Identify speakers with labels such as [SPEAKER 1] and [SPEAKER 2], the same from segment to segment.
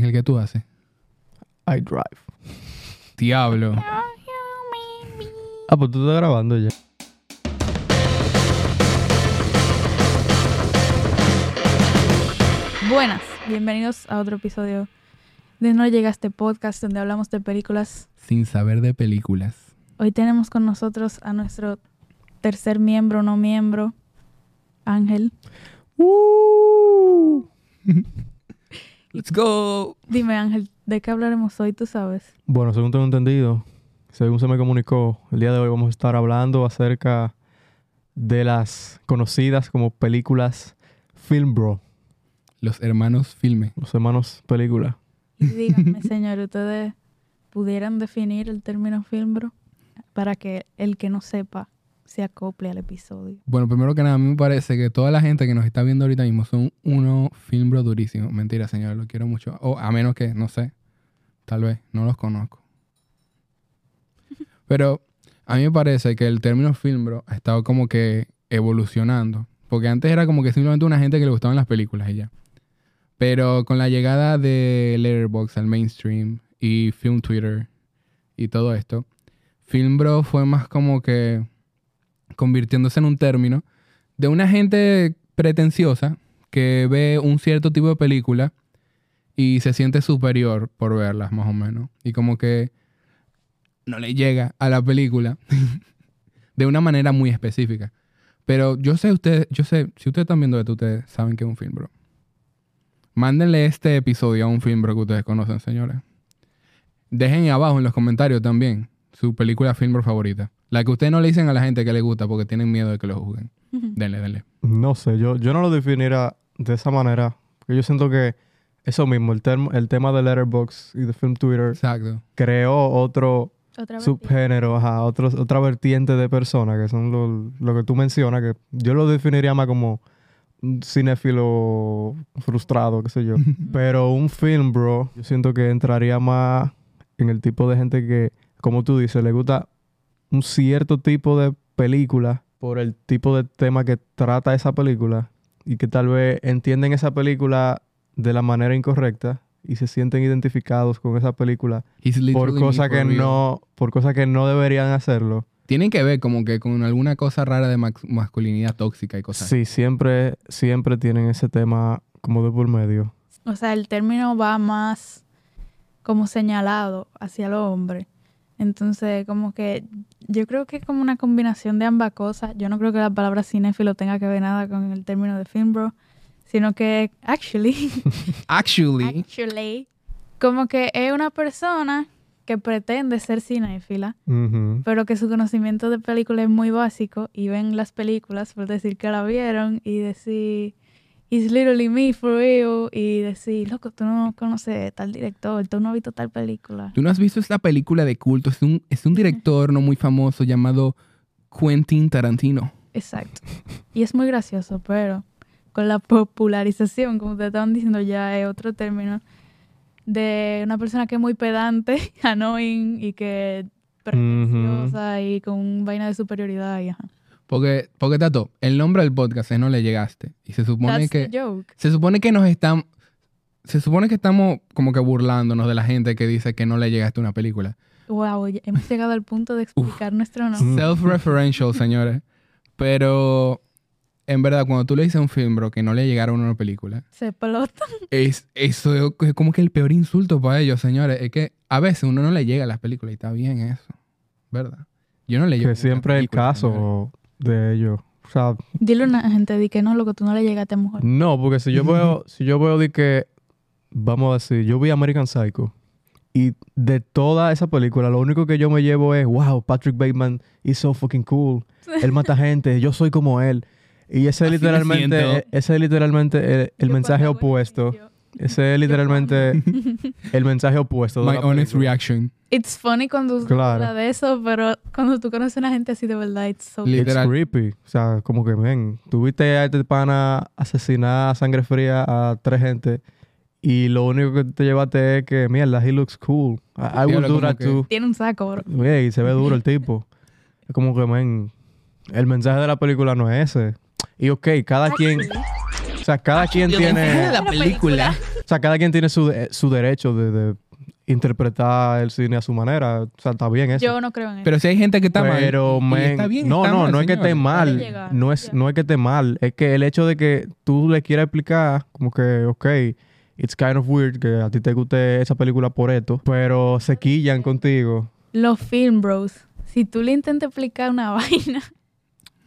[SPEAKER 1] el que tú haces?
[SPEAKER 2] I drive.
[SPEAKER 1] Diablo.
[SPEAKER 2] Ah, pues tú estás grabando ya.
[SPEAKER 3] Buenas, bienvenidos a otro episodio de No Llega este podcast donde hablamos de películas.
[SPEAKER 1] Sin saber de películas.
[SPEAKER 3] Hoy tenemos con nosotros a nuestro tercer miembro, no miembro, Ángel.
[SPEAKER 2] ¡Uh!
[SPEAKER 1] Let's go.
[SPEAKER 3] Dime Ángel, ¿de qué hablaremos hoy? Tú sabes.
[SPEAKER 2] Bueno, según tengo entendido, según se me comunicó, el día de hoy vamos a estar hablando acerca de las conocidas como películas Film Bro,
[SPEAKER 1] Los hermanos filme.
[SPEAKER 2] los hermanos película.
[SPEAKER 3] Y díganme, señor, ¿ustedes pudieran definir el término film bro? Para que el que no sepa se acople al episodio.
[SPEAKER 1] Bueno, primero que nada, a mí me parece que toda la gente que nos está viendo ahorita mismo son unos film bro durísimos. Mentira, señor, lo quiero mucho. O a menos que, no sé, tal vez, no los conozco. Pero a mí me parece que el término film bro ha estado como que evolucionando. Porque antes era como que simplemente una gente que le gustaban las películas y ya. Pero con la llegada de Letterboxd al mainstream y Film Twitter y todo esto, Film Bro fue más como que convirtiéndose en un término de una gente pretenciosa que ve un cierto tipo de película y se siente superior por verlas, más o menos. Y como que no le llega a la película de una manera muy específica. Pero yo sé ustedes, yo sé, si ustedes están viendo esto, ustedes saben que es un film, bro. Mándenle este episodio a un film, bro, que ustedes conocen, señores. Dejen ahí abajo en los comentarios también su película film, bro, favorita. La que ustedes no le dicen a la gente que le gusta porque tienen miedo de que lo juzguen. Denle, denle.
[SPEAKER 2] No sé, yo, yo no lo definiría de esa manera. porque Yo siento que eso mismo, el, termo- el tema de Letterboxd y de Film Twitter
[SPEAKER 1] Exacto.
[SPEAKER 2] creó otro
[SPEAKER 3] Otra vez.
[SPEAKER 2] subgénero, ajá, otros- otra vertiente de personas que son lo, lo que tú mencionas, que yo lo definiría más como un cinéfilo frustrado, qué sé yo. Pero un film, bro, yo siento que entraría más en el tipo de gente que, como tú dices, le gusta un cierto tipo de película por el tipo de tema que trata esa película y que tal vez entienden esa película de la manera incorrecta y se sienten identificados con esa película
[SPEAKER 1] He's literally
[SPEAKER 2] por
[SPEAKER 1] me,
[SPEAKER 2] cosas que
[SPEAKER 1] for real.
[SPEAKER 2] no por cosas que no deberían hacerlo
[SPEAKER 1] Tienen que ver como que con alguna cosa rara de max- masculinidad tóxica y cosas. así.
[SPEAKER 2] sí siempre siempre tienen ese tema como de por medio
[SPEAKER 3] O sea, el término va más como señalado hacia el hombre. Entonces, como que yo creo que es como una combinación de ambas cosas. Yo no creo que la palabra cinéfilo tenga que ver nada con el término de film bro, sino que actually,
[SPEAKER 1] Actually,
[SPEAKER 3] actually, como que es una persona que pretende ser cinéfila,
[SPEAKER 2] Ujú.
[SPEAKER 3] pero que su conocimiento de película es muy básico y ven las películas por decir que la vieron y decir It's literally me for you y decir, loco, tú no conoces tal director, tú no has visto tal película.
[SPEAKER 1] tú no has visto esta película de culto. Es un, es un director no muy famoso llamado Quentin Tarantino.
[SPEAKER 3] Exacto. Y es muy gracioso, pero con la popularización, como te estaban diciendo, ya es otro término de una persona que es muy pedante, annoying y que pretenciosa y con un vaina de superioridad y ajá.
[SPEAKER 1] Porque, porque Tato, el nombre del podcast es No le llegaste. Y se supone
[SPEAKER 3] That's
[SPEAKER 1] que.
[SPEAKER 3] the joke.
[SPEAKER 1] Se supone que nos están. Se supone que estamos como que burlándonos de la gente que dice que no le llegaste una película.
[SPEAKER 3] Wow, ya hemos llegado al punto de explicar nuestro nombre.
[SPEAKER 2] Mm.
[SPEAKER 1] Self-referential, señores. Pero en verdad, cuando tú le dices a un film, bro, que no le llegaron a una película,
[SPEAKER 3] Se pelota.
[SPEAKER 1] es, eso es como que el peor insulto para ellos, señores. Es que a veces uno no le llega a las películas y está bien eso, ¿verdad? Yo no le llego a
[SPEAKER 2] que
[SPEAKER 1] muchas
[SPEAKER 2] siempre es el
[SPEAKER 1] películas, señores.
[SPEAKER 2] caso de ellos o sea,
[SPEAKER 3] Dile a una gente de que no, loco, tú no le llegaste a mujer.
[SPEAKER 2] no porque si yo veo si yo veo de que vamos a decir yo vi American Psycho y de toda esa película lo único que yo me llevo es wow Patrick Bateman is so fucking cool él mata gente yo soy como él y ese
[SPEAKER 1] Así
[SPEAKER 2] es
[SPEAKER 1] me siento.
[SPEAKER 2] literalmente ese es literalmente el, el mensaje opuesto Ese es literalmente el mensaje opuesto. de
[SPEAKER 1] My
[SPEAKER 2] la
[SPEAKER 1] honest
[SPEAKER 2] película.
[SPEAKER 1] reaction.
[SPEAKER 3] It's funny cuando tú
[SPEAKER 2] Claro.
[SPEAKER 3] hablas de eso, pero cuando tú conoces a una gente así de verdad, it's so
[SPEAKER 1] Li-
[SPEAKER 2] It's
[SPEAKER 1] Literal.
[SPEAKER 2] creepy. O sea, como que, ven, tuviste a este pana asesinar a sangre fría a tres gente y lo único que te llevaste es que, mierda, he looks cool. I, I
[SPEAKER 1] Diablo,
[SPEAKER 2] would do
[SPEAKER 1] como
[SPEAKER 2] that
[SPEAKER 1] que-
[SPEAKER 2] too.
[SPEAKER 3] Tiene un saco, bro.
[SPEAKER 2] Ey, se ve duro el tipo. Es como que, men, el mensaje de la película no es ese. Y ok, cada quien, o sea, cada quien tiene...
[SPEAKER 1] la película.
[SPEAKER 2] sea, cada quien tiene su, de- su derecho de, de interpretar el cine a su manera. O sea, está bien eso.
[SPEAKER 3] Yo no creo en eso.
[SPEAKER 1] Pero si hay gente que está mal.
[SPEAKER 2] Pero,
[SPEAKER 1] y- y
[SPEAKER 2] men,
[SPEAKER 1] está bien,
[SPEAKER 2] no,
[SPEAKER 1] está
[SPEAKER 2] no,
[SPEAKER 1] mal,
[SPEAKER 2] no es que esté
[SPEAKER 1] señores.
[SPEAKER 3] Puede
[SPEAKER 2] mal.
[SPEAKER 3] llegar,
[SPEAKER 2] No es,
[SPEAKER 3] ya.
[SPEAKER 2] no es que esté mal. Es que el hecho de que tú le quieras explicar, como que, ok, it's kind of weird que a ti te guste esa película por esto, pero se quillan contigo.
[SPEAKER 3] Los film bros, si tú le intentas explicar una vaina,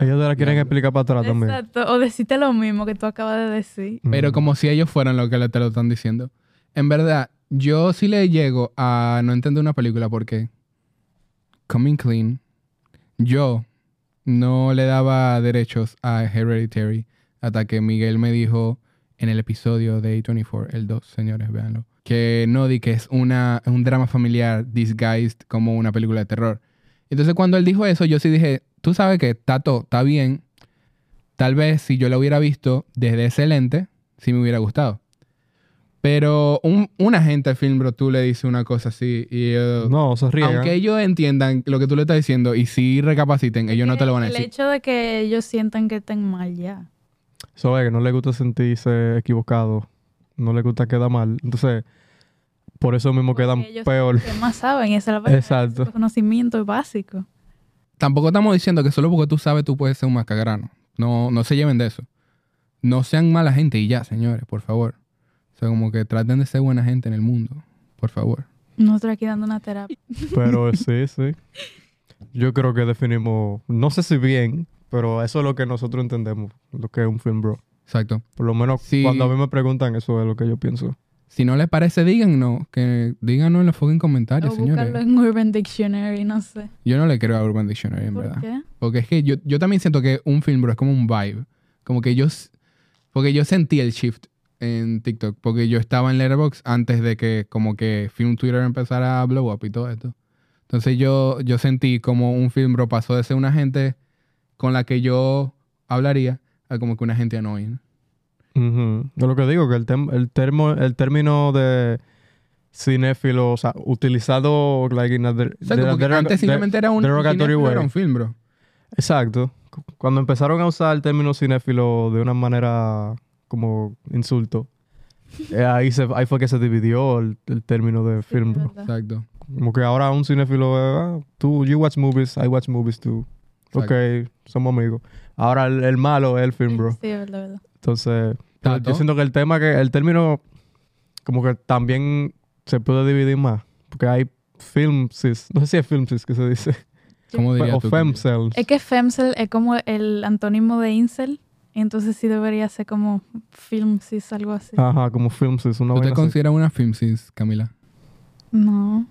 [SPEAKER 2] Ellos te la quieren
[SPEAKER 1] Diablo.
[SPEAKER 2] explicar para atrás Ah, también.
[SPEAKER 3] exacto, o decirte lo mismo que tú acabas de decir.
[SPEAKER 1] Pero
[SPEAKER 2] Mm.
[SPEAKER 1] como si ellos fueran los que le- te lo están diciendo. En verdad, yo sí le llego a no entender una película porque Coming Clean, yo no le daba derechos a Hereditary hasta que Miguel me dijo en el episodio de A24, el 2, señores, véanlo, que no di que es una, un drama familiar disguised como una película de terror. Entonces cuando él dijo eso, yo sí dije, tú sabes que Tato está bien, tal vez si yo la hubiera visto desde ese lente, sí me hubiera gustado. Pero un, un agente del film, bro, tú le dices una cosa así y... eh,
[SPEAKER 2] No, se ríen.
[SPEAKER 1] aunque ellos entiendan lo que tú le estás diciendo y si recapaciten, ellos no te lo van a
[SPEAKER 3] El
[SPEAKER 1] decir.
[SPEAKER 3] hecho de que ellos sientan que estén mal ya.
[SPEAKER 2] Eso es, eh, que no le gusta sentirse equivocado. No le gusta quedar mal. Entonces, por eso mismo
[SPEAKER 3] Porque
[SPEAKER 2] quedan
[SPEAKER 3] ellos-
[SPEAKER 2] peor.
[SPEAKER 3] ¿Qué más saben? Esa es la verdad.
[SPEAKER 2] Exacto.
[SPEAKER 3] Ese conocimiento es básico.
[SPEAKER 1] Tampoco estamos diciendo que solo porque tú sabes tú puedes ser un macagrano. No, no se lleven de eso. No sean mala gente y ya, señores, por favor. O sea, como que traten de ser buena gente en el mundo, por favor.
[SPEAKER 3] Nosotros aquí dando una terapia.
[SPEAKER 2] Pero sí, sí. Yo creo que definimos, no sé si bien, pero eso es lo que nosotros entendemos, lo que es un film bro.
[SPEAKER 1] Exacto.
[SPEAKER 2] Por lo menos
[SPEAKER 1] Sí.
[SPEAKER 2] cuando a mí me preguntan, eso es lo que yo pienso.
[SPEAKER 1] Si no les parece, díganos. Que díganos en los fucking comentarios,
[SPEAKER 3] o
[SPEAKER 1] señores.
[SPEAKER 3] buscarlo en Urban Dictionary, no sé.
[SPEAKER 1] Yo no le creo a Urban Dictionary, en
[SPEAKER 3] ¿Por
[SPEAKER 1] verdad.
[SPEAKER 3] qué?
[SPEAKER 1] Porque es que yo, yo también siento que un film, bro, es como un vibe. Como que yo... s- Porque yo sentí el shift en TikTok. Porque yo estaba en Letterboxd antes de que como que Film Twitter empezara a blow up y todo esto. Entonces yo, yo sentí como un film, bro, pasó de ser una gente con la que yo hablaría a como que una gente annoying.
[SPEAKER 2] Ujú. Yo lo que digo, que el, tem- el, termo- el término de cinéfilo, o sea, utilizado like, in a der-
[SPEAKER 1] O sea,
[SPEAKER 2] de-
[SPEAKER 1] como que
[SPEAKER 2] de-
[SPEAKER 1] antes
[SPEAKER 2] de-
[SPEAKER 1] simplemente era un,
[SPEAKER 2] derogatory
[SPEAKER 1] cinéfilo
[SPEAKER 2] way.
[SPEAKER 1] era un film, bro.
[SPEAKER 2] Exacto. Cu- Cuando empezaron a usar el término cinéfilo de una manera como insulto, eh, ahí, se, ahí fue que se dividió el, el término de
[SPEAKER 3] Sí,
[SPEAKER 2] film
[SPEAKER 3] es
[SPEAKER 2] bro.
[SPEAKER 3] verdad.
[SPEAKER 1] Exacto.
[SPEAKER 2] Como que ahora un cinéfilo, eh, ah, tú, you watch movies, I watch movies too. Ok, somos amigos. Ahora el, el malo es el film, bro.
[SPEAKER 3] Sí, es verdad, verdad.
[SPEAKER 2] Entonces, pero
[SPEAKER 1] Tato.
[SPEAKER 2] yo siento que el tema, que el término, como que también se puede dividir más. Porque hay film cis, no sé si es film cis que se dice,
[SPEAKER 1] ¿Cómo dirías
[SPEAKER 2] o
[SPEAKER 1] tú?
[SPEAKER 2] fem
[SPEAKER 1] Camila?
[SPEAKER 2] cells.
[SPEAKER 3] Es que femcel es como el antónimo de incel, entonces sí debería ser como film cis, algo así.
[SPEAKER 2] Ajá, como film cis, una
[SPEAKER 1] ¿Tú te
[SPEAKER 2] vaina así.
[SPEAKER 1] consideras una film cis, Camila?
[SPEAKER 3] No.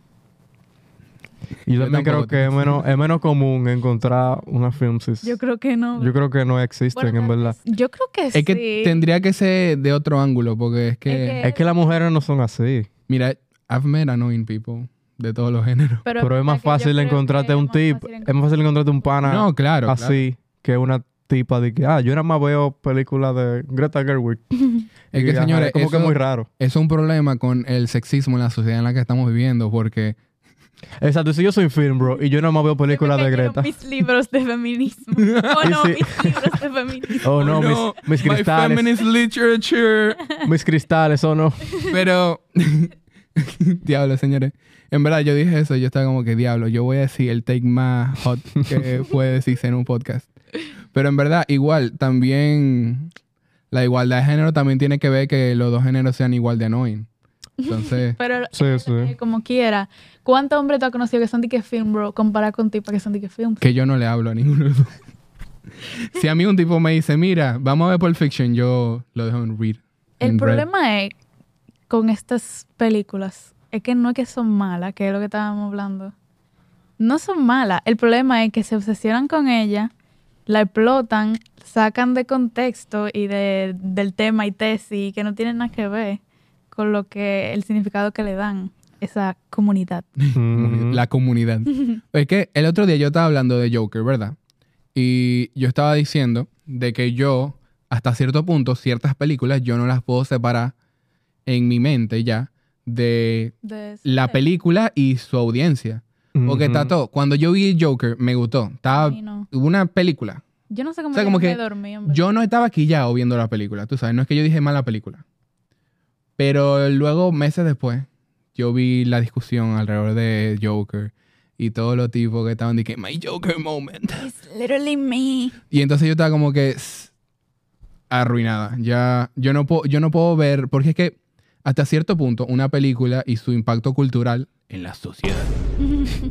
[SPEAKER 2] Y yo
[SPEAKER 1] Yo
[SPEAKER 2] también creo
[SPEAKER 1] tampoco
[SPEAKER 2] que
[SPEAKER 1] te
[SPEAKER 2] es menos, es menos común encontrar una film cis.
[SPEAKER 3] Yo creo que no.
[SPEAKER 2] Yo creo que no existen,
[SPEAKER 3] Bueno,
[SPEAKER 2] en
[SPEAKER 3] tal
[SPEAKER 2] verdad.
[SPEAKER 3] vez- Yo creo que sí.
[SPEAKER 1] Es que tendría que ser de otro ángulo, porque es que...
[SPEAKER 3] Es que-
[SPEAKER 2] Es que las mujeres no son así.
[SPEAKER 1] Mira, I've met annoying people de todos los géneros.
[SPEAKER 2] Pero es más
[SPEAKER 3] que yo
[SPEAKER 2] fácil
[SPEAKER 3] creo que
[SPEAKER 2] encontrarte
[SPEAKER 3] es
[SPEAKER 2] un
[SPEAKER 3] más
[SPEAKER 2] tip.
[SPEAKER 3] fácil
[SPEAKER 2] Es más fácil encontrarte un pana
[SPEAKER 1] no, claro. claro.
[SPEAKER 2] así que una tipa de que, ah, yo nada más veo películas de Greta Gerwig.
[SPEAKER 1] Es
[SPEAKER 2] Y,
[SPEAKER 1] que,
[SPEAKER 2] ajá,
[SPEAKER 1] señores,
[SPEAKER 2] es como que
[SPEAKER 1] eso-
[SPEAKER 2] muy raro.
[SPEAKER 1] es un problema con el sexismo en la sociedad en la que estamos viviendo, porque
[SPEAKER 2] Exacto, si yo soy film, bro, y yo nada más veo
[SPEAKER 3] Se me
[SPEAKER 2] películas de
[SPEAKER 3] cayeron
[SPEAKER 2] Greta.
[SPEAKER 3] Mis libros de feminismo. Oh
[SPEAKER 2] Y
[SPEAKER 3] no,
[SPEAKER 2] sí.
[SPEAKER 3] mis libros de feminismo.
[SPEAKER 2] Oh, no,
[SPEAKER 1] Oh,
[SPEAKER 2] mis,
[SPEAKER 1] no,
[SPEAKER 2] mis
[SPEAKER 1] my
[SPEAKER 2] cristales.
[SPEAKER 1] feminist literature.
[SPEAKER 2] Mis cristales, oh no.
[SPEAKER 1] Pero, diablo, señores. En verdad, yo dije eso, yo estaba como que diablo, yo voy a decir el take más hot que puede decirse en un podcast. Pero en verdad, igual, también la igualdad de género también tiene que ver que los dos géneros sean igual de annoying. Entonces,
[SPEAKER 3] Pero
[SPEAKER 2] Sí, sí.
[SPEAKER 3] eh, como quiera, ¿cuántos hombres tú has conocido que son de que film, bro? Comparado con tipas que son de que film.
[SPEAKER 1] que yo no le hablo a ninguno de los dos. si a mí un tipo me dice, mira, vamos a ver Pulp Fiction, yo lo dejo en read.
[SPEAKER 3] El
[SPEAKER 1] en read.
[SPEAKER 3] problema es con estas películas es que no es que son malas, que es lo que estábamos hablando. No son malas. El problema es que se obsesionan con ella, la explotan, sacan de contexto y de, del tema y tesis que no tienen nada que ver con lo que el significado que le dan esa comunidad.
[SPEAKER 2] Ujú.
[SPEAKER 1] La comunidad. es que el otro día yo estaba hablando de Joker, ¿verdad? Y yo estaba diciendo de que yo, hasta cierto punto, ciertas películas yo no las puedo separar en mi mente ya de
[SPEAKER 3] de ese
[SPEAKER 1] la
[SPEAKER 3] tema.
[SPEAKER 1] película y su audiencia. Porque
[SPEAKER 2] Ujú.
[SPEAKER 1] está todo. Cuando yo vi Joker, me gustó. Estaba,
[SPEAKER 3] Y no.
[SPEAKER 1] hubo una película.
[SPEAKER 3] Yo no sé cómo
[SPEAKER 1] O sea,
[SPEAKER 3] yo
[SPEAKER 1] como
[SPEAKER 3] no me
[SPEAKER 1] que
[SPEAKER 3] dormí, hombre.
[SPEAKER 1] Yo no estaba aquí ya viendo la película, tú sabes. No es que yo dije mala película. Pero luego, meses después, yo vi la discusión alrededor de Joker y todos los tipos que estaban diciendo, My Joker moment.
[SPEAKER 3] It's literally me.
[SPEAKER 1] Y entonces yo estaba como que s- arruinada. Ya, yo no puedo, yo no puedo ver, porque es que hasta cierto punto una película y su impacto cultural en la sociedad,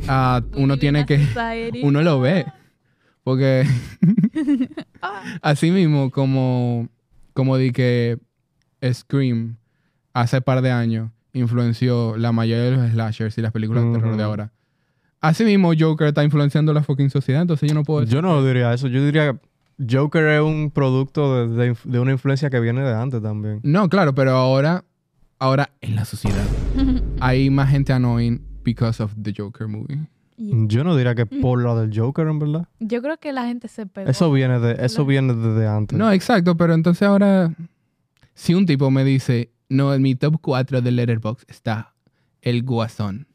[SPEAKER 1] ah, uno tiene que, uno lo ve, porque así mismo como, como di que Scream hace par de años influenció la mayoría de los slashers y las películas de terror de
[SPEAKER 2] Ujú.
[SPEAKER 1] ahora. Así mismo Joker está influenciando la fucking sociedad, entonces yo no puedo...
[SPEAKER 2] Yo no diría eso. Yo diría que Joker es un producto de, de inf- de una influencia que viene de antes también.
[SPEAKER 1] No, claro, pero ahora, ahora en la sociedad hay más gente annoying because of the Joker movie.
[SPEAKER 3] Y
[SPEAKER 2] Yo no diría que por la del Joker, en verdad.
[SPEAKER 3] Yo creo que la gente se pegó.
[SPEAKER 2] Eso viene de, eso viene desde antes.
[SPEAKER 1] No, exacto, pero entonces ahora, si un tipo me dice, no, en mi top 4 de Letterboxd está el guasón.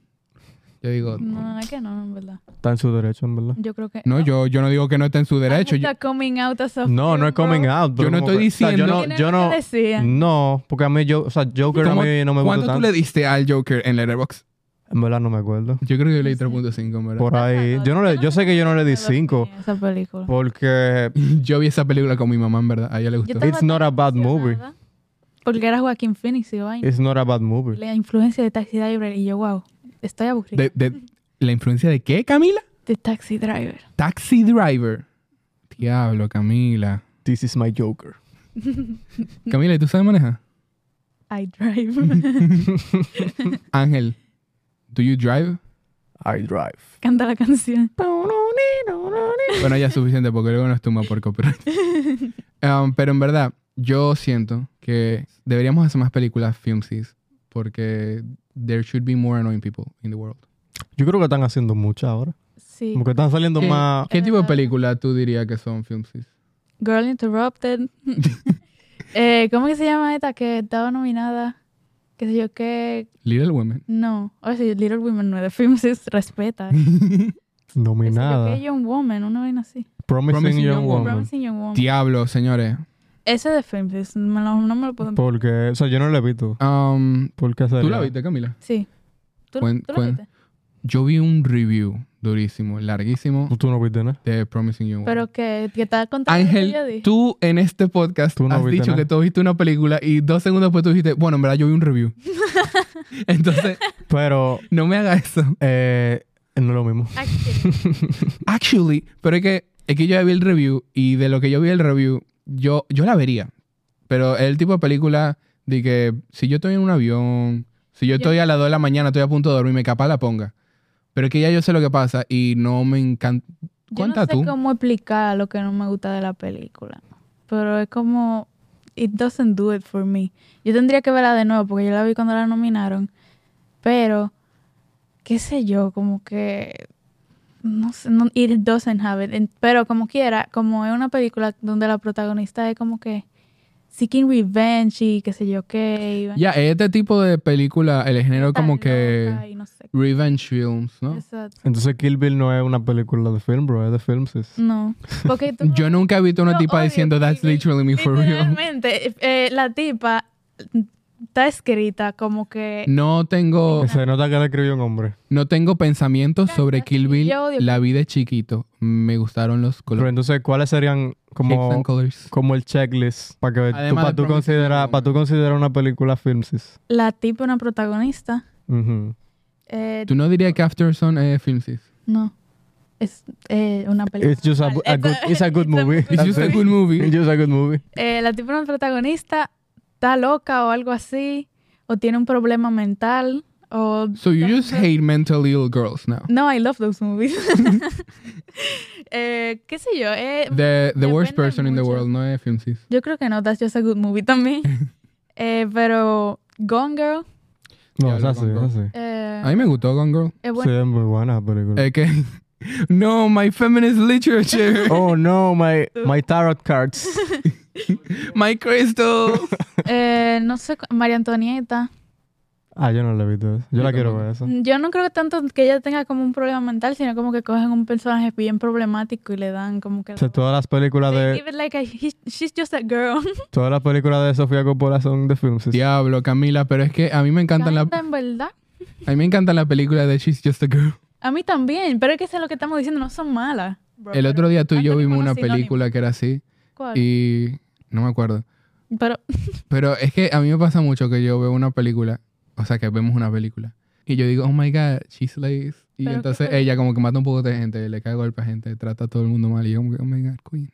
[SPEAKER 1] Yo digo,
[SPEAKER 3] No, es que no, en verdad.
[SPEAKER 2] está en su derecho, en verdad.
[SPEAKER 3] Yo creo que.
[SPEAKER 1] no, yo, yo no digo que no está en su derecho. Yo,
[SPEAKER 3] Está coming out as of
[SPEAKER 2] No, no es coming out. pero
[SPEAKER 1] Yo no
[SPEAKER 2] como
[SPEAKER 1] estoy
[SPEAKER 2] que- o sea,
[SPEAKER 1] diciendo-
[SPEAKER 2] yo no, yo no,
[SPEAKER 3] Decía.
[SPEAKER 2] no, porque a mí yo, o sea, Joker a
[SPEAKER 1] ¿Cómo-
[SPEAKER 2] mí no me gusta
[SPEAKER 1] ¿Cuánto tú
[SPEAKER 2] tanto.
[SPEAKER 1] le diste al Joker en Letterboxd?
[SPEAKER 2] En verdad no me acuerdo.
[SPEAKER 1] Yo creo que yo le di
[SPEAKER 3] No sé.
[SPEAKER 1] 3.5, en ¿verdad?
[SPEAKER 2] Por ahí, yo no le, yo sé que yo no le di 5
[SPEAKER 3] Esa película.
[SPEAKER 2] porque
[SPEAKER 1] Yo vi esa película con mi mamá, en verdad. A ella le gustó.
[SPEAKER 2] It's not a bad movie.
[SPEAKER 3] Porque era Joaquín Phoenix y vaina.
[SPEAKER 2] it's not a bad movie.
[SPEAKER 3] La influencia de Taxi Driver y yo, wow, estoy aburrida.
[SPEAKER 1] De- de- ¿La influencia de qué, Camila?
[SPEAKER 3] De Taxi Driver.
[SPEAKER 1] Taxi Driver. Diablo, Camila.
[SPEAKER 2] This is my Joker.
[SPEAKER 3] Mm.
[SPEAKER 1] Camila, ¿y tú sabes manejar?
[SPEAKER 3] I Drive.
[SPEAKER 1] Ángel, ¿do you drive?
[SPEAKER 2] I drive.
[SPEAKER 3] Canta la canción.
[SPEAKER 1] Bueno, ya es suficiente porque luego nos tumba por copyright. Um, pero en verdad, yo siento que deberíamos hacer más películas filmsis porque there should be more annoying people in the world.
[SPEAKER 2] Yo creo que están haciendo mucha ahora.
[SPEAKER 3] Sí. Eh,
[SPEAKER 2] Como que están saliendo
[SPEAKER 1] ¿Qué,
[SPEAKER 2] más
[SPEAKER 1] qué tipo de película tú dirías que son filmsis?
[SPEAKER 3] Girl Interrupted. eh, ¿Cómo que se llama esta que estaba nominada? Qué sé yo qué.
[SPEAKER 1] Little Women.
[SPEAKER 3] No. O sea, Little Women no es de film, sí, respeta. Qué sé yo
[SPEAKER 2] nominadas.
[SPEAKER 3] qué, Young Woman, una vaina así.
[SPEAKER 2] Promising,
[SPEAKER 1] Promising
[SPEAKER 2] Young
[SPEAKER 1] Young
[SPEAKER 2] Woman.
[SPEAKER 3] Promising Young Woman.
[SPEAKER 1] Diablo, señores.
[SPEAKER 3] Ese es de film, sí, me lo- no me lo puedo...
[SPEAKER 2] Porque, o sea, yo no la he visto.
[SPEAKER 1] Um,
[SPEAKER 2] ¿Por qué
[SPEAKER 1] ¿Tú
[SPEAKER 2] sería?
[SPEAKER 1] la viste, Camila?
[SPEAKER 3] Sí. ¿Tú,
[SPEAKER 1] Cuen-
[SPEAKER 3] tú lo
[SPEAKER 1] cuen-
[SPEAKER 3] viste?
[SPEAKER 1] Yo vi un review durísimo, larguísimo,
[SPEAKER 2] Tú no viste nada.
[SPEAKER 1] de Promising Young Woman.
[SPEAKER 3] Pero que, que está contando lo que yo
[SPEAKER 1] Ángel,
[SPEAKER 3] dije.
[SPEAKER 1] tú en este podcast
[SPEAKER 2] Tú no
[SPEAKER 1] has
[SPEAKER 2] viste
[SPEAKER 1] dicho
[SPEAKER 2] nada.
[SPEAKER 1] que tú viste una película y dos segundos después tú dijiste, bueno, en verdad yo vi un review. Entonces,
[SPEAKER 2] Pero
[SPEAKER 1] no me haga eso.
[SPEAKER 2] eh, no es lo mismo.
[SPEAKER 3] Action.
[SPEAKER 1] Actually, pero es que, es que yo ya vi el review y de lo que yo vi el review, yo, yo la vería. Pero es el tipo de película de que si yo estoy en un avión, si yo estoy a las 2 de la mañana, estoy a punto de dormirme, capaz la ponga. Pero es que ya yo sé lo que pasa y no me encanta.
[SPEAKER 3] Yo no
[SPEAKER 1] Cuenta
[SPEAKER 3] sé
[SPEAKER 1] tú.
[SPEAKER 3] cómo explicar lo que no me gusta de la película. Pero es como... It doesn't do it for me. Yo tendría que verla de nuevo porque yo la vi cuando la nominaron. Pero... Qué sé yo, como que... No sé, no, it doesn't have it. En- Pero como quiera, como es una película donde la protagonista es como que... Seeking revenge y qué sé yo qué. y-
[SPEAKER 1] Ya, este tipo de película, el género
[SPEAKER 3] está
[SPEAKER 1] como que
[SPEAKER 3] loca y no sé.
[SPEAKER 1] revenge films, ¿no?
[SPEAKER 3] Exacto.
[SPEAKER 2] Entonces Kill Bill no es una película de film, bro, es de films.
[SPEAKER 3] No. Porque tú
[SPEAKER 1] Yo nunca he visto una
[SPEAKER 3] Yo
[SPEAKER 1] tipa
[SPEAKER 3] odio
[SPEAKER 1] diciendo
[SPEAKER 3] Kill
[SPEAKER 1] that's
[SPEAKER 3] Bill".
[SPEAKER 1] literally me for real.
[SPEAKER 3] Literalmente, eh, eh, la tipa está escrita como que
[SPEAKER 1] No tengo,
[SPEAKER 2] Se nota que la escribió un hombre.
[SPEAKER 1] no tengo pensamientos sobre Kill Bill.
[SPEAKER 3] Yo odio
[SPEAKER 1] La vida es chiquito. Me gustaron los
[SPEAKER 2] Pero
[SPEAKER 1] colores.
[SPEAKER 2] entonces, ¿cuáles serían
[SPEAKER 1] Shapes
[SPEAKER 2] como,
[SPEAKER 1] and colors.
[SPEAKER 2] como el checklist para que tú,
[SPEAKER 1] Además
[SPEAKER 2] para
[SPEAKER 1] de
[SPEAKER 2] tú
[SPEAKER 1] Promising
[SPEAKER 2] considerar
[SPEAKER 1] Young
[SPEAKER 2] para tú considerar una película filmsis?
[SPEAKER 3] la tipa es una protagonista.
[SPEAKER 2] Ujú.
[SPEAKER 3] Eh,
[SPEAKER 1] ¿Tú no dirías que Afterson es filmsis?
[SPEAKER 3] no. Es eh, una película.
[SPEAKER 2] It's just a, a good, it's a good movie.
[SPEAKER 1] It's just a good movie.
[SPEAKER 2] It's just a good movie.
[SPEAKER 3] Eh, la tipa es una protagonista, está loca o algo así, o tiene un problema mental, o...
[SPEAKER 1] So you just hate mentally ill girls now.
[SPEAKER 3] No, I love those movies. eh, ¿Qué sé yo? eh,
[SPEAKER 1] The, the worst
[SPEAKER 3] Depende
[SPEAKER 1] person in the
[SPEAKER 3] mucho.
[SPEAKER 1] world no es filmsis.
[SPEAKER 3] Yo creo que no, That's Just a Good Movie también. eh, pero Gone Girl.
[SPEAKER 2] No, es
[SPEAKER 1] Diablo,
[SPEAKER 2] así,
[SPEAKER 1] con
[SPEAKER 2] es
[SPEAKER 1] Gone.
[SPEAKER 2] así.
[SPEAKER 3] eh,
[SPEAKER 1] A mí me gustó Gone Girl.
[SPEAKER 3] es
[SPEAKER 2] Sí,
[SPEAKER 3] buena.
[SPEAKER 2] es muy buena la película.
[SPEAKER 1] Es que... No, my feminist literature.
[SPEAKER 2] Oh no, my, my tarot cards.
[SPEAKER 1] My crystals.
[SPEAKER 3] Eh, no sé, cu- María Antonieta.
[SPEAKER 2] Ah, yo no la he visto esa. Yo,
[SPEAKER 1] Yo
[SPEAKER 2] la quiero
[SPEAKER 1] tampoco.
[SPEAKER 2] ver esa.
[SPEAKER 3] Yo no creo que tanto que ella tenga como un problema mental, sino como que cogen un personaje bien problemático y le dan como que...
[SPEAKER 2] O sea, todas las películas
[SPEAKER 3] They
[SPEAKER 2] de
[SPEAKER 3] give it like a- he- she's just a girl.
[SPEAKER 2] todas las películas de Sofía Coppola son de films.
[SPEAKER 1] Diablo, Camila, pero es que a mí me encantan la,
[SPEAKER 3] Canta, en verdad.
[SPEAKER 1] a mí me encantan las películas de She's Just a Girl.
[SPEAKER 3] A mí también, pero es que eso es lo que estamos diciendo, no son malas. bro,
[SPEAKER 1] El
[SPEAKER 3] pero-
[SPEAKER 1] otro día tú y yo
[SPEAKER 3] Anthony
[SPEAKER 1] vimos una
[SPEAKER 3] Bono
[SPEAKER 1] película que era así
[SPEAKER 3] ¿Cuál?
[SPEAKER 1] y no me acuerdo.
[SPEAKER 3] Pero
[SPEAKER 1] Pero es que a mí me pasa mucho que yo veo una película, o sea, que vemos una película y yo digo, oh my god, she slays. Y
[SPEAKER 3] Pero qué
[SPEAKER 1] entonces
[SPEAKER 3] fue-
[SPEAKER 1] ella como que mata un poco de gente, le cae golpe a gente, trata a todo el mundo mal y yo como que, oh my god, queen.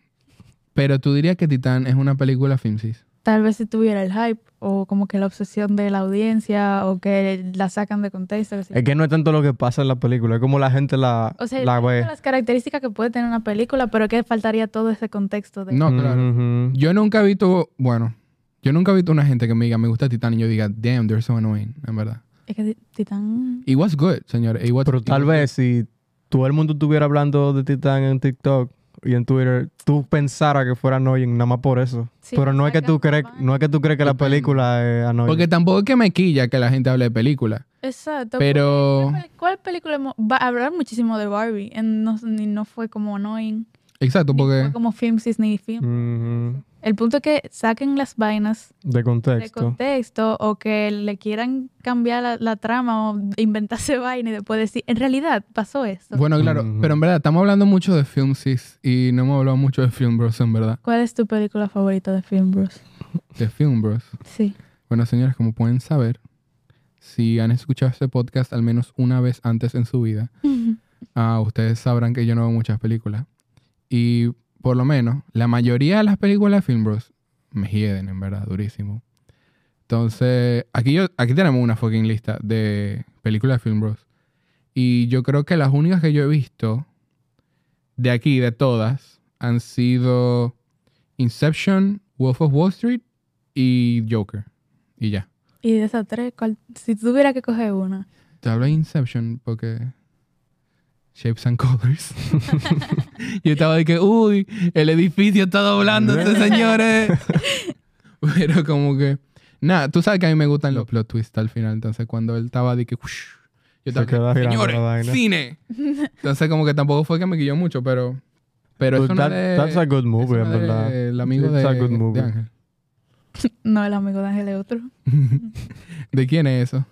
[SPEAKER 1] Pero tú dirías que Titán es una película filmsis.
[SPEAKER 3] tal vez si tuviera el hype o como que la obsesión de la audiencia o que la sacan de contexto. que sí.
[SPEAKER 2] Es que no es tanto lo que pasa en la película, es como la gente la,
[SPEAKER 3] O sea,
[SPEAKER 2] la
[SPEAKER 3] yo
[SPEAKER 2] ve.
[SPEAKER 3] entiendo las características que puede tener una película, pero que faltaría todo ese contexto de...
[SPEAKER 2] Mm.
[SPEAKER 1] No, claro.
[SPEAKER 2] Ujú.
[SPEAKER 1] Yo nunca he visto, bueno, yo nunca he visto una gente que me diga, me gusta Titán y yo diga, damn, they're so annoying, en verdad.
[SPEAKER 3] Es que Titán...
[SPEAKER 1] It was good, señores. It was-
[SPEAKER 2] Pero
[SPEAKER 1] it
[SPEAKER 2] tal
[SPEAKER 1] was-
[SPEAKER 2] vez si todo el mundo estuviera hablando de Titán en TikTok y en Twitter, tú pensara que fuera annoying nada más por eso.
[SPEAKER 3] Sí,
[SPEAKER 2] Pero no es que tú
[SPEAKER 3] sacan
[SPEAKER 2] crees, no es que tú crees que la
[SPEAKER 1] Depende.
[SPEAKER 2] película es annoying.
[SPEAKER 1] Porque tampoco es que me quilla que la gente hable de películas.
[SPEAKER 3] Exacto.
[SPEAKER 1] Pero.
[SPEAKER 3] ¿Cuál- ¿Cuál película? hemos- Va a hablar muchísimo de Barbie. en- no, ni- no fue como annoying.
[SPEAKER 1] Exacto,
[SPEAKER 3] ni
[SPEAKER 1] porque.
[SPEAKER 3] fue como film, sis, ni
[SPEAKER 2] Mm.
[SPEAKER 3] film.
[SPEAKER 2] Ujú.
[SPEAKER 3] El punto es que saquen las vainas
[SPEAKER 2] De
[SPEAKER 3] de
[SPEAKER 2] contexto.
[SPEAKER 3] contexto o que le quieran cambiar la, la trama o inventarse vaina y después decir, en realidad pasó esto.
[SPEAKER 1] Bueno, claro,
[SPEAKER 2] Ujú.
[SPEAKER 1] pero en verdad, estamos hablando mucho de film sis y no hemos hablado mucho de film bros, en verdad.
[SPEAKER 3] ¿Cuál es tu película favorita de Film Bros?
[SPEAKER 1] De film bros.
[SPEAKER 3] Sí.
[SPEAKER 1] Bueno, señores, como pueden saber, si han escuchado este podcast al menos una vez antes en su vida, Ah, ustedes sabrán que yo no veo muchas películas. Y por lo menos, la mayoría de las películas de Film Bros me hieden, en verdad, durísimo. Entonces, aquí, yo, aquí tenemos una fucking lista de películas de Film Bros. Y yo creo que las únicas que yo he visto de aquí, de todas, han sido Inception, Wolf of Wall Street y Joker. Y ya.
[SPEAKER 3] y de esas tres, ¿cuál- si tuviera que coger una.
[SPEAKER 1] Te hablo de Inception porque. Shapes and Colors. Yo estaba de que, uy, el edificio está doblándose, señores. Pero como que. Nada, tú sabes que a mí me gustan los plot twists al final. Entonces, cuando él estaba de que. "Ush", yo
[SPEAKER 2] Se
[SPEAKER 1] estaba
[SPEAKER 2] queda
[SPEAKER 1] que,
[SPEAKER 2] girando la
[SPEAKER 1] señores,
[SPEAKER 2] vaina.
[SPEAKER 1] cine. Entonces, como que tampoco fue que me guió mucho, pero. Pero eso
[SPEAKER 2] Pues That-
[SPEAKER 1] no es de-
[SPEAKER 2] That's a good
[SPEAKER 1] eso
[SPEAKER 2] movie,
[SPEAKER 1] no
[SPEAKER 2] en
[SPEAKER 1] es
[SPEAKER 2] verdad.
[SPEAKER 1] El amigo de,
[SPEAKER 2] It's a good
[SPEAKER 1] de
[SPEAKER 2] movie.
[SPEAKER 1] Ángel.
[SPEAKER 3] No, el amigo de Ángel es otro.
[SPEAKER 1] ¿De quién es eso?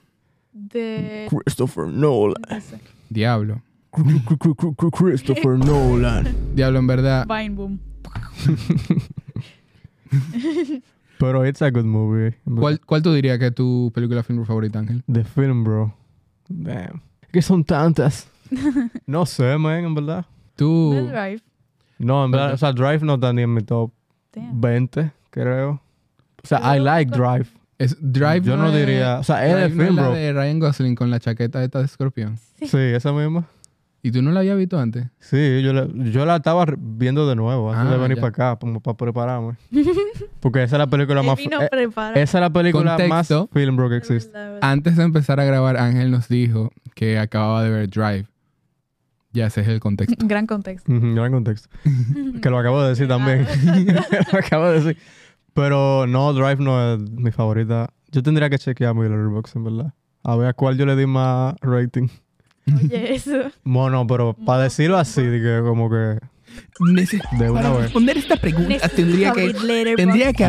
[SPEAKER 3] De...
[SPEAKER 2] Christopher Nolan.
[SPEAKER 3] no sé,
[SPEAKER 1] Diablo.
[SPEAKER 2] Christopher Nolan.
[SPEAKER 1] Diablo, en verdad.
[SPEAKER 3] Vine Boom.
[SPEAKER 2] Pero it's a good movie. en verdad.
[SPEAKER 1] ¿Cuál, ¿Cuál tú dirías que es tu película film favorita, Ángel?
[SPEAKER 2] The film, bro. Damn. Que son tantas. no sé, man, en verdad. Uh.
[SPEAKER 1] Tú.
[SPEAKER 3] The Drive.
[SPEAKER 2] No, en verdad, o sea, Drive no está ni en mi top
[SPEAKER 3] Damn.
[SPEAKER 2] 20, creo. O sea, I
[SPEAKER 3] Pero-
[SPEAKER 2] like Drive.
[SPEAKER 1] Es, Drive.
[SPEAKER 2] Yo no
[SPEAKER 1] es-
[SPEAKER 2] diría, o sea, es
[SPEAKER 1] Drive
[SPEAKER 2] el
[SPEAKER 1] no es
[SPEAKER 2] film,
[SPEAKER 1] la
[SPEAKER 2] bro.
[SPEAKER 1] de Ryan Gosling con la chaqueta esta de escorpión.
[SPEAKER 2] Sí, esa misma.
[SPEAKER 1] ¿Y tú no la habías visto antes?
[SPEAKER 2] Sí, yo la, yo la estaba re- viendo de nuevo antes
[SPEAKER 1] Ah,
[SPEAKER 2] de venir
[SPEAKER 1] ya.
[SPEAKER 2] para acá, como para prepararme. Porque esa es la película
[SPEAKER 3] El
[SPEAKER 2] más...
[SPEAKER 3] vino
[SPEAKER 2] eh,
[SPEAKER 3] prepara.
[SPEAKER 2] esa es la película
[SPEAKER 1] Contexto.
[SPEAKER 2] más film, bro, que
[SPEAKER 3] Es verdad,
[SPEAKER 2] existe. Ah,
[SPEAKER 3] verdad.
[SPEAKER 1] Antes de empezar a grabar, Ángel nos dijo que acababa de ver Drive. Ya ese es el contexto.
[SPEAKER 3] Gran contexto.
[SPEAKER 2] Ujú, gran contexto. que lo acabo de decir también. lo acabo de decir. Pero no, Drive no es mi favorita. Yo tendría que chequear mi Letterboxd, en verdad. A ver a cuál yo le di más rating.
[SPEAKER 3] Oye, eso.
[SPEAKER 2] Bueno, pero para decirlo así, de que como que de una vez.
[SPEAKER 1] esta
[SPEAKER 3] Necesito abrir Letterboxd.
[SPEAKER 1] Ah, que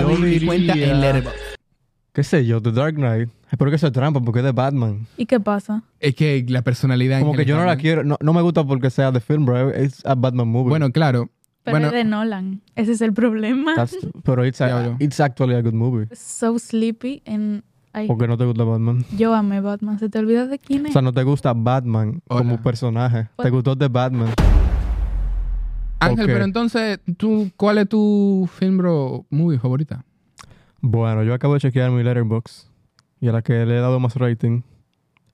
[SPEAKER 2] Yo diría- ¿Qué sé yo? The Dark Knight. Espero que eso es trampa porque es de Batman.
[SPEAKER 3] ¿Y qué pasa?
[SPEAKER 1] Es que la personalidad.
[SPEAKER 2] Como
[SPEAKER 1] Ángel
[SPEAKER 2] que yo no la
[SPEAKER 1] Batman-
[SPEAKER 2] quiero. No, no me gusta porque sea de film, bro. Es a Batman movie.
[SPEAKER 1] Bueno, claro.
[SPEAKER 3] Pero
[SPEAKER 1] Bueno.
[SPEAKER 3] es de Nolan. Ese es el problema.
[SPEAKER 2] That's- pero it's, a,
[SPEAKER 1] Diablo.
[SPEAKER 2] it's actually a good movie.
[SPEAKER 3] So sleepy en... Ay,
[SPEAKER 2] Porque no te gusta Batman.
[SPEAKER 3] yo amé Batman. ¿Se te olvidó de quién
[SPEAKER 2] O
[SPEAKER 3] es?
[SPEAKER 2] sea, no te gusta Batman
[SPEAKER 1] Hola.
[SPEAKER 2] como personaje. Te
[SPEAKER 3] Hola.
[SPEAKER 2] gustó The Batman.
[SPEAKER 1] Ángel,
[SPEAKER 2] Ok.
[SPEAKER 1] pero entonces, ¿tú, ¿cuál es tu film bro movie favorita?
[SPEAKER 2] Bueno, yo acabo de chequear mi letterbox y a la que le he dado más rating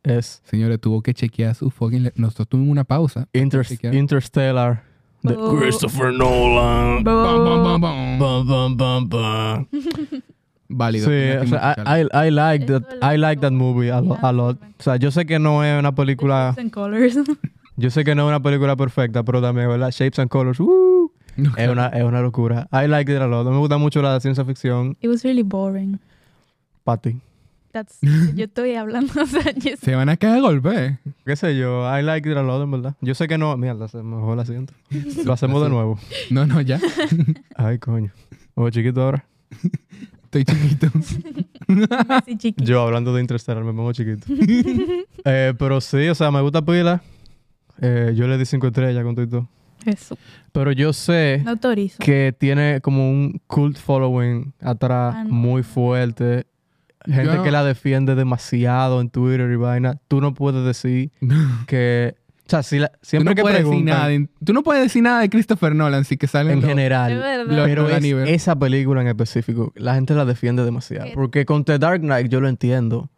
[SPEAKER 2] es
[SPEAKER 1] Señores, tuvo que chequear su fucking. le- Nosotros tuvimos una pausa.
[SPEAKER 2] Inter-
[SPEAKER 1] Chequear.
[SPEAKER 2] Interstellar de
[SPEAKER 3] Oh.
[SPEAKER 2] Christopher Nolan.
[SPEAKER 1] Bam, bam, bam,
[SPEAKER 3] Bo-
[SPEAKER 1] bam.
[SPEAKER 2] Bum, bum, bum, bum. Sí,
[SPEAKER 1] Válido. tenía
[SPEAKER 2] o
[SPEAKER 1] que
[SPEAKER 2] sea,
[SPEAKER 1] marcarlo.
[SPEAKER 2] I, I- I like
[SPEAKER 3] Eso
[SPEAKER 2] that,
[SPEAKER 3] es lo
[SPEAKER 2] I
[SPEAKER 3] que
[SPEAKER 2] like that
[SPEAKER 3] yo-
[SPEAKER 2] movie a, lo- a lot. O sea, yo sé que no es una película,
[SPEAKER 3] Shapes and Colors.
[SPEAKER 2] yo sé que no es una película perfecta, pero también, ¿verdad? Shapes and Colors, ¡uh!
[SPEAKER 1] No,
[SPEAKER 2] es, una, es una locura. I like it a lot. Me gusta mucho la ciencia ficción,
[SPEAKER 3] It was really boring.
[SPEAKER 2] Patty.
[SPEAKER 3] that's, yo estoy hablando, o sea, yo-
[SPEAKER 1] Se van a caer a golpe.
[SPEAKER 2] ¿Qué sé yo? I like it a lot, en verdad. Yo sé que no. Mierda, se me mejor la siento. Lo hacemos de nuevo.
[SPEAKER 1] No, no, ya.
[SPEAKER 2] Ay, coño. Oye, chiquito ahora.
[SPEAKER 1] Estoy chiquito.
[SPEAKER 3] así chiquito.
[SPEAKER 2] Yo hablando de Interstellar me pongo chiquito. Eh, pero sí, o sea, me gusta pila. Eh, yo le di cinco estrellas con todo y todo.
[SPEAKER 3] Jesús.
[SPEAKER 2] Pero yo sé
[SPEAKER 3] No autorizo.
[SPEAKER 2] que tiene como un cult following atrás
[SPEAKER 3] Ah, no.
[SPEAKER 2] muy fuerte. Gente
[SPEAKER 1] Yo-
[SPEAKER 2] que la defiende demasiado en Twitter y vaina. Tú no puedes decir que... O sea, si la-
[SPEAKER 1] Tú
[SPEAKER 2] siempre
[SPEAKER 1] no
[SPEAKER 2] que
[SPEAKER 1] puedes decir nada.
[SPEAKER 2] preguntan
[SPEAKER 1] de- tú no puedes decir nada de Christopher Nolan, sí que sale
[SPEAKER 2] en
[SPEAKER 3] Es
[SPEAKER 2] general,
[SPEAKER 3] verdad.
[SPEAKER 1] lo-
[SPEAKER 2] pero
[SPEAKER 1] Pero
[SPEAKER 2] es-
[SPEAKER 1] Daniel.
[SPEAKER 2] esa película en específico, la gente la defiende demasiado.
[SPEAKER 3] ¿Qué?
[SPEAKER 2] Porque con The Dark Knight yo lo entiendo.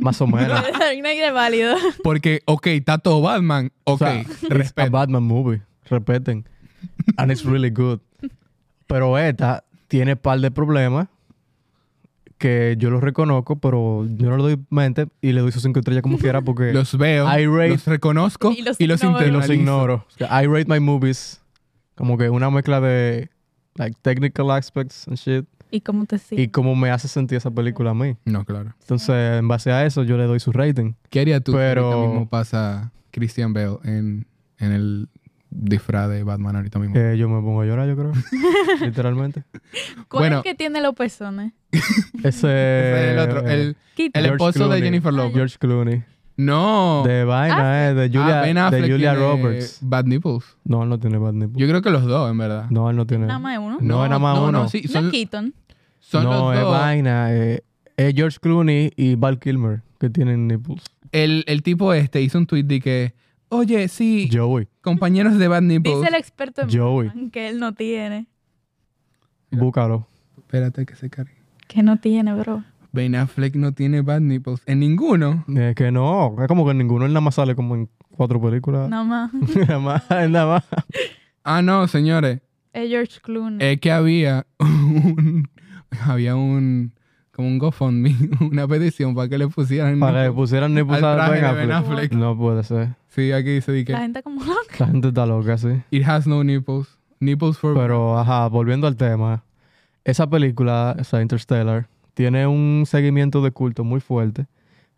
[SPEAKER 2] Más o menos.
[SPEAKER 3] Nadie es válido.
[SPEAKER 1] Porque, ok, está todo Batman. Ok,
[SPEAKER 2] sea, It's a
[SPEAKER 1] respeto.
[SPEAKER 2] Batman movie. Respeten. And it's really good. Pero esta tiene par de problemas que yo los reconozco, pero yo no le doy mente y le doy sus cinco estrellas como quiera porque
[SPEAKER 1] Los veo,
[SPEAKER 2] I rate-
[SPEAKER 1] los reconozco
[SPEAKER 3] Y los
[SPEAKER 1] y los,
[SPEAKER 3] ignoro.
[SPEAKER 2] y los
[SPEAKER 1] internalizo.
[SPEAKER 2] ignoro. O sea, I rate my movies como que una mezcla de like technical aspects and shit
[SPEAKER 3] ¿Y cómo te
[SPEAKER 2] y
[SPEAKER 3] sientes?
[SPEAKER 2] cómo me hace sentir esa película a mí.
[SPEAKER 1] No, claro.
[SPEAKER 2] Entonces, en base a eso, yo le doy su rating.
[SPEAKER 1] ¿Qué haría tú
[SPEAKER 2] Pero-
[SPEAKER 1] si ahorita mismo pasa Christian Bale en, en el disfraz de Batman ahorita mismo?
[SPEAKER 2] Eh, yo me pongo a llorar, yo creo. Literalmente.
[SPEAKER 3] ¿Cuál es
[SPEAKER 1] bueno.
[SPEAKER 3] el que tiene los pezones?
[SPEAKER 2] Ese.
[SPEAKER 1] Ese es el otro, el,
[SPEAKER 3] Quita.
[SPEAKER 1] el
[SPEAKER 2] George
[SPEAKER 1] esposo
[SPEAKER 2] Clooney.
[SPEAKER 1] de Jennifer Lopez.
[SPEAKER 2] George Clooney.
[SPEAKER 1] No.
[SPEAKER 2] De vaina, eh, de
[SPEAKER 1] Ah,
[SPEAKER 2] Julia,
[SPEAKER 1] Ben Affleck
[SPEAKER 2] de Julia
[SPEAKER 1] tiene
[SPEAKER 2] Roberts.
[SPEAKER 1] Bad Nipples.
[SPEAKER 2] No, él no tiene Bad Nipples.
[SPEAKER 1] Yo creo que los dos, en verdad.
[SPEAKER 2] No, él no tiene.
[SPEAKER 3] Nada más es uno.
[SPEAKER 2] No, es nada más
[SPEAKER 1] no,
[SPEAKER 2] uno.
[SPEAKER 1] No, sí, son,
[SPEAKER 3] No Keaton.
[SPEAKER 1] son
[SPEAKER 2] no,
[SPEAKER 1] los
[SPEAKER 2] es
[SPEAKER 1] dos.
[SPEAKER 2] vaina. eh, es George Clooney y Val Kilmer que tienen nipples.
[SPEAKER 1] El, el tipo este hizo un tweet de que, oye, sí,
[SPEAKER 2] Joey,
[SPEAKER 1] compañeros de Bad Nipples.
[SPEAKER 3] Dice el experto en
[SPEAKER 2] Joey,
[SPEAKER 3] Batman que él no tiene.
[SPEAKER 2] búscalo.
[SPEAKER 1] Espérate que se cargue.
[SPEAKER 3] Que no tiene, bro.
[SPEAKER 1] Ben Affleck no tiene Bad Nipples en ninguno.
[SPEAKER 2] Es que no, es como que ninguno él nada más sale como en cuatro películas.
[SPEAKER 3] Nada más.
[SPEAKER 2] nada más, él nada más.
[SPEAKER 1] Ah, no, señores.
[SPEAKER 3] Es George Clooney.
[SPEAKER 2] Eh,
[SPEAKER 1] Es que había un... Había un... Como un GoFundMe, una petición para que le pusieran...
[SPEAKER 2] Para que
[SPEAKER 1] nipples.
[SPEAKER 2] pusieran nipples
[SPEAKER 1] Al
[SPEAKER 2] a
[SPEAKER 1] traje
[SPEAKER 2] Ben
[SPEAKER 1] de Ben
[SPEAKER 2] Affleck.
[SPEAKER 1] Affleck.
[SPEAKER 2] No puede ser.
[SPEAKER 1] Sí, aquí dice de que...
[SPEAKER 3] La gente como loca.
[SPEAKER 2] La gente está loca, sí.
[SPEAKER 1] It has no nipples. Nipples for...
[SPEAKER 2] Pero, ajá, volviendo al tema, esa película, o sea, Interstellar, tiene un seguimiento de culto muy fuerte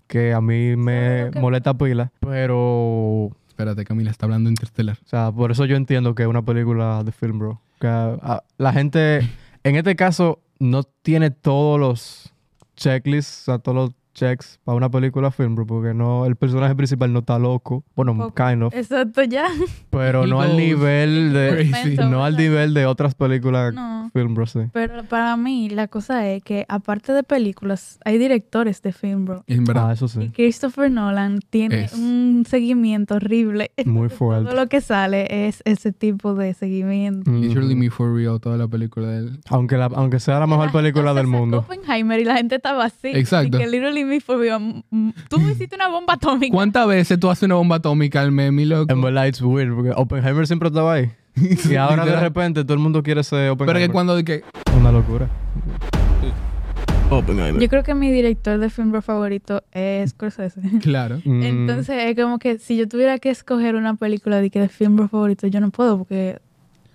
[SPEAKER 2] que a mí me
[SPEAKER 3] Claro que-
[SPEAKER 2] molesta pila, pero, o
[SPEAKER 1] Espérate, Camila está hablando Interstellar.
[SPEAKER 2] sea, por eso yo entiendo que es una película de film, bro. Que ah, la gente, en este caso, no tiene todos los checklists, o sea, todos los checks para una película film, bro, porque no, el personaje principal no está loco, bueno,
[SPEAKER 3] Poco. Eh,
[SPEAKER 2] kind of,
[SPEAKER 3] Exacto, ya.
[SPEAKER 2] pero
[SPEAKER 1] He
[SPEAKER 2] no al
[SPEAKER 1] goes
[SPEAKER 2] nivel de,
[SPEAKER 1] crazy.
[SPEAKER 2] no al nivel de otras películas
[SPEAKER 3] No.
[SPEAKER 2] film, bro, sí.
[SPEAKER 3] Pero para mí, la cosa es que, aparte de películas, hay directores de film, bro.
[SPEAKER 1] En verdad.
[SPEAKER 2] Ah, eso sí.
[SPEAKER 3] Y Christopher Nolan tiene
[SPEAKER 1] Es.
[SPEAKER 3] un seguimiento horrible.
[SPEAKER 2] Muy
[SPEAKER 3] Todo
[SPEAKER 2] fuerte.
[SPEAKER 3] lo que sale es ese tipo de seguimiento.
[SPEAKER 1] It's really
[SPEAKER 2] Ujú.
[SPEAKER 1] me for real, toda la película de él.
[SPEAKER 2] Aunque, la, aunque sea la mejor
[SPEAKER 3] gente
[SPEAKER 2] película
[SPEAKER 3] se
[SPEAKER 2] del
[SPEAKER 3] sacó
[SPEAKER 2] mundo.
[SPEAKER 3] Oppenheimer y la gente estaba así.
[SPEAKER 1] Exacto.
[SPEAKER 3] Y que Literally Me for Real, mm, Tú me hiciste una bomba atómica.
[SPEAKER 1] ¿Cuántas veces tú haces una bomba atómica al meme, loco?
[SPEAKER 2] En verdad, it's weird, porque Oppenheimer siempre estaba ahí. Y ahora de
[SPEAKER 1] Literal.
[SPEAKER 2] repente todo el mundo quiere ser
[SPEAKER 1] Pero
[SPEAKER 2] Oppenheimer.
[SPEAKER 1] que cuando de que...
[SPEAKER 2] Una locura.
[SPEAKER 3] Yo creo que mi director de film bro favorito es Scorsese.
[SPEAKER 1] Claro.
[SPEAKER 2] Mm,
[SPEAKER 3] Entonces, es como que si yo tuviera que escoger una película de, que de film bro favorito, yo no puedo porque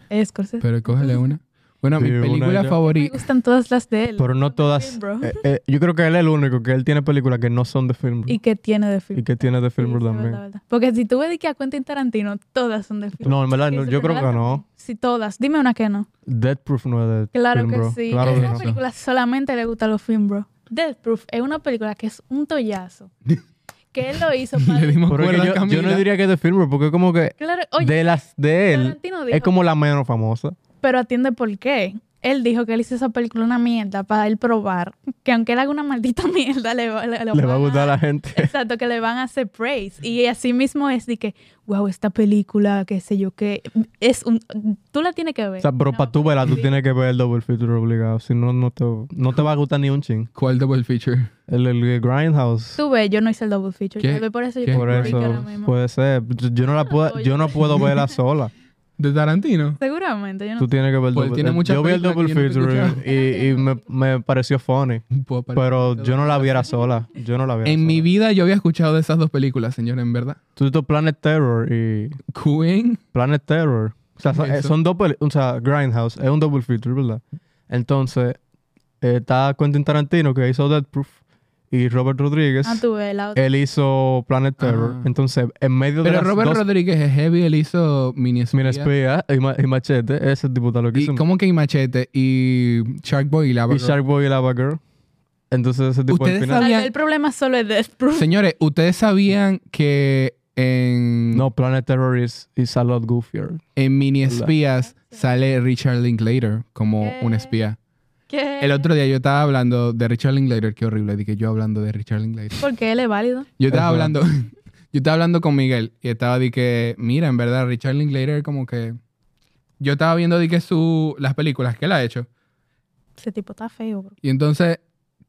[SPEAKER 3] es Scorsese.
[SPEAKER 1] Pero cógele una. Bueno,
[SPEAKER 2] Sí,
[SPEAKER 1] mi
[SPEAKER 2] una
[SPEAKER 1] película
[SPEAKER 2] ya.
[SPEAKER 3] me
[SPEAKER 1] favorita...
[SPEAKER 3] gustan todas las de él.
[SPEAKER 2] pero no todas.
[SPEAKER 3] film bro.
[SPEAKER 2] eh, eh, yo creo que él es el único que él tiene películas que no son de film. bro.
[SPEAKER 3] ¿Y que tiene de
[SPEAKER 2] Y
[SPEAKER 3] film?
[SPEAKER 2] que tiene de
[SPEAKER 3] Sí,
[SPEAKER 2] film bro
[SPEAKER 3] sí,
[SPEAKER 2] también.
[SPEAKER 3] verdad, verdad. Porque si tú ves de que a Quentin Tarantino, todas son de film.
[SPEAKER 2] No, en verdad, no, yo creo que no.
[SPEAKER 3] Sí, todas. Dime una que no.
[SPEAKER 2] Death Proof no es de
[SPEAKER 3] Claro
[SPEAKER 2] film,
[SPEAKER 3] que
[SPEAKER 2] bro.
[SPEAKER 3] sí.
[SPEAKER 2] Claro
[SPEAKER 1] Es
[SPEAKER 2] que
[SPEAKER 1] una
[SPEAKER 3] Esa
[SPEAKER 2] no.
[SPEAKER 1] película-
[SPEAKER 3] película solamente le gusta a los film, bro. Death Proof es una película que es un tollazo. que él lo hizo
[SPEAKER 1] Le
[SPEAKER 3] para...
[SPEAKER 1] dimos
[SPEAKER 2] Pero es que
[SPEAKER 1] cuerda a
[SPEAKER 2] yo, yo
[SPEAKER 1] Camila.
[SPEAKER 2] no diría que es de film, bro, porque es como que
[SPEAKER 3] Claro, oye,
[SPEAKER 2] de las de él
[SPEAKER 3] Tarantino dijo,
[SPEAKER 2] es como la menos famosa.
[SPEAKER 3] pero atiende por qué. Él dijo que él hizo esa película una mierda para él probar que aunque él haga una maldita mierda, le va, le- le
[SPEAKER 2] Le va a
[SPEAKER 3] van
[SPEAKER 2] gustar a la gente.
[SPEAKER 3] Exacto, que le van a hacer praise. Y así mismo es de que, wow, esta película, qué sé yo, que es un... Tú la tienes que ver.
[SPEAKER 2] O sea, pero
[SPEAKER 3] No,
[SPEAKER 2] para tú verla, tú
[SPEAKER 3] sí.
[SPEAKER 2] tienes que ver el Double Feature obligado. Si no, no te, no te va a gustar ni un ching.
[SPEAKER 1] ¿Cuál double feature?
[SPEAKER 2] El, el Grindhouse.
[SPEAKER 3] Tú ves, yo no hice el double feature.
[SPEAKER 1] ¿Qué?
[SPEAKER 3] Tal vez por eso yo
[SPEAKER 1] ¿Qué?
[SPEAKER 3] te
[SPEAKER 2] Por
[SPEAKER 3] digo que
[SPEAKER 2] eso
[SPEAKER 3] ahora mismo.
[SPEAKER 2] puede ser. Yo- Yo no, la puedo, yo no puedo verla sola.
[SPEAKER 1] ¿De Tarantino?
[SPEAKER 3] Seguramente, yo no
[SPEAKER 2] Tú tienes que ver
[SPEAKER 1] Porque
[SPEAKER 2] el Double
[SPEAKER 1] Pues tiene
[SPEAKER 2] eh,
[SPEAKER 1] muchas
[SPEAKER 2] Yo vi el Double
[SPEAKER 1] películas que yo no he
[SPEAKER 2] Feature y, y me, me pareció funny.
[SPEAKER 1] Puedo parar.
[SPEAKER 2] Pero yo no la viera sola. Yo no la viera
[SPEAKER 1] En mi
[SPEAKER 2] sola.
[SPEAKER 1] vida yo había escuchado de esas dos películas, señores, en verdad.
[SPEAKER 2] Tú dices Planet Terror y
[SPEAKER 1] Queen.
[SPEAKER 2] Planet Terror. O sea, son,
[SPEAKER 1] Eso.
[SPEAKER 2] eh, son dos peli- O sea, Grindhouse es un Double Feature, ¿verdad? Entonces, eh, está Quentin Tarantino que hizo Death Proof y Robert Rodríguez.
[SPEAKER 3] Ah, tú ves la otra.
[SPEAKER 2] Él hizo Planet Terror.
[SPEAKER 1] Ah.
[SPEAKER 2] Entonces, en medio de
[SPEAKER 1] Pero
[SPEAKER 2] las
[SPEAKER 1] Robert
[SPEAKER 2] dos
[SPEAKER 1] Rodríguez es heavy, él hizo Mini Espía.
[SPEAKER 2] Mira, espía y, ma- y Machete, ese tipo de lo que
[SPEAKER 1] Y,
[SPEAKER 2] hizo.
[SPEAKER 1] ¿Cómo que y Machete? Y Sharkboy y Lava
[SPEAKER 2] Y
[SPEAKER 1] Girl.
[SPEAKER 2] Sharkboy y Lava Girl. Entonces, ese tipo
[SPEAKER 1] ¿Ustedes
[SPEAKER 2] al final.
[SPEAKER 3] Tal
[SPEAKER 1] sabían-
[SPEAKER 3] vez el problema solo es Death Proof.
[SPEAKER 1] Señores, ¿ustedes sabían que en,
[SPEAKER 2] No, Planet Terror is, is a lot goofier.
[SPEAKER 1] en Mini
[SPEAKER 2] Hola.
[SPEAKER 1] Espías sale Richard Linklater como
[SPEAKER 3] ¿Qué?
[SPEAKER 1] un espía?
[SPEAKER 3] ¿Qué?
[SPEAKER 1] El otro día yo estaba hablando de Richard Linklater, qué horrible, dije yo hablando de Richard Linklater.
[SPEAKER 3] Porque él es válido.
[SPEAKER 1] Yo estaba
[SPEAKER 2] Ajá.
[SPEAKER 1] hablando, yo estaba hablando con Miguel y estaba de que, mira, en verdad Richard Linklater como que yo estaba viendo de que su las películas que él ha hecho
[SPEAKER 3] Ese tipo está feo, bro.
[SPEAKER 1] y entonces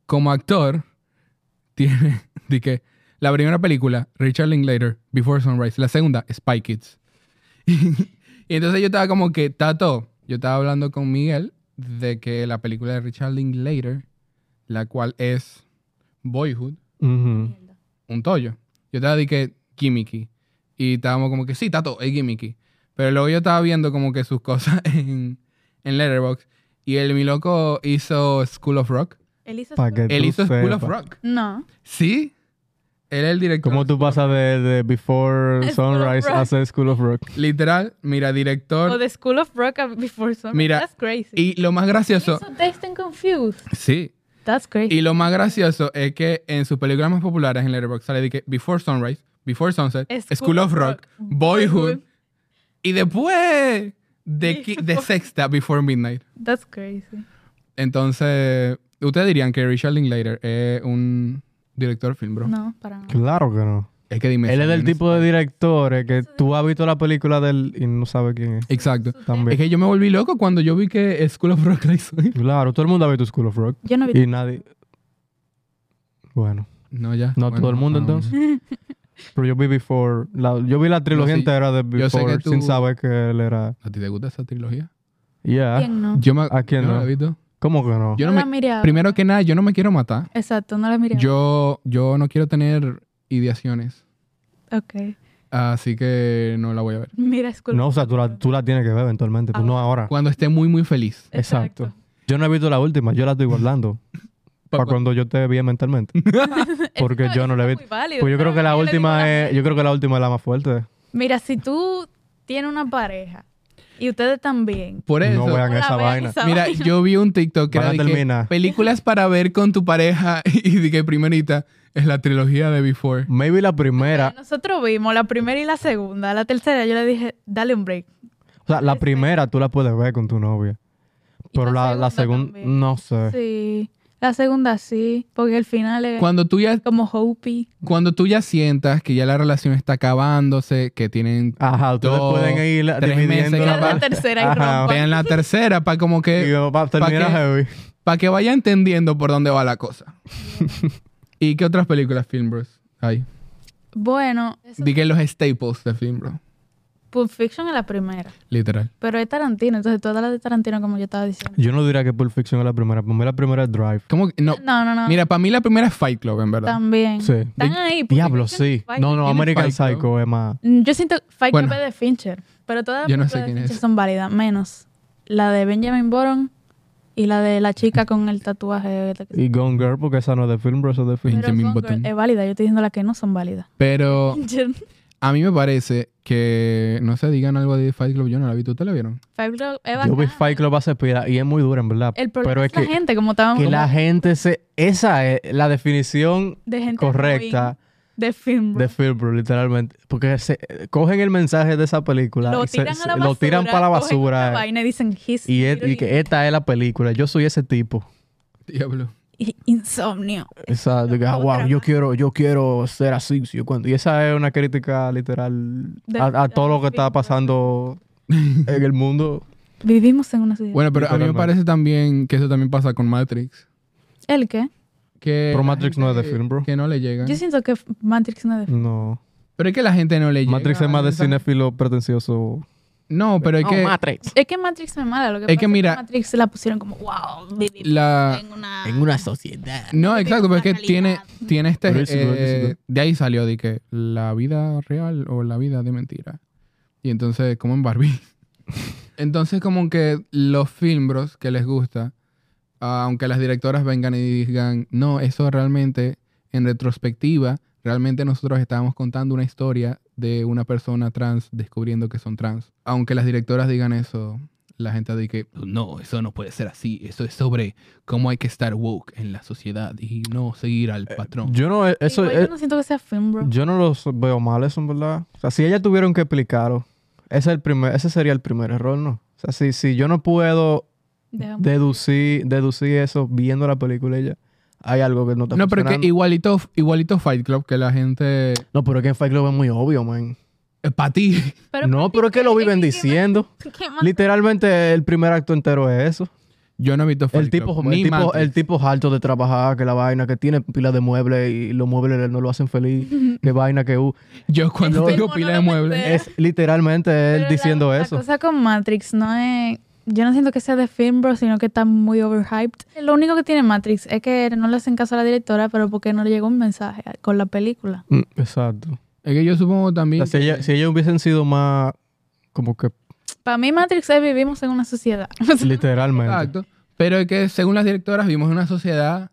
[SPEAKER 1] como actor tiene de que la primera película Richard Linklater Before Sunrise, la segunda Spy Kids. y entonces yo estaba como que tato, yo estaba hablando con Miguel de que la película de Richard Linklater, la cual es Boyhood
[SPEAKER 2] Ujú.
[SPEAKER 3] Mierda.
[SPEAKER 1] un tollo. Yo estaba de que gimmicky. Y estábamos como que sí, Tato, es gimmicky. Pero luego yo estaba viendo como que sus cosas en, en Letterboxd. Y el mi loco hizo School of Rock.
[SPEAKER 3] Él hizo
[SPEAKER 2] Pa'
[SPEAKER 3] eso.
[SPEAKER 2] que-
[SPEAKER 1] Él
[SPEAKER 2] tú
[SPEAKER 1] hizo School of
[SPEAKER 2] sepas.
[SPEAKER 1] Rock.
[SPEAKER 3] No.
[SPEAKER 1] Sí. Él es el director.
[SPEAKER 2] ¿Cómo tú pasas de, de Before
[SPEAKER 3] School of
[SPEAKER 2] Sunrise
[SPEAKER 3] Rock.
[SPEAKER 2] a ser School of Rock?
[SPEAKER 1] Literal, mira,
[SPEAKER 3] O
[SPEAKER 1] director.
[SPEAKER 3] The School of Rock and Before Summer.
[SPEAKER 1] Mira,
[SPEAKER 3] That's crazy.
[SPEAKER 1] Y lo más gracioso.
[SPEAKER 3] hizo Taste and Confused.
[SPEAKER 1] Sí.
[SPEAKER 3] That's crazy.
[SPEAKER 1] Y lo más gracioso es que en sus películas más populares en Letterboxd sale de que Before Sunrise, Before Sunset, School, of Rock, Boyhood. Y después de, qui- de sexta, Before Midnight.
[SPEAKER 3] That's crazy.
[SPEAKER 1] Entonces, ¿ustedes dirían que Richard Linklater es un director film, bro?
[SPEAKER 3] No, para nada.
[SPEAKER 2] Claro que no.
[SPEAKER 1] Es que dime.
[SPEAKER 2] Él es
[SPEAKER 1] ¿sabes?
[SPEAKER 2] del tipo de directores que tú has visto la película del y no sabes quién es.
[SPEAKER 1] Exacto. Es
[SPEAKER 2] También.
[SPEAKER 1] que yo me volví loco cuando yo vi que School of Rock la hizo él.
[SPEAKER 2] Claro, todo el mundo ha visto School of Rock.
[SPEAKER 3] Yo no vi.
[SPEAKER 2] Y nadie. Bueno,
[SPEAKER 1] No, ya.
[SPEAKER 2] no todo el mundo
[SPEAKER 1] ah,
[SPEAKER 2] entonces. Pero yo vi Before. la- yo vi la trilogía
[SPEAKER 1] sí.
[SPEAKER 2] entera de
[SPEAKER 1] Yo sé que
[SPEAKER 2] Before sin
[SPEAKER 1] tú-
[SPEAKER 2] saber que él era.
[SPEAKER 1] ¿A ti te gusta esa trilogía?
[SPEAKER 2] Yeah.
[SPEAKER 3] ¿Quién no?
[SPEAKER 1] Yo me...
[SPEAKER 2] ¿A quién
[SPEAKER 1] yo la
[SPEAKER 2] no?
[SPEAKER 1] he visto.
[SPEAKER 2] ¿Cómo que no?
[SPEAKER 1] Yo no
[SPEAKER 3] no la
[SPEAKER 1] me-
[SPEAKER 3] miré ahora.
[SPEAKER 1] Primero que nada, yo no me quiero matar.
[SPEAKER 3] Exacto, no la miré.
[SPEAKER 1] Yo, yo no quiero tener ideaciones.
[SPEAKER 3] Ok.
[SPEAKER 1] Así que no la voy a ver.
[SPEAKER 3] Mira School
[SPEAKER 2] No, o
[SPEAKER 3] of
[SPEAKER 2] sea, tú la,
[SPEAKER 3] Rock.
[SPEAKER 2] tú la tienes que ver eventualmente, pero
[SPEAKER 3] Ah.
[SPEAKER 2] no ahora.
[SPEAKER 1] Cuando esté muy, muy feliz.
[SPEAKER 2] Exacto. Yo no he visto la última, yo la estoy guardando. para cuando yo esté bien mentalmente. Porque
[SPEAKER 3] Eso-
[SPEAKER 2] yo no
[SPEAKER 3] eso
[SPEAKER 2] la he
[SPEAKER 3] está
[SPEAKER 2] visto.
[SPEAKER 3] muy válido.
[SPEAKER 2] Pues yo creo que la
[SPEAKER 3] Yo le digo
[SPEAKER 2] última
[SPEAKER 3] a la
[SPEAKER 2] es, yo creo que la última es la más fuerte.
[SPEAKER 3] Mira, si tú tienes una pareja y ustedes también.
[SPEAKER 1] Por eso.
[SPEAKER 2] No vean
[SPEAKER 3] no la
[SPEAKER 2] esa
[SPEAKER 3] vean
[SPEAKER 2] vaina.
[SPEAKER 3] esa
[SPEAKER 1] Mira,
[SPEAKER 3] vaina.
[SPEAKER 1] yo vi un TikTok que
[SPEAKER 2] Van
[SPEAKER 1] era
[SPEAKER 2] a
[SPEAKER 1] de que
[SPEAKER 2] terminar.
[SPEAKER 1] películas para ver con tu pareja y de que primerita es la trilogía de Before.
[SPEAKER 2] Maybe la primera,
[SPEAKER 3] eh, Nosotros vimos la primera y la segunda. La tercera yo le dije, dale un break.
[SPEAKER 2] o sea, la primera tú la puedes ver con tu novia.
[SPEAKER 3] Y
[SPEAKER 2] Pero la, Mm, eh. la segunda,
[SPEAKER 3] también.
[SPEAKER 2] no sé.
[SPEAKER 3] Sí. La segunda sí, porque el final es
[SPEAKER 1] Cuando tú ya
[SPEAKER 3] como Hopi.
[SPEAKER 1] cuando tú ya sientas que ya la relación está acabándose, que tienen
[SPEAKER 2] Ajá, ustedes
[SPEAKER 1] Dos,
[SPEAKER 2] pueden ir la-
[SPEAKER 1] tres
[SPEAKER 2] dividiendo
[SPEAKER 1] meses.
[SPEAKER 2] la
[SPEAKER 1] Ya
[SPEAKER 3] la
[SPEAKER 2] parte.
[SPEAKER 3] tercera y
[SPEAKER 2] Ajá.
[SPEAKER 3] rompan.
[SPEAKER 1] vean la tercera para como
[SPEAKER 2] Y
[SPEAKER 1] que
[SPEAKER 2] yo, va, termina
[SPEAKER 1] qué?
[SPEAKER 2] heavy.
[SPEAKER 1] para que vaya entendiendo por dónde va la cosa. ¿Y qué otras películas Film Bros hay?
[SPEAKER 3] Bueno,
[SPEAKER 1] Di que los staples de Film Bros,
[SPEAKER 3] Pulp Fiction es la primera,
[SPEAKER 1] literal.
[SPEAKER 3] pero es Tarantino, entonces todas las de Tarantino como yo estaba diciendo.
[SPEAKER 2] Yo no diría que Pulp Fiction es la primera, para mí la primera es Drive.
[SPEAKER 1] ¿Cómo que- no?
[SPEAKER 3] No, no, no.
[SPEAKER 1] Mira, para mí la primera es Fight Club, en verdad.
[SPEAKER 3] también.
[SPEAKER 2] Sí.
[SPEAKER 3] Están ahí. Pulp
[SPEAKER 2] Diablo,
[SPEAKER 3] Fiction y
[SPEAKER 2] sí.
[SPEAKER 3] Fight
[SPEAKER 2] No, no,
[SPEAKER 1] ¿Quién es
[SPEAKER 2] American
[SPEAKER 1] Fight Club?
[SPEAKER 2] Psycho es más.
[SPEAKER 3] Mm, Yo siento Fight
[SPEAKER 1] Bueno.
[SPEAKER 3] Club es de Fincher, pero todas las
[SPEAKER 1] Yo no
[SPEAKER 3] películas
[SPEAKER 1] sé
[SPEAKER 3] de
[SPEAKER 1] quién
[SPEAKER 3] Fincher
[SPEAKER 1] es.
[SPEAKER 3] son válidas, menos la de Benjamin Boron y la de la chica con el tatuaje.
[SPEAKER 2] Y Gone Girl, porque esa no es de film, bro, esa es de film.
[SPEAKER 3] Pero
[SPEAKER 1] Benjamin
[SPEAKER 3] Gone Girl
[SPEAKER 1] Button.
[SPEAKER 3] Es válida, yo estoy diciendo las que no son válidas.
[SPEAKER 2] Oh.
[SPEAKER 1] Pero
[SPEAKER 3] Fight
[SPEAKER 1] a mí me parece que no se digan algo de Fight Club, yo no la vi, ¿tú te la vieron?
[SPEAKER 3] Club es
[SPEAKER 2] Yo vi
[SPEAKER 3] bacana.
[SPEAKER 2] Fight Club hace pila y es muy dura, en verdad.
[SPEAKER 3] El problema
[SPEAKER 2] Pero
[SPEAKER 3] es,
[SPEAKER 2] es
[SPEAKER 3] la
[SPEAKER 2] que,
[SPEAKER 3] gente, como estábamos
[SPEAKER 2] que la
[SPEAKER 3] como
[SPEAKER 2] gente se... Esa es la definición
[SPEAKER 3] de gente
[SPEAKER 2] correcta
[SPEAKER 3] ruin, de film. bro.
[SPEAKER 2] de film, bro, literalmente. Porque se, cogen el mensaje de esa película
[SPEAKER 3] lo
[SPEAKER 2] y se-
[SPEAKER 3] tiran a
[SPEAKER 2] se-
[SPEAKER 3] la basura,
[SPEAKER 2] lo tiran para la
[SPEAKER 3] cogen una
[SPEAKER 2] basura. eh.
[SPEAKER 3] vaina y dicen "He's
[SPEAKER 2] Y, es- y
[SPEAKER 3] literally
[SPEAKER 2] que esta es la película. Yo soy ese tipo.
[SPEAKER 1] Diablo.
[SPEAKER 3] insomnio.
[SPEAKER 2] Esa, de que, ah,
[SPEAKER 3] otra
[SPEAKER 2] wow, yo
[SPEAKER 3] más.
[SPEAKER 2] quiero, yo quiero ser así. sí, yo cuando- Y esa es una crítica literal
[SPEAKER 3] De-
[SPEAKER 2] a, a todo lo que está
[SPEAKER 3] film, bro.
[SPEAKER 2] pasando en el mundo.
[SPEAKER 3] Vivimos en una ciudad.
[SPEAKER 1] Bueno, pero a mí me
[SPEAKER 2] Literalmente.
[SPEAKER 1] parece también que eso también pasa con Matrix.
[SPEAKER 3] ¿El qué?
[SPEAKER 1] Que
[SPEAKER 2] Pero
[SPEAKER 1] la
[SPEAKER 2] Matrix no es de
[SPEAKER 1] gente
[SPEAKER 2] film, bro.
[SPEAKER 1] Que no le llegan.
[SPEAKER 3] Yo siento que Matrix no es de
[SPEAKER 2] No.
[SPEAKER 1] Pero es que la gente no le llega.
[SPEAKER 2] Matrix es más de
[SPEAKER 1] ¿sabes?
[SPEAKER 2] cinéfilo pretencioso.
[SPEAKER 1] No, pero es que
[SPEAKER 2] Matrix.
[SPEAKER 3] Es que Matrix no es mala, lo que
[SPEAKER 1] Es
[SPEAKER 3] pasa
[SPEAKER 1] que mira-
[SPEAKER 3] Matrix la pusieron como, wow, vivimos
[SPEAKER 1] la...
[SPEAKER 3] en una...
[SPEAKER 2] una sociedad.
[SPEAKER 1] No, exacto, pero es que tiene, tiene este...
[SPEAKER 2] Pero es igual, es
[SPEAKER 1] eh,
[SPEAKER 2] igual.
[SPEAKER 1] de ahí salió de que la vida real o la vida de mentira. Y entonces, como en Barbie. entonces, como que los filmbros que les gusta, ah, aunque las directoras vengan y digan, no, eso realmente en retrospectiva, realmente nosotros estábamos contando una historia de una persona trans descubriendo que son trans. Aunque las directoras digan eso, la gente dice que no, eso no puede ser así. Eso es sobre cómo hay que estar woke en la sociedad y no seguir al patrón.
[SPEAKER 2] Yo no, eh, eso,
[SPEAKER 3] Igual
[SPEAKER 2] eh,
[SPEAKER 3] pues, yo no siento que sea film, bro.
[SPEAKER 2] yo no los veo mal, eso en verdad. O sea, si ellas tuvieron que explicarlo, ese, es el primer, ese sería el primer error, ¿no? O sea, si, si yo no puedo
[SPEAKER 3] Déjame.
[SPEAKER 2] deducir, deducir eso viendo la película ya, hay algo que no está
[SPEAKER 1] no, pero que
[SPEAKER 2] funcionando.
[SPEAKER 1] igualito, igualito Fight Club que la gente...
[SPEAKER 2] No, pero es que en Fight Club es muy obvio, man.
[SPEAKER 1] Para ti.
[SPEAKER 3] Pero-
[SPEAKER 2] no, pero es que lo viven diciendo.
[SPEAKER 3] ¿Qué más?
[SPEAKER 2] Literalmente el primer acto entero es eso.
[SPEAKER 1] Yo no he visto Fight
[SPEAKER 2] El tipo,
[SPEAKER 1] Club. pues,
[SPEAKER 2] el,
[SPEAKER 1] ni
[SPEAKER 2] tipo,
[SPEAKER 1] Matrix.
[SPEAKER 2] el tipo es alto de trabajar, que la vaina, que tiene pila de muebles y los muebles no lo hacen feliz, que vaina, que... uh,
[SPEAKER 1] Yo cuando
[SPEAKER 3] El
[SPEAKER 1] tengo
[SPEAKER 3] tipo
[SPEAKER 1] pila
[SPEAKER 3] no
[SPEAKER 1] de
[SPEAKER 3] lo
[SPEAKER 1] muebles...
[SPEAKER 3] mete.
[SPEAKER 2] es literalmente él
[SPEAKER 3] Pero
[SPEAKER 2] diciendo
[SPEAKER 3] la,
[SPEAKER 2] eso.
[SPEAKER 3] La cosa con Matrix no es. Yo no siento que sea de film, bro, sino que está muy overhyped. Lo único que tiene Matrix es que no le hacen caso a la directora, pero porque no le llegó un mensaje con la película.
[SPEAKER 2] Mm, Exacto.
[SPEAKER 1] Es que yo supongo
[SPEAKER 2] O
[SPEAKER 1] también...
[SPEAKER 2] sea, si,
[SPEAKER 1] que-
[SPEAKER 2] ella- si ellos hubiesen sido más, como que
[SPEAKER 3] Para mí, Matrix es vivimos en una sociedad. O sea,
[SPEAKER 2] literalmente.
[SPEAKER 1] Exacto. Pero es que según las directoras vimos en una sociedad...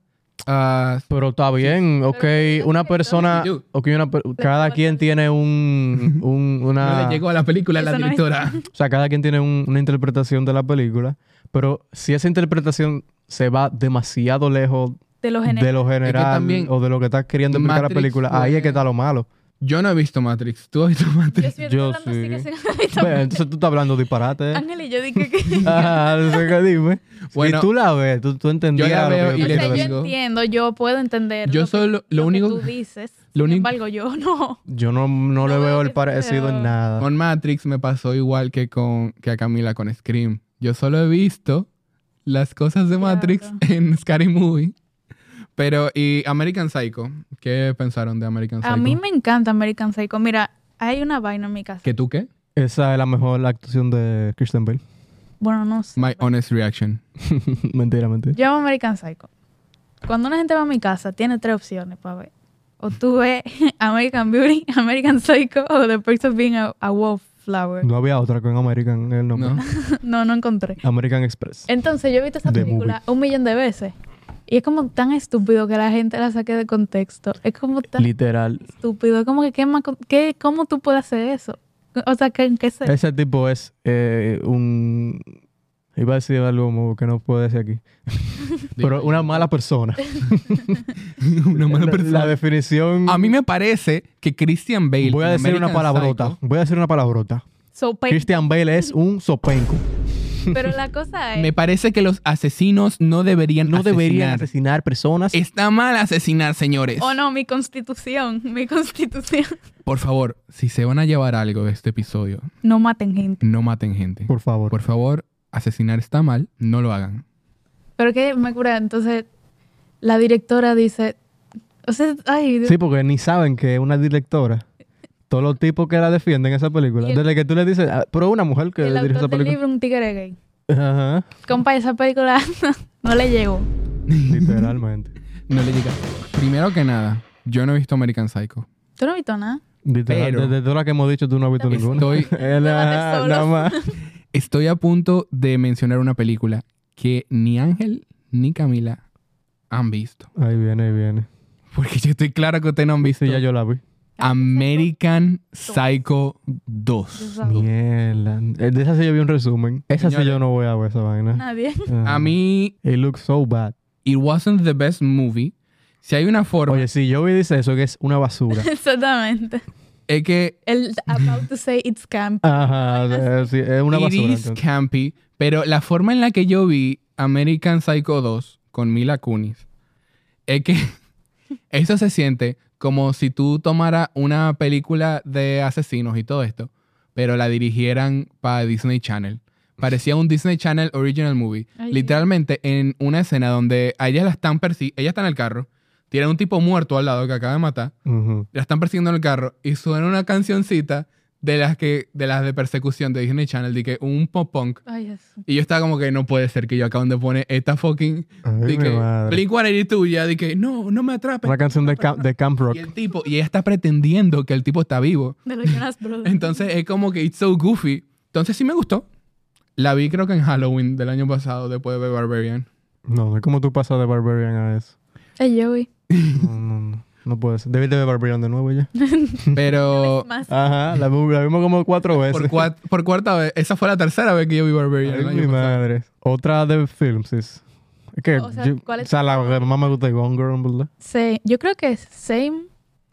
[SPEAKER 1] ah,
[SPEAKER 2] Pero está bien, ok,
[SPEAKER 3] Pero-
[SPEAKER 2] una persona,
[SPEAKER 1] Dude.
[SPEAKER 2] ok, una per- cada quien tiene un, un-
[SPEAKER 1] No
[SPEAKER 2] una,
[SPEAKER 1] le llegó a la película
[SPEAKER 3] Eso
[SPEAKER 1] la
[SPEAKER 3] no es-
[SPEAKER 1] directora.
[SPEAKER 2] o sea, cada quien tiene un- una interpretación de la película, pero si esa interpretación se va demasiado lejos
[SPEAKER 3] de lo
[SPEAKER 2] de
[SPEAKER 3] general.
[SPEAKER 2] lo general
[SPEAKER 1] también
[SPEAKER 2] o de lo que está queriendo explicar la
[SPEAKER 1] Matrix
[SPEAKER 2] película,
[SPEAKER 1] fue-
[SPEAKER 2] ahí es que está lo malo.
[SPEAKER 1] Yo no he visto Matrix. ¿Tú has visto
[SPEAKER 3] Yo,
[SPEAKER 1] Matrix?
[SPEAKER 3] estoy
[SPEAKER 2] yo
[SPEAKER 3] hablando así que
[SPEAKER 2] sí.
[SPEAKER 3] se-
[SPEAKER 2] Ve, entonces tú estás hablando disparate. ¿eh?
[SPEAKER 3] Ángel y yo dije que.
[SPEAKER 2] Ah, no sé qué dime.
[SPEAKER 1] Bueno,
[SPEAKER 2] si tú la ves, tú, tú entendías
[SPEAKER 1] yo la
[SPEAKER 2] lo que
[SPEAKER 1] veo
[SPEAKER 2] yo
[SPEAKER 1] y
[SPEAKER 3] O
[SPEAKER 1] le
[SPEAKER 2] te quiero
[SPEAKER 3] sea,
[SPEAKER 2] decir.
[SPEAKER 1] digo-
[SPEAKER 3] yo entiendo, yo puedo entender.
[SPEAKER 1] Yo
[SPEAKER 3] lo que-
[SPEAKER 1] solo... Lo
[SPEAKER 3] que
[SPEAKER 1] único...
[SPEAKER 3] tú dices.
[SPEAKER 1] lo
[SPEAKER 3] Sin
[SPEAKER 1] único-
[SPEAKER 3] embargo, yo no.
[SPEAKER 2] Yo no, no le
[SPEAKER 3] No,
[SPEAKER 2] veo
[SPEAKER 3] es
[SPEAKER 2] el
[SPEAKER 3] que
[SPEAKER 2] parecido
[SPEAKER 3] sea-
[SPEAKER 2] en nada.
[SPEAKER 1] Con Matrix me pasó igual que con que a Camila con Scream. Yo solo he visto las cosas de Matrix
[SPEAKER 3] Claro.
[SPEAKER 1] en Scary Movie. Pero, ¿y American Psycho? ¿Qué pensaron de American Psycho?
[SPEAKER 3] A mí me encanta American Psycho. Mira, hay una vaina en mi casa.
[SPEAKER 1] ¿Que tú qué?
[SPEAKER 2] Esa es la mejor actuación de Christian Bale.
[SPEAKER 3] Bueno, no sé.
[SPEAKER 1] My honest reaction.
[SPEAKER 2] mentira, mentira.
[SPEAKER 3] Yo amo American Psycho. Cuando una gente va a mi casa, tiene tres opciones para ver. O tú ves American Beauty, American Psycho o The Perks of Being a, a
[SPEAKER 1] Mm.
[SPEAKER 3] Wallflower.
[SPEAKER 2] No había otra con American el nombre.
[SPEAKER 1] ¿No?
[SPEAKER 3] No, no encontré.
[SPEAKER 2] American Express.
[SPEAKER 3] Entonces yo he visto esa
[SPEAKER 2] The
[SPEAKER 3] película un millón de veces. Y es como tan estúpido que la gente la saque de contexto. Es como tan
[SPEAKER 2] Literal.
[SPEAKER 3] estúpido. Es como que, ¿qué más, con- qué, ¿cómo tú puedes hacer eso? O sea, ¿qué, en qué se...?
[SPEAKER 2] Ese tipo es eh, un... Iba a decir algo como que no puedo decir aquí. Pero una mala persona.
[SPEAKER 1] Una mala
[SPEAKER 2] La-
[SPEAKER 1] persona.
[SPEAKER 2] La definición...
[SPEAKER 1] A mí me parece que Christian Bale.
[SPEAKER 2] Voy a
[SPEAKER 1] en
[SPEAKER 2] decir una
[SPEAKER 1] American
[SPEAKER 2] palabrota.
[SPEAKER 1] Psycho,
[SPEAKER 2] Voy a decir una palabrota.
[SPEAKER 3] So, pe-
[SPEAKER 2] Christian Bale es un sopenco.
[SPEAKER 3] Pero la cosa es...
[SPEAKER 1] Me parece que los asesinos no deberían
[SPEAKER 2] No
[SPEAKER 1] asesinar.
[SPEAKER 2] deberían asesinar personas.
[SPEAKER 1] Está mal asesinar, señores.
[SPEAKER 3] Oh no, mi constitución, mi constitución.
[SPEAKER 1] Por favor, si se van a llevar algo de este episodio,
[SPEAKER 3] No maten gente.
[SPEAKER 1] no maten gente.
[SPEAKER 2] Por favor.
[SPEAKER 1] Por favor, asesinar está mal, no lo hagan.
[SPEAKER 3] Pero que me cura, entonces la directora dice, o sea, ay, Dios.
[SPEAKER 2] Sí, porque ni saben que es una directora. Todos los tipos que la defienden esa película.
[SPEAKER 3] Y el-
[SPEAKER 2] Desde que tú le dices, "Ah, pero una mujer que
[SPEAKER 3] el
[SPEAKER 2] dirige
[SPEAKER 3] autor
[SPEAKER 2] esa
[SPEAKER 3] del
[SPEAKER 2] película.
[SPEAKER 3] libro un tigre gay.
[SPEAKER 2] Ajá.
[SPEAKER 3] Compa, esa película no le llegó.
[SPEAKER 2] Literalmente.
[SPEAKER 1] No le digan. Primero que nada, yo no he visto American Psycho.
[SPEAKER 3] ¿Tú no has visto nada?
[SPEAKER 2] Literal.
[SPEAKER 1] Pero-
[SPEAKER 2] "Ah, Desde todas las que hemos dicho, tú no has visto ninguna.
[SPEAKER 1] Estoy,
[SPEAKER 2] Él,
[SPEAKER 3] Te van a
[SPEAKER 2] ajá,
[SPEAKER 3] hacer
[SPEAKER 2] nada más.
[SPEAKER 1] estoy a punto de mencionar una película que ni Ángel ni Camila han visto.
[SPEAKER 2] Ahí viene, ahí viene.
[SPEAKER 1] Porque yo estoy claro que ustedes no han visto
[SPEAKER 2] Sí, ya yo la vi.
[SPEAKER 1] American Psycho
[SPEAKER 3] Yo
[SPEAKER 1] 2.
[SPEAKER 3] sabía.
[SPEAKER 2] Mierda. Eh, De esa sí yo vi un resumen. Esa sí
[SPEAKER 1] Señores.
[SPEAKER 2] yo no voy a ver esa vaina.
[SPEAKER 3] Nadie.
[SPEAKER 2] Ajá.
[SPEAKER 1] A mí,
[SPEAKER 2] It looks so bad.
[SPEAKER 1] it wasn't the best movie. Si hay una forma,
[SPEAKER 2] Oye, si yo vi dice eso, que es una basura.
[SPEAKER 3] Exactamente.
[SPEAKER 1] es que
[SPEAKER 3] El about to say it's camp.
[SPEAKER 2] Ajá. eh, sí, es una
[SPEAKER 1] It
[SPEAKER 2] basura.
[SPEAKER 1] is
[SPEAKER 2] entonces.
[SPEAKER 1] campy, pero la forma en la que yo vi American Psycho 2 con Mila Kunis es que eso se siente como si tú tomara una película de asesinos y todo esto, pero la dirigieran para Disney Channel. Parecía un Disney Channel original movie.
[SPEAKER 3] Ay,
[SPEAKER 1] Literalmente en una escena donde a ella la están persi- ella está en el carro, tiene un tipo muerto al lado que acaba de matar
[SPEAKER 2] Ujú.
[SPEAKER 1] la están persiguiendo en el carro y suena una cancioncita de las que de las de persecución de Disney Channel de que un pop punk
[SPEAKER 3] Ay, Jesús.
[SPEAKER 1] y yo estaba como que no puede ser que yo acaban de poner esta fucking
[SPEAKER 2] Ay,
[SPEAKER 1] de
[SPEAKER 2] mi
[SPEAKER 1] que
[SPEAKER 2] madre.
[SPEAKER 1] Blink y tuya de que no no me atrapes
[SPEAKER 2] Una canción de camp, de camp Rock.
[SPEAKER 1] y el tipo y ella está pretendiendo que el tipo está vivo
[SPEAKER 3] De los Jonas Brothers.
[SPEAKER 1] entonces es como que it's so goofy entonces sí me gustó la vi creo que en Halloween del año pasado después de Barbarian
[SPEAKER 2] No, no es como tú pasas de Barbarian a eso.
[SPEAKER 3] Ay, yo vi.
[SPEAKER 2] No, no, no. No puede ser. Debiste ver Barbarian de nuevo ya.
[SPEAKER 1] Pero
[SPEAKER 3] Más.
[SPEAKER 2] Ajá, la, vi- la vimos como cuatro veces.
[SPEAKER 1] por, cua- por cuarta vez, esa fue la tercera vez que yo vi Barbarian. el
[SPEAKER 2] Ay,
[SPEAKER 1] año
[SPEAKER 2] mi
[SPEAKER 1] pasado.
[SPEAKER 2] madre. Otra de films es... es que
[SPEAKER 3] O sea,
[SPEAKER 2] yo-
[SPEAKER 3] ¿cuál es
[SPEAKER 2] o sea, la que más me gusta es Gone Girl, ¿verdad?
[SPEAKER 3] Sí, yo creo que es Same.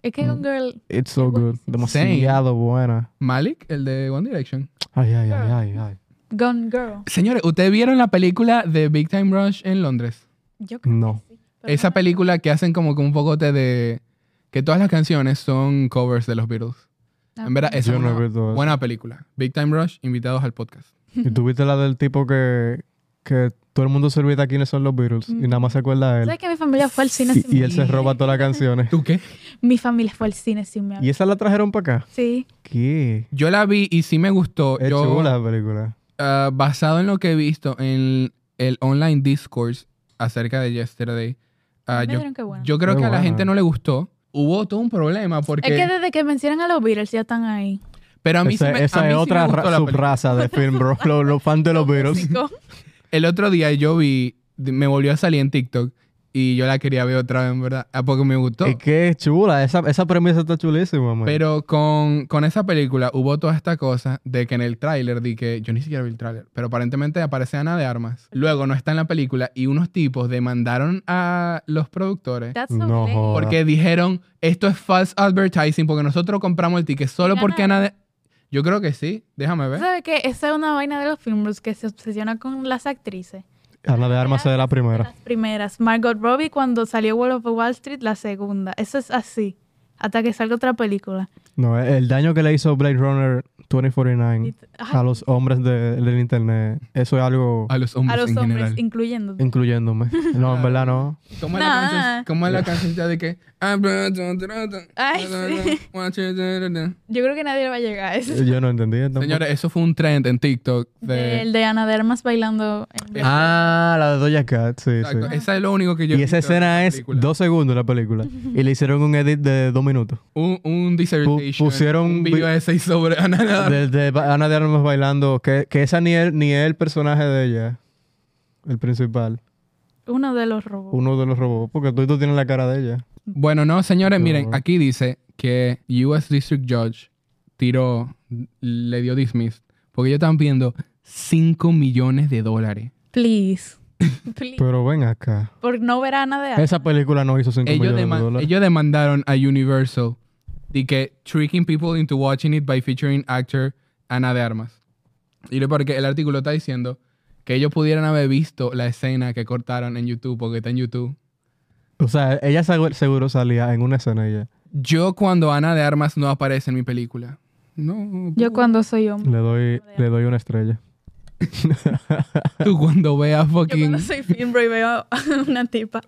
[SPEAKER 3] Es que
[SPEAKER 2] Mm.
[SPEAKER 3] Gone Girl.
[SPEAKER 2] It's so good.
[SPEAKER 1] Same.
[SPEAKER 2] Demasiado buena.
[SPEAKER 1] Malik, el de One Direction.
[SPEAKER 2] Ay, ay, ay, ay, ay.
[SPEAKER 3] Gone Girl.
[SPEAKER 1] Señores, ¿ustedes vieron la película de Big Time Rush en Londres?
[SPEAKER 3] Yo creo
[SPEAKER 2] No.
[SPEAKER 3] que sí. pero
[SPEAKER 1] Esa
[SPEAKER 3] no-
[SPEAKER 1] película que hacen como que un pocote de... Que todas las canciones son covers de los Beatles.
[SPEAKER 3] Ah,
[SPEAKER 1] En verdad, esa
[SPEAKER 2] Yo
[SPEAKER 1] es
[SPEAKER 2] no he
[SPEAKER 1] una
[SPEAKER 2] visto eso.
[SPEAKER 1] buena película. Big Time Rush, invitados al podcast.
[SPEAKER 2] ¿Y tuviste la del tipo que, que todo el mundo se olvida quiénes son los Beatles y nada más se acuerda de él?
[SPEAKER 3] ¿Sabes que mi familia fue al cine
[SPEAKER 2] Y-
[SPEAKER 3] sin
[SPEAKER 2] y él se roba todas las canciones.
[SPEAKER 1] ¿Tú qué?
[SPEAKER 3] Mi familia fue al cine sin mi
[SPEAKER 2] ¿Y esa la trajeron para acá?
[SPEAKER 3] Sí.
[SPEAKER 2] ¿Qué?
[SPEAKER 1] Yo la vi y sí me gustó.
[SPEAKER 2] Es
[SPEAKER 1] Yo,
[SPEAKER 2] chula Eh, la película.
[SPEAKER 1] ah, basado en lo que he visto en el online discourse acerca de Yesterday, ah,
[SPEAKER 3] Me
[SPEAKER 1] yo,
[SPEAKER 3] dijeron que bueno.
[SPEAKER 1] yo creo
[SPEAKER 2] Qué
[SPEAKER 1] que a la
[SPEAKER 2] buena.
[SPEAKER 1] gente no le gustó. Hubo todo un problema porque...
[SPEAKER 3] Es que desde que mencionan a los Beatles ya están ahí.
[SPEAKER 1] Pero a mí
[SPEAKER 2] esa
[SPEAKER 1] sí me,
[SPEAKER 2] esa
[SPEAKER 1] a mí
[SPEAKER 2] es
[SPEAKER 1] sí me
[SPEAKER 2] otra
[SPEAKER 1] gustó
[SPEAKER 2] ra-
[SPEAKER 1] la película.
[SPEAKER 2] subraza de film, bro. Los los fans de los Beatles.
[SPEAKER 3] Músico.
[SPEAKER 1] El otro día yo vi, me volvió a salir en TikTok y yo la quería ver otra vez, en verdad, ah, porque me gustó.
[SPEAKER 2] Es que es chula. Esa, esa premisa está chulísima, man.
[SPEAKER 1] Pero con, con esa película hubo toda esta cosa de que en el tráiler di que yo ni siquiera vi el tráiler, pero aparentemente aparece Ana de Armas. Luego no está en la película y unos tipos demandaron a los productores
[SPEAKER 3] That's so
[SPEAKER 2] No
[SPEAKER 3] lame.
[SPEAKER 2] joda.
[SPEAKER 1] porque dijeron, "Esto es false advertising porque nosotros compramos el ticket solo
[SPEAKER 3] Ya
[SPEAKER 1] porque Ana de Yo creo que sí, déjame ver.
[SPEAKER 3] ¿Sabes qué? Esa es una vaina de los films que se obsesiona con las actrices.
[SPEAKER 2] Ana de Armas es la primera.
[SPEAKER 3] Las primeras. Margot Robbie cuando salió Wall of Wall Street, la segunda. Eso es así. Hasta que salga otra película.
[SPEAKER 2] No, el daño que le hizo Blade Runner
[SPEAKER 1] Mm.
[SPEAKER 2] 2049
[SPEAKER 3] Ay,
[SPEAKER 2] a los hombres de- del internet, eso es algo
[SPEAKER 1] A los hombres
[SPEAKER 3] a los
[SPEAKER 1] en
[SPEAKER 3] hombres,
[SPEAKER 1] general.
[SPEAKER 3] incluyendo.
[SPEAKER 2] incluyéndome. No, en verdad no.
[SPEAKER 1] ¿Cómo es, la
[SPEAKER 3] Nah.
[SPEAKER 1] canción, ¿Cómo es la cancioncita de que... "Ah,
[SPEAKER 3] Ay, sí. Yo creo que nadie le va a llegar a eso.
[SPEAKER 2] Yo no entendí. tampoco.
[SPEAKER 1] Señores, eso fue un trend en TikTok. De...
[SPEAKER 3] El de Ana de Armas bailando. en-
[SPEAKER 2] Ah, la de Doja Cat, sí,
[SPEAKER 1] Exacto.
[SPEAKER 2] sí.
[SPEAKER 1] Esa es lo único que yo he
[SPEAKER 2] Y esa
[SPEAKER 1] visto de
[SPEAKER 2] escena
[SPEAKER 1] la
[SPEAKER 2] es
[SPEAKER 1] película.
[SPEAKER 2] dos segundos la película. Y le hicieron un edit de dos minutos.
[SPEAKER 1] Un, un dissertation.
[SPEAKER 2] pusieron
[SPEAKER 1] un video
[SPEAKER 2] vi-
[SPEAKER 1] de seis sobre Ana de Armas.
[SPEAKER 2] De, de Ba- Ana de Armas bailando, que, que esa ni es ni es el personaje de ella, el principal,
[SPEAKER 3] Uno de los robots.
[SPEAKER 2] uno de los robots, porque tú, tú tienes la cara de ella.
[SPEAKER 1] Bueno, no, señores,
[SPEAKER 2] No.
[SPEAKER 1] miren, aquí dice que U.S. District Judge tiró, le dio dismiss, porque ellos están pidiendo 5 millones de dólares.
[SPEAKER 3] Please. Please.
[SPEAKER 2] Pero ven acá.
[SPEAKER 3] Por no ver a Ana de Armas.
[SPEAKER 2] Esa película no hizo 5
[SPEAKER 1] Ellos,
[SPEAKER 2] millones de
[SPEAKER 1] deman-
[SPEAKER 2] dólares.
[SPEAKER 1] ellos demandaron a Universal de que tricking people into watching it by featuring actor Ana de Armas. Y lo porque el artículo está diciendo que ellos pudieran haber visto la escena que cortaron en YouTube, porque está en YouTube.
[SPEAKER 2] O sea, ella segu- seguro salía en una escena ella.
[SPEAKER 1] Yo cuando Ana de Armas no aparece en mi película. No.
[SPEAKER 3] Yo cuando soy hombre.
[SPEAKER 2] Le doy, le doy una estrella.
[SPEAKER 1] Tú cuando veas
[SPEAKER 3] Yo cuando
[SPEAKER 1] fucking...
[SPEAKER 3] soy filmbro y veo a una tipa.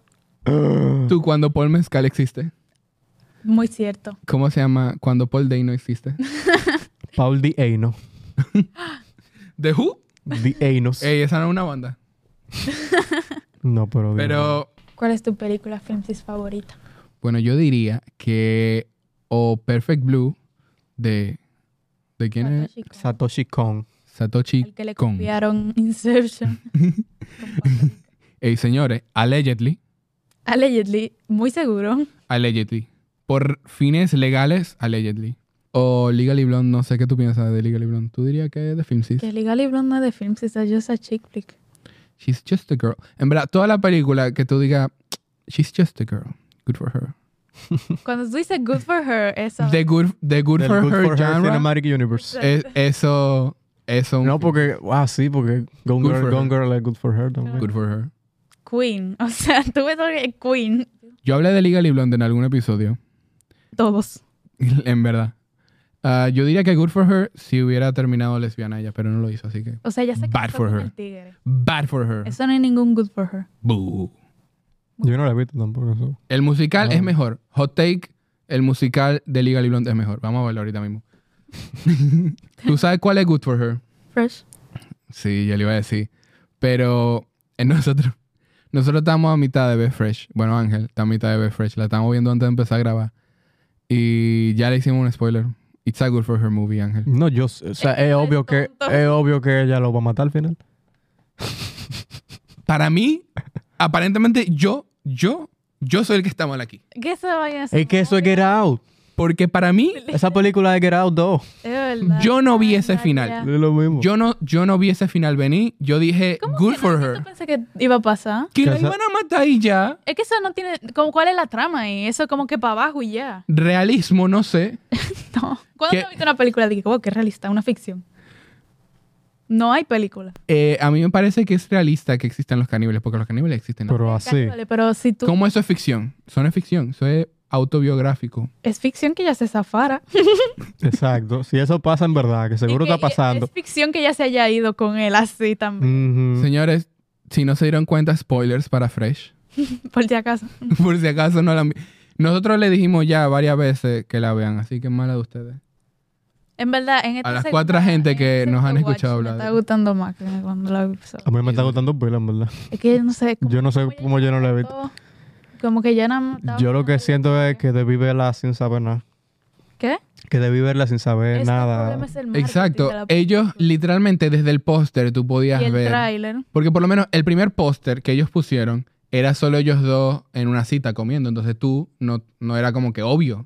[SPEAKER 1] Tú cuando Paul Mezcal existe.
[SPEAKER 3] Muy cierto.
[SPEAKER 1] ¿Cómo se llama? Cuando Paul Day no existe.
[SPEAKER 2] Paul D. Eino.
[SPEAKER 1] ¿The Who?
[SPEAKER 2] D. Einos.
[SPEAKER 1] Ey, esa no es una banda.
[SPEAKER 2] No, pero...
[SPEAKER 1] Pero...
[SPEAKER 3] ¿Cuál es tu película filmsis favorita?
[SPEAKER 1] Bueno, yo diría que... O Perfect Blue de... ¿De quién es?
[SPEAKER 3] Satoshi Kon.
[SPEAKER 2] Satoshi Kon.
[SPEAKER 1] Satoshi
[SPEAKER 3] Al que le
[SPEAKER 1] Kon.
[SPEAKER 3] copiaron Inception. Con-
[SPEAKER 1] Ey, señores, allegedly,
[SPEAKER 3] Allegedly, muy seguro.
[SPEAKER 1] allegedly. Por fines legales, allegedly. O Legally Blonde, no sé qué tú piensas de Legally Blonde. ¿Tú dirías que es de Film Sis?
[SPEAKER 3] Que Legally Blonde no es de filmsis, es just a chick flick.
[SPEAKER 1] She's just a girl. En verdad, toda la película que tú digas, she's just a girl. Good for her.
[SPEAKER 3] Cuando tú dices good for her, eso.
[SPEAKER 1] The good, the good
[SPEAKER 2] Del
[SPEAKER 1] for her genre,
[SPEAKER 2] Cinematic Universe.
[SPEAKER 1] es- eso, eso. un
[SPEAKER 2] No,
[SPEAKER 1] film.
[SPEAKER 2] porque... Ah, sí, porque
[SPEAKER 1] Good
[SPEAKER 2] Gone Girl,
[SPEAKER 1] for
[SPEAKER 2] Gone
[SPEAKER 1] her.
[SPEAKER 2] Girl es good for her también.
[SPEAKER 1] Good for her.
[SPEAKER 3] Queen. O sea, tú ves que Queen.
[SPEAKER 1] Yo hablé de Legally Blonde en algún episodio,
[SPEAKER 3] Todos.
[SPEAKER 1] en verdad. Ah, yo diría que Good for her si hubiera terminado lesbiana ella, pero no lo hizo, así que...
[SPEAKER 3] O sea, ya se
[SPEAKER 1] Bad
[SPEAKER 3] casó
[SPEAKER 1] for
[SPEAKER 3] con
[SPEAKER 1] her.
[SPEAKER 3] el tigre.
[SPEAKER 1] Bad for her.
[SPEAKER 3] Eso no es ningún good for her.
[SPEAKER 1] Boo.
[SPEAKER 2] Yo no la he visto tampoco. so.
[SPEAKER 1] El musical
[SPEAKER 2] Ah.
[SPEAKER 1] es mejor. Hot Take, el musical de Liga Blonde es mejor. Vamos a verlo ahorita mismo. ¿Tú sabes cuál es Good for Her?
[SPEAKER 3] Fresh.
[SPEAKER 1] Sí, yo le iba a decir. Pero eh, nosotros, nosotros estamos a mitad de Be Fresh. Bueno, Ángel está a mitad de Be Fresh. La estamos viendo antes de empezar a grabar. Y ya le hicimos un spoiler. It's a Good for Her movie, Ángel.
[SPEAKER 2] No, yo... s- O sea,
[SPEAKER 3] Es que
[SPEAKER 2] es
[SPEAKER 3] no es
[SPEAKER 2] obvio que...
[SPEAKER 3] tonto.
[SPEAKER 2] Es obvio que ella lo va a matar al final.
[SPEAKER 1] Para mí, aparentemente yo, yo Yo soy el que está mal aquí.
[SPEAKER 3] ¿Qué se vaya a hacer?
[SPEAKER 2] Es que eso es Get Out.
[SPEAKER 1] Porque para mí,
[SPEAKER 2] Esa película es Get Out 2.
[SPEAKER 3] Es verdad.
[SPEAKER 1] Yo no vi ese
[SPEAKER 3] Ay,
[SPEAKER 1] final.
[SPEAKER 3] ya.
[SPEAKER 2] Es lo mismo.
[SPEAKER 1] yo no, yo no vi ese final venir. Yo dije,
[SPEAKER 3] ¿Cómo
[SPEAKER 1] good
[SPEAKER 3] que
[SPEAKER 1] for
[SPEAKER 3] no?
[SPEAKER 1] her.
[SPEAKER 3] Yo pensé que iba a pasar.
[SPEAKER 1] Que la
[SPEAKER 2] Casa-
[SPEAKER 1] iban a matar y ya.
[SPEAKER 3] Es que eso no tiene. Como, ¿Cuál es la trama ahí? Eso como que para abajo y ya.
[SPEAKER 1] Realismo, no sé.
[SPEAKER 3] No. ¿Cuándo
[SPEAKER 1] ¿Qué?
[SPEAKER 3] te has visto una película de que, wow, qué realista, una ficción? No hay película.
[SPEAKER 1] Eh, a mí me parece que es realista que existan los caníbales, porque los caníbales existen.
[SPEAKER 2] Pero así.
[SPEAKER 3] Vale, Pero si tú.
[SPEAKER 1] ¿Cómo eso es ficción? Eso no es ficción, eso es autobiográfico.
[SPEAKER 3] Es ficción que ya se zafara.
[SPEAKER 2] Exacto. Si eso pasa en verdad, que seguro
[SPEAKER 3] Y que-
[SPEAKER 2] está pasando.
[SPEAKER 3] Es ficción que ya se haya ido con él así también.
[SPEAKER 2] Ujú.
[SPEAKER 1] Señores, si no se dieron cuenta, spoilers para Fresh.
[SPEAKER 2] Mm.
[SPEAKER 3] Por si acaso.
[SPEAKER 1] Por si acaso no la han vi- Nosotros le dijimos ya varias veces que la vean, así que mala de ustedes.
[SPEAKER 3] En verdad, en esta
[SPEAKER 1] las
[SPEAKER 3] segunda-
[SPEAKER 1] cuatro gente
[SPEAKER 3] en
[SPEAKER 1] que
[SPEAKER 3] este
[SPEAKER 1] nos han
[SPEAKER 3] watch
[SPEAKER 1] escuchado hablar
[SPEAKER 3] Me
[SPEAKER 1] de-
[SPEAKER 3] está gustando más que cuando la vi sola.
[SPEAKER 2] A mí me está gustando pila, en verdad.
[SPEAKER 3] Es que no sé. como-
[SPEAKER 2] Yo no sé cómo yo no la he visto.
[SPEAKER 3] todo- Como que ya no.
[SPEAKER 2] Yo lo que siento es que debí verla sin saber nada.
[SPEAKER 3] ¿Qué?
[SPEAKER 2] Que debí verla sin saber
[SPEAKER 3] Es que el
[SPEAKER 2] nada.
[SPEAKER 3] problema es el marketing
[SPEAKER 1] Exacto.
[SPEAKER 3] de la película.
[SPEAKER 1] Ellos literalmente desde el póster tú podías
[SPEAKER 3] Y el
[SPEAKER 1] ver.
[SPEAKER 3] tráiler.
[SPEAKER 1] Porque por lo menos el primer póster que ellos pusieron era solo ellos dos en una cita comiendo. Entonces tú no, no era como que obvio.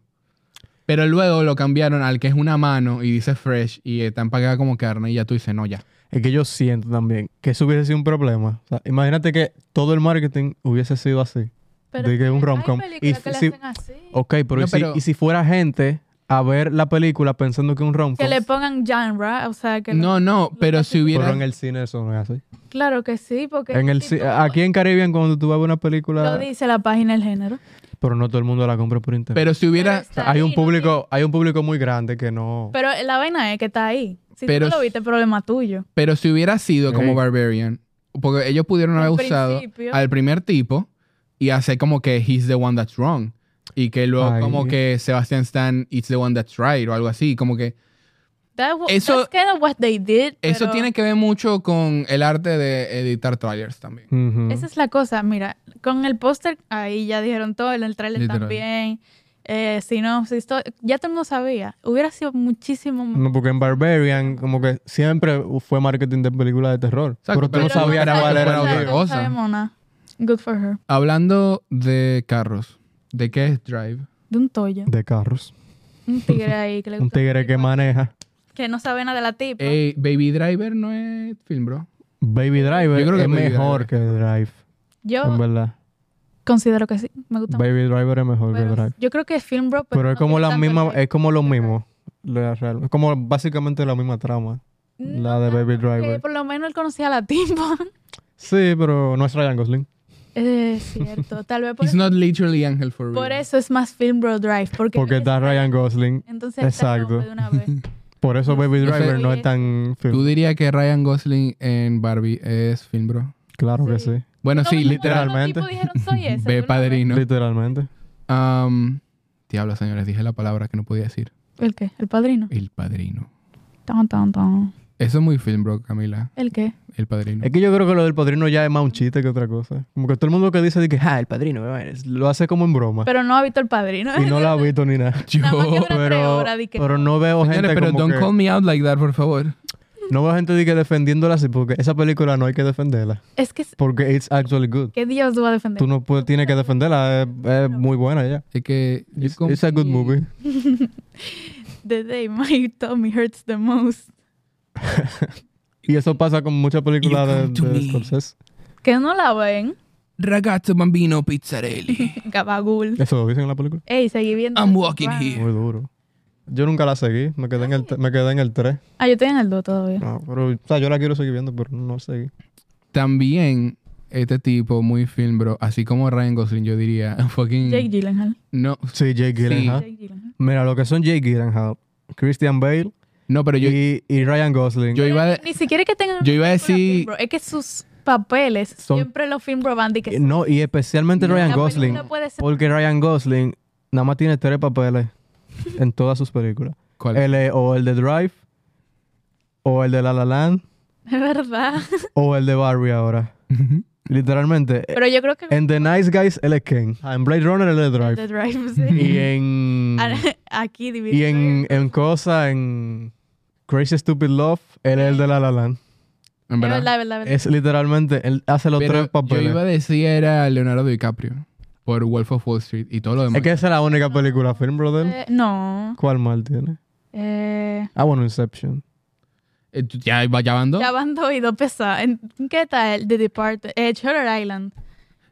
[SPEAKER 1] Pero luego lo cambiaron al que es una mano y dice fresh y eh, está empacada como carne y ya tú dices no ya.
[SPEAKER 2] Es que yo siento también que eso hubiese sido un problema. O sea, imagínate que todo el marketing hubiese sido así.
[SPEAKER 3] Pero
[SPEAKER 2] de que es un
[SPEAKER 3] hay
[SPEAKER 2] rom-com.
[SPEAKER 3] películas
[SPEAKER 2] Y
[SPEAKER 3] que la
[SPEAKER 2] si-
[SPEAKER 3] hacen así.
[SPEAKER 2] Ok, pero,
[SPEAKER 1] No,
[SPEAKER 2] y, si,
[SPEAKER 1] pero-
[SPEAKER 2] y si fuera gente a ver la película pensando que es un rom
[SPEAKER 3] Que le pongan genre, o sea, que...
[SPEAKER 1] No, no, pero si
[SPEAKER 2] Pero
[SPEAKER 1] hubiera...
[SPEAKER 2] en el cine eso no es así.
[SPEAKER 3] Claro que sí, porque...
[SPEAKER 2] En el,
[SPEAKER 3] si
[SPEAKER 2] ci-
[SPEAKER 3] tú-
[SPEAKER 2] aquí en Caribbean cuando tú vas a ver una
[SPEAKER 3] Lo
[SPEAKER 2] película,
[SPEAKER 3] dice la página del género.
[SPEAKER 2] pero no todo el mundo la compra por internet.
[SPEAKER 1] Pero si hubiera...
[SPEAKER 3] Pero
[SPEAKER 2] O sea, hay un
[SPEAKER 3] Ahí no
[SPEAKER 2] público, hay un público muy grande que no.
[SPEAKER 3] Pero la vaina es que está ahí. Si
[SPEAKER 1] Pero
[SPEAKER 3] tú no
[SPEAKER 1] s-
[SPEAKER 3] lo viste, problema tuyo.
[SPEAKER 1] Pero si hubiera sido como
[SPEAKER 2] Ey.
[SPEAKER 1] Barbarian, porque ellos pudieron haber
[SPEAKER 3] Al
[SPEAKER 1] usado
[SPEAKER 3] principio.
[SPEAKER 1] al primer tipo y hacer como que he's the one that's wrong. Y que luego
[SPEAKER 2] Ay.
[SPEAKER 1] como que Sebastian Stan it's the one that's right o algo así. Como que
[SPEAKER 3] That wa-
[SPEAKER 1] Eso-
[SPEAKER 3] that's kind of what they did.
[SPEAKER 1] eso
[SPEAKER 3] pero
[SPEAKER 1] tiene que ver mucho con el arte de editar trailers también.
[SPEAKER 2] Ujú.
[SPEAKER 3] Esa es la cosa, mira. Con el póster, ahí ya dijeron todo, en el tráiler
[SPEAKER 1] Literal.
[SPEAKER 3] también. Eh, sinopsis, todo. Ya todo el mundo sabía. Hubiera sido muchísimo más.
[SPEAKER 2] No, porque en Barbarian como que siempre fue marketing de películas de terror.
[SPEAKER 1] Exacto,
[SPEAKER 2] pero tú
[SPEAKER 1] pero
[SPEAKER 2] no
[SPEAKER 1] no
[SPEAKER 2] sabías
[SPEAKER 1] sabes
[SPEAKER 2] cuál
[SPEAKER 1] que
[SPEAKER 2] era
[SPEAKER 1] fuera
[SPEAKER 2] el-
[SPEAKER 1] otra
[SPEAKER 3] No
[SPEAKER 1] cosa.
[SPEAKER 3] sabemos nada. Good for her.
[SPEAKER 1] Hablando de carros, ¿de qué es Drive?
[SPEAKER 3] De un toyo.
[SPEAKER 2] de carros.
[SPEAKER 3] Un tigre ahí que le
[SPEAKER 2] Un
[SPEAKER 3] gusta.
[SPEAKER 2] tigre que Eh, maneja.
[SPEAKER 3] Que no sabe nada de la tipa.
[SPEAKER 1] Ey, Eh, Baby Driver no es film, bro.
[SPEAKER 2] Baby Driver
[SPEAKER 1] Yo creo que
[SPEAKER 2] es
[SPEAKER 1] Baby Driver.
[SPEAKER 2] mejor que Drive, en
[SPEAKER 3] Yo
[SPEAKER 2] verdad.
[SPEAKER 3] considero que sí. Me gusta.
[SPEAKER 2] Baby Driver es mejor
[SPEAKER 3] Pero
[SPEAKER 2] que Drive.
[SPEAKER 3] Yo creo que es film, bro.
[SPEAKER 2] Pero,
[SPEAKER 3] no
[SPEAKER 2] es como
[SPEAKER 3] tiene
[SPEAKER 2] la
[SPEAKER 3] tanto
[SPEAKER 2] misma,
[SPEAKER 3] efecto.
[SPEAKER 2] es como lo mismo. la real- Es como básicamente la misma trama. la de
[SPEAKER 3] No,
[SPEAKER 2] Baby
[SPEAKER 3] porque
[SPEAKER 2] Driver.
[SPEAKER 3] por lo menos él conocía a la tipa.
[SPEAKER 2] Sí, pero no es Ryan Gosling.
[SPEAKER 3] es Eh, cierto. Tal vez por,
[SPEAKER 1] It's not literally Angel for real.
[SPEAKER 3] por eso es más film, bro, Drive. Porque,
[SPEAKER 2] Porque está Ryan Gosling.
[SPEAKER 3] Entonces ahí está el
[SPEAKER 2] Exacto.
[SPEAKER 3] nombre de una vez.
[SPEAKER 2] Por eso
[SPEAKER 3] No
[SPEAKER 2] Baby
[SPEAKER 3] sé.
[SPEAKER 2] Driver no
[SPEAKER 3] Oye.
[SPEAKER 2] es tan...
[SPEAKER 1] ¿Tú
[SPEAKER 2] film.
[SPEAKER 1] dirías que Ryan Gosling en Barbie es film, bro?
[SPEAKER 2] Claro que
[SPEAKER 3] Sí.
[SPEAKER 2] sí.
[SPEAKER 1] Bueno,
[SPEAKER 3] No,
[SPEAKER 1] sí,
[SPEAKER 3] no,
[SPEAKER 1] literal.
[SPEAKER 2] literalmente.
[SPEAKER 3] los tipos dijeron, "Soy ese", de
[SPEAKER 1] Ve
[SPEAKER 3] una
[SPEAKER 1] padrino.
[SPEAKER 2] Literalmente.
[SPEAKER 1] Am, diablo, señores, dije la palabra que no podía decir.
[SPEAKER 3] vez. ¿El qué? ¿El padrino?
[SPEAKER 1] El padrino.
[SPEAKER 3] Tan, tan, tan.
[SPEAKER 1] Eso es muy film, bro, Camila.
[SPEAKER 3] ¿El qué?
[SPEAKER 1] El padrino.
[SPEAKER 2] Es que yo creo que lo del padrino ya es más un chiste que otra cosa. Como que todo el mundo que dice de que, ah, el padrino, eh, lo hace como en broma.
[SPEAKER 3] Pero no ha visto el padrino.
[SPEAKER 2] y no la ha visto ni nada.
[SPEAKER 1] Yo-
[SPEAKER 3] Nada más que dura tres
[SPEAKER 2] Pero,
[SPEAKER 3] horas. di que-
[SPEAKER 2] pero no veo gente
[SPEAKER 1] Señores, pero
[SPEAKER 2] como
[SPEAKER 1] don't
[SPEAKER 2] que-
[SPEAKER 1] call me out like that, por favor.
[SPEAKER 2] No veo gente de que defendiéndola así, porque esa película no hay que defenderla.
[SPEAKER 3] Es que,
[SPEAKER 2] Porque it's actually good.
[SPEAKER 3] ¿qué Dios tú vas a defender?
[SPEAKER 2] Tú no puedes, tienes que defenderla, es, es muy buena ya.
[SPEAKER 1] Es que... you
[SPEAKER 2] It's, it's a good
[SPEAKER 1] confuse-
[SPEAKER 2] movie.
[SPEAKER 3] The day my tummy hurts the most.
[SPEAKER 2] Y eso pasa con muchas películas
[SPEAKER 1] You
[SPEAKER 2] de,
[SPEAKER 1] come to
[SPEAKER 2] de
[SPEAKER 1] me.
[SPEAKER 2] Scorsese.
[SPEAKER 3] Que no la ven.
[SPEAKER 1] Ragazzo bambino pizzarelli.
[SPEAKER 3] Gabagul.
[SPEAKER 2] Eso lo dicen en la película.
[SPEAKER 3] Ey, seguí viendo.
[SPEAKER 1] I'm walking
[SPEAKER 3] Ah.
[SPEAKER 1] here.
[SPEAKER 2] Muy duro. Yo nunca la seguí, me quedé en el, te- me quedé en el 3.
[SPEAKER 3] Ah, yo estoy en el 2 todavía.
[SPEAKER 2] No, pero, o sea, yo la quiero seguir viendo, pero no la seguí.
[SPEAKER 1] También este tipo muy film, bro, así como Ryan Gosling, yo diría, fucking...
[SPEAKER 3] Jake Gyllenhaal.
[SPEAKER 1] No,
[SPEAKER 2] Sí, Jake
[SPEAKER 1] ¿Ah?
[SPEAKER 2] Gyllenhaal.
[SPEAKER 3] Jake Gyllenhaal.
[SPEAKER 2] Mira, lo que son Jake Gyllenhaal, Christian Bale
[SPEAKER 1] no, pero yo,
[SPEAKER 2] y, y Ryan Gosling.
[SPEAKER 1] yo iba a...
[SPEAKER 3] Ni siquiera que tengan.
[SPEAKER 1] Yo iba a
[SPEAKER 3] una película
[SPEAKER 1] decir-
[SPEAKER 3] film, bro. Es que sus papeles
[SPEAKER 2] Son-
[SPEAKER 3] siempre los film bro van de
[SPEAKER 2] Eh,
[SPEAKER 3] que.
[SPEAKER 2] no, y especialmente
[SPEAKER 1] No.
[SPEAKER 2] Ryan
[SPEAKER 3] La película
[SPEAKER 2] Gosling.
[SPEAKER 3] puede ser-
[SPEAKER 2] Porque Ryan Gosling nada más tiene tres papeles en todas sus películas.
[SPEAKER 1] ¿Cuál?
[SPEAKER 2] Él es o el de Drive, o el de La La Land,
[SPEAKER 3] Es verdad.
[SPEAKER 2] o el de Barbie ahora. Literalmente. eh,
[SPEAKER 3] Pero yo creo que.
[SPEAKER 2] En The Nice Guys, él es Ken. Ah, En Blade Runner, él es Drive.
[SPEAKER 3] The Drive, Ah, sí.
[SPEAKER 2] Y en...
[SPEAKER 3] Aquí dividido. Eh,
[SPEAKER 2] Y en, en Cosa, en Crazy Stupid Love, él es el de La La Land.
[SPEAKER 1] en
[SPEAKER 3] Es
[SPEAKER 1] verdad.
[SPEAKER 3] verdad, es verdad, es verdad.
[SPEAKER 2] Es literalmente, él hace los
[SPEAKER 1] Pero
[SPEAKER 2] tres
[SPEAKER 1] yo
[SPEAKER 2] papeles.
[SPEAKER 1] iba a decir era Leonardo DiCaprio. por Wolf of Wall Street y todo lo demás.
[SPEAKER 2] Es que esa es la única película film, brother.
[SPEAKER 3] Eh, no.
[SPEAKER 2] ¿Cuál mal tiene?
[SPEAKER 3] Eh,
[SPEAKER 2] Ah, bueno, Inception.
[SPEAKER 1] Eh, tú- ya, ya van dos.
[SPEAKER 3] ya van dos y dos pesadas. ¿En qué tal The Departed? Eh, Shutter Island.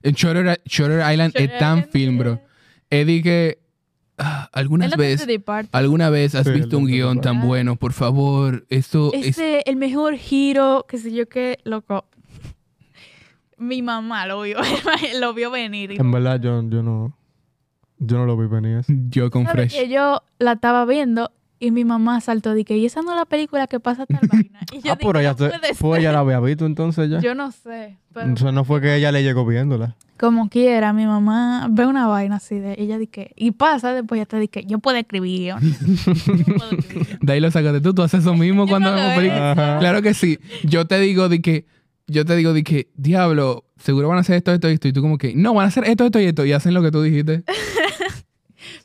[SPEAKER 1] Eh, Shutter, Shutter Island
[SPEAKER 3] Shutter
[SPEAKER 1] es tan
[SPEAKER 3] Island,
[SPEAKER 1] film,
[SPEAKER 3] eh.
[SPEAKER 1] bro. Eddie que ah,
[SPEAKER 3] Es
[SPEAKER 1] algunas
[SPEAKER 3] lo que es
[SPEAKER 1] veces
[SPEAKER 3] The Departed.
[SPEAKER 1] alguna vez has
[SPEAKER 2] Sí,
[SPEAKER 1] visto
[SPEAKER 2] lo
[SPEAKER 1] un
[SPEAKER 2] que
[SPEAKER 1] guión tan
[SPEAKER 3] pasa.
[SPEAKER 1] bueno, por favor. Esto es
[SPEAKER 3] Este, el mejor giro, que sé yo qué, loco. Mi mamá lo vio, lo vio venir. y-
[SPEAKER 2] En verdad, yo, yo no. Yo no lo vi venir. ese.
[SPEAKER 1] yo con
[SPEAKER 3] ¿Sabe
[SPEAKER 1] Fresh.
[SPEAKER 3] que yo la estaba viendo y mi mamá saltó de que, y esa no es la película que pasa tal vaina. Y yo
[SPEAKER 2] Ah,
[SPEAKER 3] dije,
[SPEAKER 2] pero ella,
[SPEAKER 3] "No
[SPEAKER 2] te-
[SPEAKER 3] puede
[SPEAKER 2] pues
[SPEAKER 3] ser".
[SPEAKER 2] ella la había visto entonces ya.
[SPEAKER 3] Yo no sé, pero
[SPEAKER 2] Entonces no fue que ella le llegó viéndola.
[SPEAKER 3] como quiera, mi mamá ve una vaina así de ella de que, y pasa después ya te dije, yo puedo escribir guiones". Yo puedo escribir guiones.
[SPEAKER 1] De ahí lo sacaste tú, tú haces eso mismo
[SPEAKER 3] Yo
[SPEAKER 1] cuando
[SPEAKER 3] no lo
[SPEAKER 1] vemos
[SPEAKER 3] he
[SPEAKER 1] películas.
[SPEAKER 2] Ajá.
[SPEAKER 1] Claro que sí. Yo te digo de que yo te digo de que diablo, seguro van a hacer esto, esto y esto y tú como que no, van a hacer esto, esto y esto y hacen lo que tú dijiste.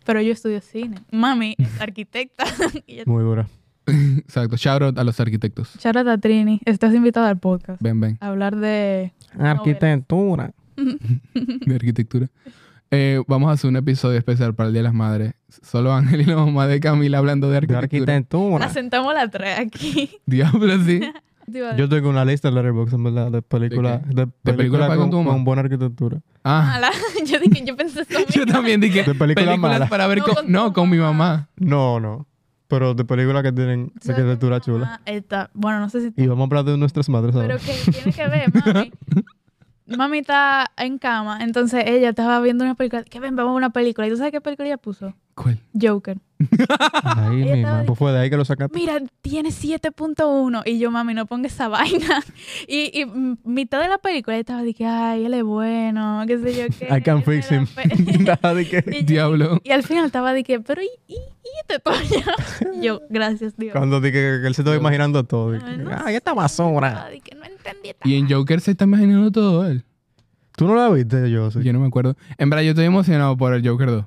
[SPEAKER 3] Pero yo estudio cine. Mami es arquitecta. y yo,
[SPEAKER 2] Muy dura.
[SPEAKER 1] Exacto. Shout out a los arquitectos.
[SPEAKER 3] Charlotte Trini, estás invitada al podcast.
[SPEAKER 1] Ven, ven,
[SPEAKER 3] A hablar de
[SPEAKER 2] Arquitectura.
[SPEAKER 1] de arquitectura. Eh, vamos a hacer un episodio especial para el Día de las Madres. Solo Ángel y la mamá de Camila hablando de
[SPEAKER 2] De
[SPEAKER 1] arquitectura.
[SPEAKER 2] arquitectura.
[SPEAKER 3] La sentamos la tres aquí.
[SPEAKER 1] Diablo, sí.
[SPEAKER 2] Yo tengo una lista de Letterboxd, en verdad, de películas.
[SPEAKER 1] qué?
[SPEAKER 2] De, películas
[SPEAKER 1] para con
[SPEAKER 2] con,
[SPEAKER 1] tu mamá?
[SPEAKER 2] con buena arquitectura.
[SPEAKER 1] Ah,
[SPEAKER 3] yo dije, yo pensé eso
[SPEAKER 1] yo
[SPEAKER 3] mismo.
[SPEAKER 1] también dije
[SPEAKER 2] De películas
[SPEAKER 1] películas
[SPEAKER 2] malas.
[SPEAKER 1] para ver
[SPEAKER 3] No,
[SPEAKER 1] con,
[SPEAKER 3] con tu
[SPEAKER 1] no, con mi mamá.
[SPEAKER 2] No, no. Pero de películas que tienen
[SPEAKER 3] Yo dije,
[SPEAKER 2] arquitectura
[SPEAKER 3] "Mamá,
[SPEAKER 2] chula.
[SPEAKER 3] esta- bueno, no sé si
[SPEAKER 2] Y vamos a hablar de nuestras madres ahora.
[SPEAKER 3] Pero que tiene que ver, mami. Mami está en cama, entonces ella estaba viendo una película. Que ven, vamos a una película. ¿Y tú sabes qué película ella puso?
[SPEAKER 1] ¿Cuál?
[SPEAKER 3] Joker.
[SPEAKER 2] Ay,
[SPEAKER 3] Ella
[SPEAKER 2] mi
[SPEAKER 3] estaba
[SPEAKER 2] madre. Pues fue de ahí que lo sacaste.
[SPEAKER 3] Mira, tiene 7.1. Y yo, mami, no ponga esa vaina. Y, y mm, mitad de la película ella estaba de que, ay, él es bueno, qué sé yo qué.
[SPEAKER 2] I can
[SPEAKER 3] él
[SPEAKER 2] fix
[SPEAKER 3] me da
[SPEAKER 2] him.
[SPEAKER 3] fe".
[SPEAKER 2] Nada de que-
[SPEAKER 3] Y yo-
[SPEAKER 1] Diablo.
[SPEAKER 3] Y al final estaba de que, pero ¿y, y, y este Toño?" Y Yo, gracias, Dios.
[SPEAKER 2] Cuando dije que, que él se estaba imaginando todo. "Ah, Dije,
[SPEAKER 3] Ay, no
[SPEAKER 2] Ay,
[SPEAKER 3] sé,
[SPEAKER 2] esta
[SPEAKER 3] estaba
[SPEAKER 2] basura.
[SPEAKER 3] de que no entendí esta
[SPEAKER 1] Y en Joker se está imaginando todo él.
[SPEAKER 2] ¿Tú no la viste, yo sí.
[SPEAKER 1] Yo no me acuerdo. En verdad, yo estoy emocionado por el Joker 2.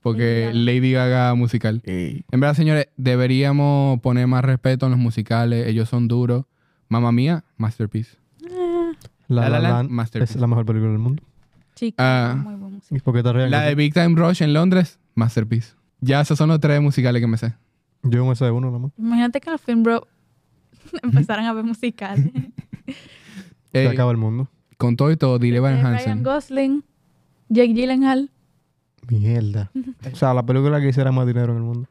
[SPEAKER 1] Porque
[SPEAKER 3] Lady
[SPEAKER 1] Lady Gaga musical.
[SPEAKER 2] Ey.
[SPEAKER 1] En verdad, señores, deberíamos poner más respeto en los musicales. Ellos son duros. Mamma mía, masterpiece.
[SPEAKER 3] vaina.
[SPEAKER 2] La, La Land es
[SPEAKER 1] masterpiece.
[SPEAKER 2] la mejor película del mundo.
[SPEAKER 3] Chica,
[SPEAKER 1] Ah.
[SPEAKER 3] muy buen músico.
[SPEAKER 2] ¿Y por qué te ríes?
[SPEAKER 1] La de Big Time Rush en Londres, masterpiece. Ya esos son los tres musicales que me sé.
[SPEAKER 2] Yo me sé uno nomás.
[SPEAKER 3] Imagínate que los film bro empezaran a ver musicales.
[SPEAKER 2] Se
[SPEAKER 1] Eh,
[SPEAKER 2] acaba el mundo.
[SPEAKER 1] con todo y todo, Dile Van
[SPEAKER 3] Eh, Ryan
[SPEAKER 1] Hansen.
[SPEAKER 3] Gosling, Jake Gyllenhaal.
[SPEAKER 2] Mierda. O sea, la película que hiciera más dinero en el mundo.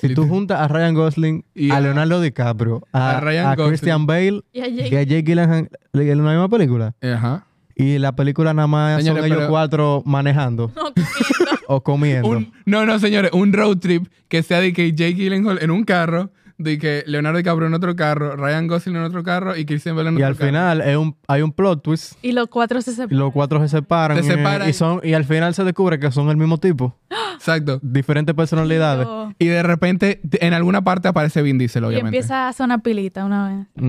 [SPEAKER 2] Si tú juntas a Ryan Gosling,
[SPEAKER 1] Y
[SPEAKER 2] a
[SPEAKER 1] a-
[SPEAKER 2] Leonardo DiCaprio, a,
[SPEAKER 1] a Ryan
[SPEAKER 2] a Christian Bale
[SPEAKER 3] Y a
[SPEAKER 2] y
[SPEAKER 3] Jake.
[SPEAKER 2] a Jake Gyllenhaal en una misma película.
[SPEAKER 1] Ajá.
[SPEAKER 2] Y la película nada más
[SPEAKER 1] Señores,
[SPEAKER 2] son ellos
[SPEAKER 1] pero-
[SPEAKER 2] cuatro manejando
[SPEAKER 3] No, comiendo.
[SPEAKER 2] o comiendo.
[SPEAKER 1] Un- no, no, señores, un road trip que sea de que Jake Gyllenhaal en un carro, de que Leonardo DiCaprio en otro carro, Ryan Gosling en otro carro y Christian Bale en
[SPEAKER 2] Y
[SPEAKER 1] otro
[SPEAKER 2] al
[SPEAKER 1] carro.
[SPEAKER 2] final es un- hay un plot twist.
[SPEAKER 3] y los cuatro se
[SPEAKER 2] Y
[SPEAKER 3] separan.
[SPEAKER 2] los cuatro se separan.
[SPEAKER 1] Se
[SPEAKER 2] eh,
[SPEAKER 1] separan.
[SPEAKER 2] Y, son, y al final se descubre que son el mismo tipo.
[SPEAKER 1] Exacto.
[SPEAKER 2] Diferentes personalidades.
[SPEAKER 3] Pero-
[SPEAKER 1] Y de repente, de- en alguna parte aparece Vin Diesel,
[SPEAKER 3] Y
[SPEAKER 1] obviamente.
[SPEAKER 3] empieza a hacer una pilita una vez.
[SPEAKER 2] Ujú,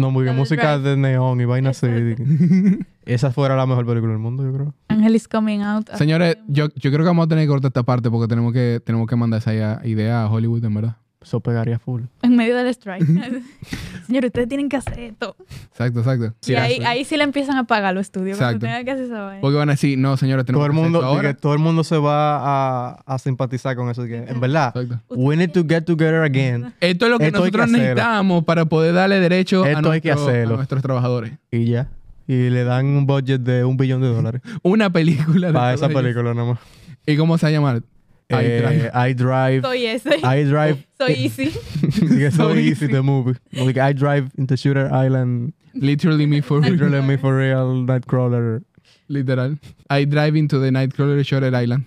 [SPEAKER 2] No, muy bien.
[SPEAKER 3] La de
[SPEAKER 2] Música de neón y vaina así.
[SPEAKER 1] Exacto.
[SPEAKER 2] Esa fuera la mejor película del mundo, yo creo.
[SPEAKER 3] Angel is coming out.
[SPEAKER 1] Señores, yo, yo creo que vamos a tener que cortar esta parte porque tenemos que, tenemos que mandar esa idea- idea a Hollywood, en verdad.
[SPEAKER 2] Eso pegaría full.
[SPEAKER 3] En medio del strike. Señores, ustedes tienen que hacer esto.
[SPEAKER 1] Exacto, exacto.
[SPEAKER 3] y ahí, ahí sí le empiezan a pagar los estudios. cuando
[SPEAKER 1] Exacto.
[SPEAKER 3] tengan que hacer esa vaina.
[SPEAKER 1] Porque van a decir, no, señores, tenemos
[SPEAKER 2] todo el
[SPEAKER 1] que hacer
[SPEAKER 2] mundo
[SPEAKER 1] esto
[SPEAKER 2] de que
[SPEAKER 1] ahora.
[SPEAKER 2] todo el mundo se va a, a simpatizar con eso de que, en verdad
[SPEAKER 1] Exacto.
[SPEAKER 2] we need to get together again
[SPEAKER 1] Esto es lo que
[SPEAKER 2] Esto hay que
[SPEAKER 1] nosotros
[SPEAKER 2] hacerlo.
[SPEAKER 1] necesitamos para poder darle derecho a,
[SPEAKER 2] Esto hay que
[SPEAKER 1] nuestro- a
[SPEAKER 2] hacerlo.
[SPEAKER 1] nuestros trabajadores.
[SPEAKER 2] y ya y le dan un budget de un billón de dólares
[SPEAKER 1] Una película de
[SPEAKER 2] para
[SPEAKER 1] todos
[SPEAKER 2] esa
[SPEAKER 1] ellos.
[SPEAKER 2] película nomás
[SPEAKER 1] ¿Y cómo se va a llamar? Ahí
[SPEAKER 2] Eh,
[SPEAKER 1] trae.
[SPEAKER 2] I drive
[SPEAKER 3] Soy ese.
[SPEAKER 2] I drive
[SPEAKER 3] Soy
[SPEAKER 1] eh,
[SPEAKER 3] easy.
[SPEAKER 2] Dije, so
[SPEAKER 1] So
[SPEAKER 2] easy
[SPEAKER 1] easy.
[SPEAKER 2] the movie like I drive into Shooter Island
[SPEAKER 1] Literally me for real.
[SPEAKER 2] literally me for real Nightcrawler
[SPEAKER 1] Literal. I drive into the nightcrawler Shutter Island.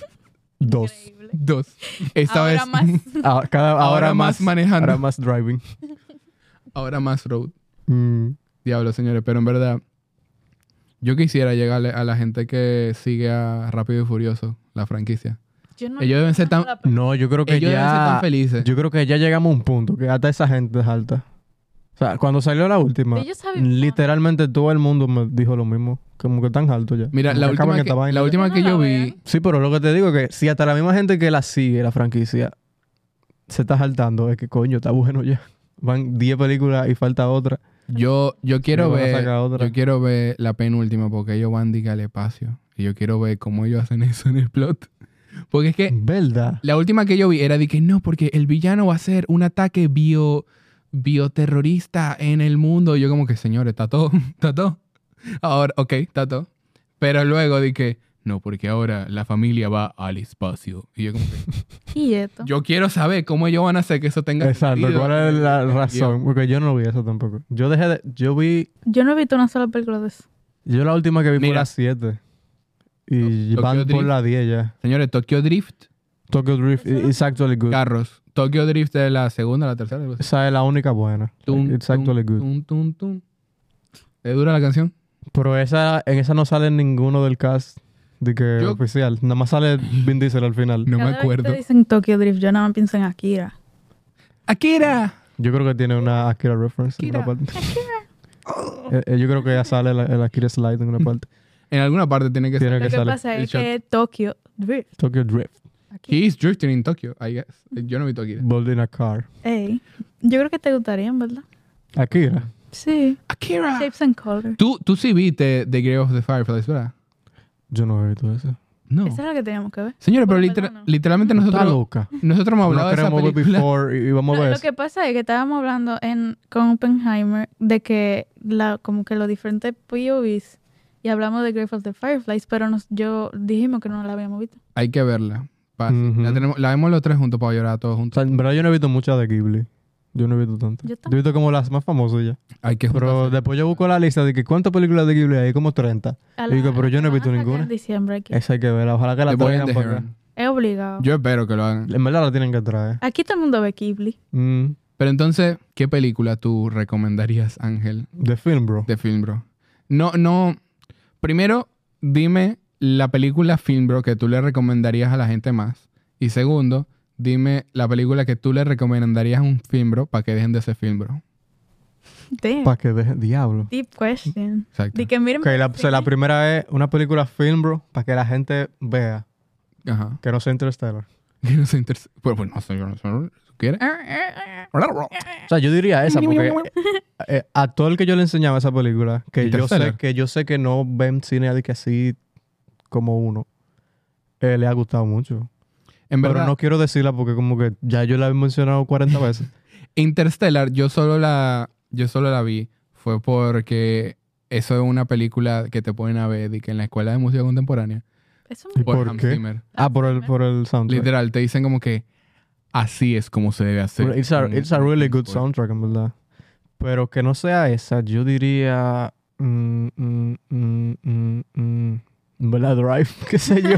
[SPEAKER 2] 2
[SPEAKER 3] Increíble.
[SPEAKER 1] Dos. Esta
[SPEAKER 3] Ahora
[SPEAKER 1] vez.
[SPEAKER 3] más.
[SPEAKER 2] Ah, cada- ahora,
[SPEAKER 1] Ahora más manejando.
[SPEAKER 2] ahora más driving
[SPEAKER 1] Ahora más road.
[SPEAKER 2] Mm.
[SPEAKER 1] Diablo, señores, pero en verdad, yo quisiera llegarle a la gente que sigue a Rápido y Furioso, la franquicia.
[SPEAKER 3] Yo no-
[SPEAKER 1] Ellos deben ser tan-
[SPEAKER 2] no yo creo que
[SPEAKER 1] Ellos deben ser
[SPEAKER 2] ya
[SPEAKER 1] tan felices.
[SPEAKER 2] Yo creo que ya llegamos a un punto que hasta esa gente es alta. O sea, cuando salió la última,
[SPEAKER 3] Ellos saben-
[SPEAKER 2] literalmente todo el mundo me dijo lo mismo. Como que tan alto ya.
[SPEAKER 1] Mira,
[SPEAKER 2] Como
[SPEAKER 1] la
[SPEAKER 2] que acaben
[SPEAKER 1] última,
[SPEAKER 2] esta
[SPEAKER 1] que,
[SPEAKER 2] vaina
[SPEAKER 1] la
[SPEAKER 2] ya.
[SPEAKER 1] última
[SPEAKER 3] no
[SPEAKER 1] que
[SPEAKER 3] la
[SPEAKER 1] yo vi,
[SPEAKER 3] vean.
[SPEAKER 2] Sí, pero lo que te digo es que si hasta la misma gente que la sigue, la franquicia, se está saltando, es que coño, está bueno ya. Van 10 películas y falta otra.
[SPEAKER 1] yo, yo quiero
[SPEAKER 2] van a
[SPEAKER 1] ver,
[SPEAKER 2] sacar otra.
[SPEAKER 1] yo quiero ver la penúltima porque ellos van diga al espacio. Y yo quiero ver cómo ellos hacen eso en el plot. Porque es que
[SPEAKER 2] ¿Verdad?
[SPEAKER 1] la última que yo vi era de que no, porque el villano va a hacer un ataque bio, bioterrorista en el mundo. Y yo como que, señores, está todo, está todo. Ahora, ok, está todo. Pero luego de que, no, porque ahora la familia va al espacio. Y yo como que,
[SPEAKER 3] Y esto.
[SPEAKER 1] yo quiero saber cómo ellos van a hacer que eso tenga
[SPEAKER 2] Exacto,
[SPEAKER 1] sentido.
[SPEAKER 2] ¿cuál es la razón? Porque yo no vi eso tampoco. Yo dejé de... Yo vi...
[SPEAKER 3] Yo no he visto una sola película de eso.
[SPEAKER 2] Yo la última que vi fue
[SPEAKER 1] Mira.
[SPEAKER 2] la 7. Y
[SPEAKER 1] To- Tokyo
[SPEAKER 2] van por
[SPEAKER 1] Drift.
[SPEAKER 2] la 10 ya.
[SPEAKER 1] Señores, Tokyo Drift,
[SPEAKER 2] Tokyo Drift
[SPEAKER 3] Eso no-
[SPEAKER 2] is actually good.
[SPEAKER 1] carros. Tokyo Drift es la segunda, la tercera. algo así.
[SPEAKER 2] Esa es la única buena.
[SPEAKER 1] Tum,
[SPEAKER 2] It's actually
[SPEAKER 1] tum,
[SPEAKER 2] good.
[SPEAKER 1] tum, tum, tum. ¿Te dura la canción?
[SPEAKER 2] Pero esa, en esa no sale ninguno del cast de que
[SPEAKER 1] Yo-
[SPEAKER 2] oficial. Nada más sale Vin Diesel al final.
[SPEAKER 1] No me
[SPEAKER 3] Cada vez que te
[SPEAKER 1] acuerdo.
[SPEAKER 3] dicen Tokyo Drift, yo nada más pienso en Akira.
[SPEAKER 1] ¡Akira!
[SPEAKER 2] Yo creo que tiene una Akira reference en
[SPEAKER 1] Akira,
[SPEAKER 2] una parte. Eh, eh, Yo creo que ya sale el, el Akira Slide en una parte.
[SPEAKER 1] En alguna parte tiene que ser.
[SPEAKER 2] Tiene
[SPEAKER 3] Lo
[SPEAKER 2] que
[SPEAKER 3] que
[SPEAKER 2] salir.
[SPEAKER 3] pasa
[SPEAKER 1] el
[SPEAKER 3] es que Tokyo Drift.
[SPEAKER 2] Tokyo Drift.
[SPEAKER 3] Aquí.
[SPEAKER 1] He is drifting in Tokyo, I guess. Yo no vi Akira.
[SPEAKER 2] Building a car.
[SPEAKER 3] Ey, yo creo que te gustaría, en ¿verdad?
[SPEAKER 2] Akira.
[SPEAKER 3] Sí.
[SPEAKER 1] ¡Akira!
[SPEAKER 3] Shapes and Colors.
[SPEAKER 1] Tú, tú sí viste The Grave of the Fireflies, ¿verdad?
[SPEAKER 2] Yo no he visto eso.
[SPEAKER 1] No.
[SPEAKER 3] Esa es la que teníamos que ver.
[SPEAKER 1] Señores, pero
[SPEAKER 3] Bueno,
[SPEAKER 1] litera-
[SPEAKER 3] perdón, no.
[SPEAKER 1] literalmente
[SPEAKER 2] Está
[SPEAKER 1] nosotros,
[SPEAKER 2] loca.
[SPEAKER 1] nosotros hemos hablado
[SPEAKER 2] No
[SPEAKER 1] de esa
[SPEAKER 2] queremos ver
[SPEAKER 1] película.
[SPEAKER 2] before y y vamos a
[SPEAKER 3] No,
[SPEAKER 2] ver
[SPEAKER 3] lo
[SPEAKER 2] eso.
[SPEAKER 3] que pasa es que estábamos hablando en, con Oppenheimer de que la, como que los diferentes POVs y hablamos de Grave of the Fireflies, pero nos, yo dijimos que no la habíamos visto.
[SPEAKER 1] Hay que verla. Fácil.
[SPEAKER 2] Ujú.
[SPEAKER 1] la, tenemos- la vemos los tres juntos para llorar todos
[SPEAKER 2] O
[SPEAKER 1] juntos.
[SPEAKER 2] sea, en verdad yo no he visto muchas de Ghibli. Yo no he visto tantas.
[SPEAKER 3] Yo
[SPEAKER 2] Yo,
[SPEAKER 3] tampoco.
[SPEAKER 2] he visto como las más famosas ya.
[SPEAKER 1] Hay que
[SPEAKER 2] Pero
[SPEAKER 1] juntarse.
[SPEAKER 2] después yo busco la lista de que cuántas películas de Ghibli hay, como 30.
[SPEAKER 3] A
[SPEAKER 2] Yo
[SPEAKER 3] la-
[SPEAKER 2] digo, pero yo no he
[SPEAKER 3] la van a
[SPEAKER 2] visto
[SPEAKER 3] sacar
[SPEAKER 2] ninguna. Eh,
[SPEAKER 3] En diciembre aquí.
[SPEAKER 2] Esa hay que verla. Ojalá que
[SPEAKER 1] The
[SPEAKER 2] la
[SPEAKER 1] Boy and
[SPEAKER 2] traigan
[SPEAKER 1] the
[SPEAKER 2] para acá.
[SPEAKER 1] Heron.
[SPEAKER 3] Es obligado.
[SPEAKER 1] Yo espero que lo hagan.
[SPEAKER 2] En verdad la tienen que traer.
[SPEAKER 3] Aquí todo el mundo ve Ghibli.
[SPEAKER 2] Mm,
[SPEAKER 1] Pero entonces, ¿qué película tú recomendarías, Ángel,
[SPEAKER 2] de film, bro.
[SPEAKER 1] de Film Bro? No, no. Primero, dime la película Film Bro que tú le recomendarías a la gente más. Y segundo, dime la película que tú le recomendarías a un Film Bro para que dejen de ser Film Bro.
[SPEAKER 3] Damn.
[SPEAKER 2] Para que deje... Diablo.
[SPEAKER 3] Deep question.
[SPEAKER 1] Exacto.
[SPEAKER 3] De que miren.
[SPEAKER 2] Ok, la, o sea, la primera es una película film, bro, para que la gente vea
[SPEAKER 1] Ajá.
[SPEAKER 2] que no sea Interstellar.
[SPEAKER 1] Que no se interese. Pues, pues no sé, yo no sé. ¿Tú quieres?
[SPEAKER 2] O sea, yo diría esa porque eh, eh, a todo el que yo le enseñaba esa película, que yo sé
[SPEAKER 1] Interstellar.
[SPEAKER 2] que yo sé que no ven cine de que así como uno, eh, le ha gustado mucho.
[SPEAKER 1] En
[SPEAKER 2] Pero
[SPEAKER 1] verdad,
[SPEAKER 2] no quiero decirla porque como que ya yo la he mencionado 40 veces.
[SPEAKER 1] Interstellar, yo solo la, yo solo la vi fue porque eso es una película que te ponen a ver de que en la escuela de música contemporánea
[SPEAKER 3] Eso
[SPEAKER 2] ¿Y
[SPEAKER 3] me-
[SPEAKER 1] por,
[SPEAKER 2] por
[SPEAKER 1] Hans
[SPEAKER 2] qué?
[SPEAKER 1] Zimmer.
[SPEAKER 2] ah, por el, por el soundtrack.
[SPEAKER 1] Literal, te dicen como que así es como se debe hacer. Mm.
[SPEAKER 2] Pero It's a,
[SPEAKER 1] un-
[SPEAKER 2] it's a really
[SPEAKER 1] un
[SPEAKER 2] good
[SPEAKER 1] score".
[SPEAKER 2] soundtrack, en verdad. Pero que no sea esa, yo diría. mm, mm, mm, mm, mm, en verdad, Drive, qué sé yo.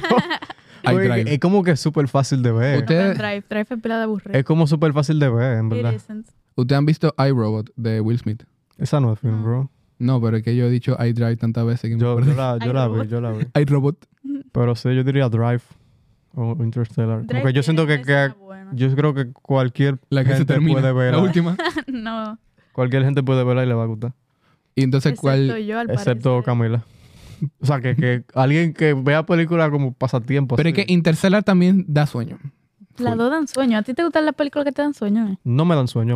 [SPEAKER 1] Hay
[SPEAKER 2] Porque
[SPEAKER 1] Drive.
[SPEAKER 2] Es como que súper fácil de ver.
[SPEAKER 1] Usted-
[SPEAKER 3] Drive, drive, drive es pila de aburrido.
[SPEAKER 2] Es como súper fácil de ver, en
[SPEAKER 3] It
[SPEAKER 2] verdad.
[SPEAKER 3] isn't.
[SPEAKER 1] ¿Ustedes han visto iRobot de Will Smith?
[SPEAKER 2] Esa no es
[SPEAKER 3] Ah.
[SPEAKER 2] film, bro.
[SPEAKER 1] No, pero es que yo he dicho iDrive tantas veces que me
[SPEAKER 2] Yo, yo
[SPEAKER 1] acuerdo.
[SPEAKER 2] la, yo la vi,
[SPEAKER 3] Ay,
[SPEAKER 2] yo la vi.
[SPEAKER 1] iRobot.
[SPEAKER 2] Pero sí, yo diría Drive o Interstellar.
[SPEAKER 3] Drive
[SPEAKER 2] Porque yo siento que,
[SPEAKER 3] tiene
[SPEAKER 2] que-
[SPEAKER 3] escena buena.
[SPEAKER 2] yo creo que cualquier
[SPEAKER 1] La que se
[SPEAKER 2] gente
[SPEAKER 1] termina.
[SPEAKER 2] puede
[SPEAKER 1] La
[SPEAKER 2] verla.
[SPEAKER 1] última.
[SPEAKER 3] no.
[SPEAKER 2] Cualquier gente puede verla y le va a gustar.
[SPEAKER 1] Y entonces,
[SPEAKER 3] Excepto
[SPEAKER 1] ¿cuál?
[SPEAKER 3] yo, al
[SPEAKER 2] Excepto
[SPEAKER 3] parecer.
[SPEAKER 2] Camila. O sea, que, que alguien que vea película como pasatiempo.
[SPEAKER 1] Pero es
[SPEAKER 2] así.
[SPEAKER 1] que Interstellar también da sueño.
[SPEAKER 3] Las dos dan sueño. ¿A ti te gustan las películas que te dan sueño? eh?
[SPEAKER 2] No me dan sueño.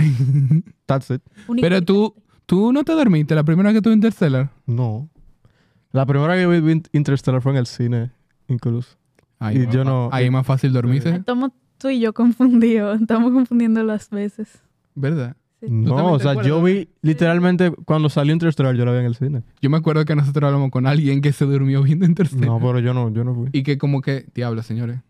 [SPEAKER 2] That's it.
[SPEAKER 1] Pero tú, tú no te dormiste la primera vez que tuve Interstellar.
[SPEAKER 2] No. La primera que vi vi Interstellar fue en el cine, incluso.
[SPEAKER 1] Ahí
[SPEAKER 2] Y
[SPEAKER 1] va-
[SPEAKER 2] yo no-
[SPEAKER 1] Ahí es más fácil dormirse,
[SPEAKER 3] Estamos tú y yo confundidos. Estamos confundiendo las veces.
[SPEAKER 1] ¿verdad?
[SPEAKER 2] No, o sea, yo vi literalmente cuando salió Interstellar, yo la vi en el cine.
[SPEAKER 1] Yo me acuerdo que nosotros hablamos con alguien que se durmió viendo Interstellar.
[SPEAKER 2] No, pero yo no, yo no fui.
[SPEAKER 1] Y que como que, diablo, señores.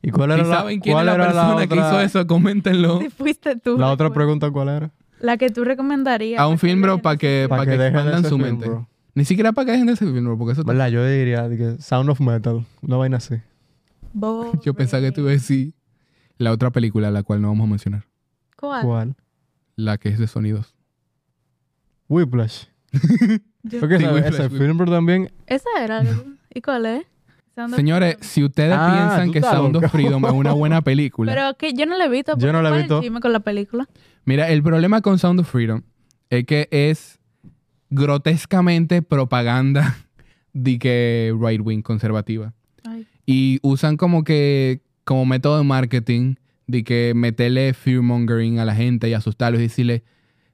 [SPEAKER 2] ¿Y cuál
[SPEAKER 1] Si
[SPEAKER 2] era la,
[SPEAKER 1] saben quién es
[SPEAKER 2] cuál
[SPEAKER 1] la
[SPEAKER 2] era
[SPEAKER 1] persona que
[SPEAKER 2] otra-
[SPEAKER 1] hizo eso, coméntenlo.
[SPEAKER 3] Si fuiste tú.
[SPEAKER 2] La otra
[SPEAKER 3] recuerdo.
[SPEAKER 2] pregunta, ¿cuál era?
[SPEAKER 3] La que tú recomendarías.
[SPEAKER 1] A un film, bro, para que,
[SPEAKER 2] Para
[SPEAKER 1] pa' que,
[SPEAKER 2] que dejen
[SPEAKER 1] expandan
[SPEAKER 2] ese
[SPEAKER 1] su
[SPEAKER 2] film,
[SPEAKER 1] mente.
[SPEAKER 2] bro.
[SPEAKER 1] Ni siquiera para que dejen de ese film, bro, porque eso...
[SPEAKER 2] ¿Verdad? Yo diría de que Sound of Metal, una vaina así.
[SPEAKER 3] Boring.
[SPEAKER 1] Yo pensaba que tú ibas a decir la otra película, la cual no vamos a mencionar.
[SPEAKER 3] ¿Cuál?
[SPEAKER 2] ¿Cuál?
[SPEAKER 1] La que es de sonidos.
[SPEAKER 2] Whiplash.
[SPEAKER 3] Yo-
[SPEAKER 2] Porque
[SPEAKER 1] Sí,
[SPEAKER 2] esa-
[SPEAKER 1] Whiplash,
[SPEAKER 2] ese
[SPEAKER 1] Whiplash.
[SPEAKER 2] film, bro, también
[SPEAKER 3] Esa era. la- ¿Y cuál es? Sound of
[SPEAKER 1] Señores,
[SPEAKER 3] Freedom.
[SPEAKER 1] si ustedes
[SPEAKER 2] Ah,
[SPEAKER 1] piensan
[SPEAKER 2] tú
[SPEAKER 1] que
[SPEAKER 2] estás
[SPEAKER 1] Sound
[SPEAKER 2] loca.
[SPEAKER 1] of Freedom es una buena película...
[SPEAKER 3] Pero que yo no la he visto.
[SPEAKER 2] Yo no la he
[SPEAKER 3] ¿cuál es el
[SPEAKER 2] visto.
[SPEAKER 3] chisme con la película.
[SPEAKER 1] Mira, el problema con Sound of Freedom es que es grotescamente propaganda de que right wing conservativa.
[SPEAKER 3] Ay.
[SPEAKER 1] Y usan como que, como método de marketing, de que meterle fearmongering a la gente y asustarlos y decirle,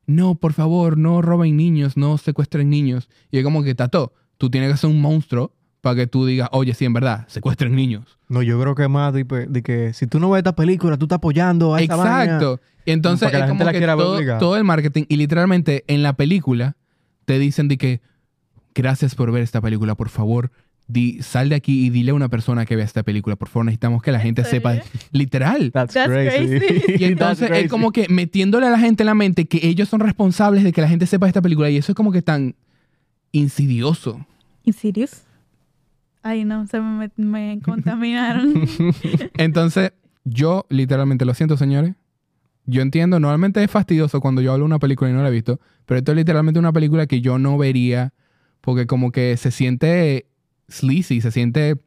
[SPEAKER 1] no, por favor, no roben niños, no secuestren niños. Y es como que, Tato, tú tienes que ser un monstruo para que tú digas, oye, sí, en verdad, secuestren niños.
[SPEAKER 2] No, yo creo que más de, de que si tú no ves esta película, tú estás apoyando a esa vaina.
[SPEAKER 1] Exacto. Y entonces
[SPEAKER 2] Para que
[SPEAKER 1] es
[SPEAKER 2] la gente
[SPEAKER 1] como
[SPEAKER 2] la
[SPEAKER 1] que
[SPEAKER 2] quiera ver
[SPEAKER 1] todo,
[SPEAKER 2] obligada.
[SPEAKER 1] todo el marketing y literalmente en la película te dicen de que gracias por ver esta película, por favor, di, sal de aquí y dile a una persona que vea esta película, por favor, necesitamos que la gente sepa
[SPEAKER 3] serio?
[SPEAKER 1] literal.
[SPEAKER 2] That's,
[SPEAKER 3] That's
[SPEAKER 2] crazy.
[SPEAKER 3] crazy.
[SPEAKER 1] Y
[SPEAKER 2] eh,
[SPEAKER 1] entonces es como que metiéndole a la gente en la mente que ellos son responsables de que la gente sepa esta película y eso es como que tan insidioso.
[SPEAKER 3] ¿In serious? Ay, no, se me, me contaminaron.
[SPEAKER 1] Entonces, yo literalmente, lo siento, señores. Yo entiendo, normalmente es fastidioso cuando yo hablo de una película y no la he visto, pero esto es literalmente una película que yo no vería porque como que se siente sleazy, se siente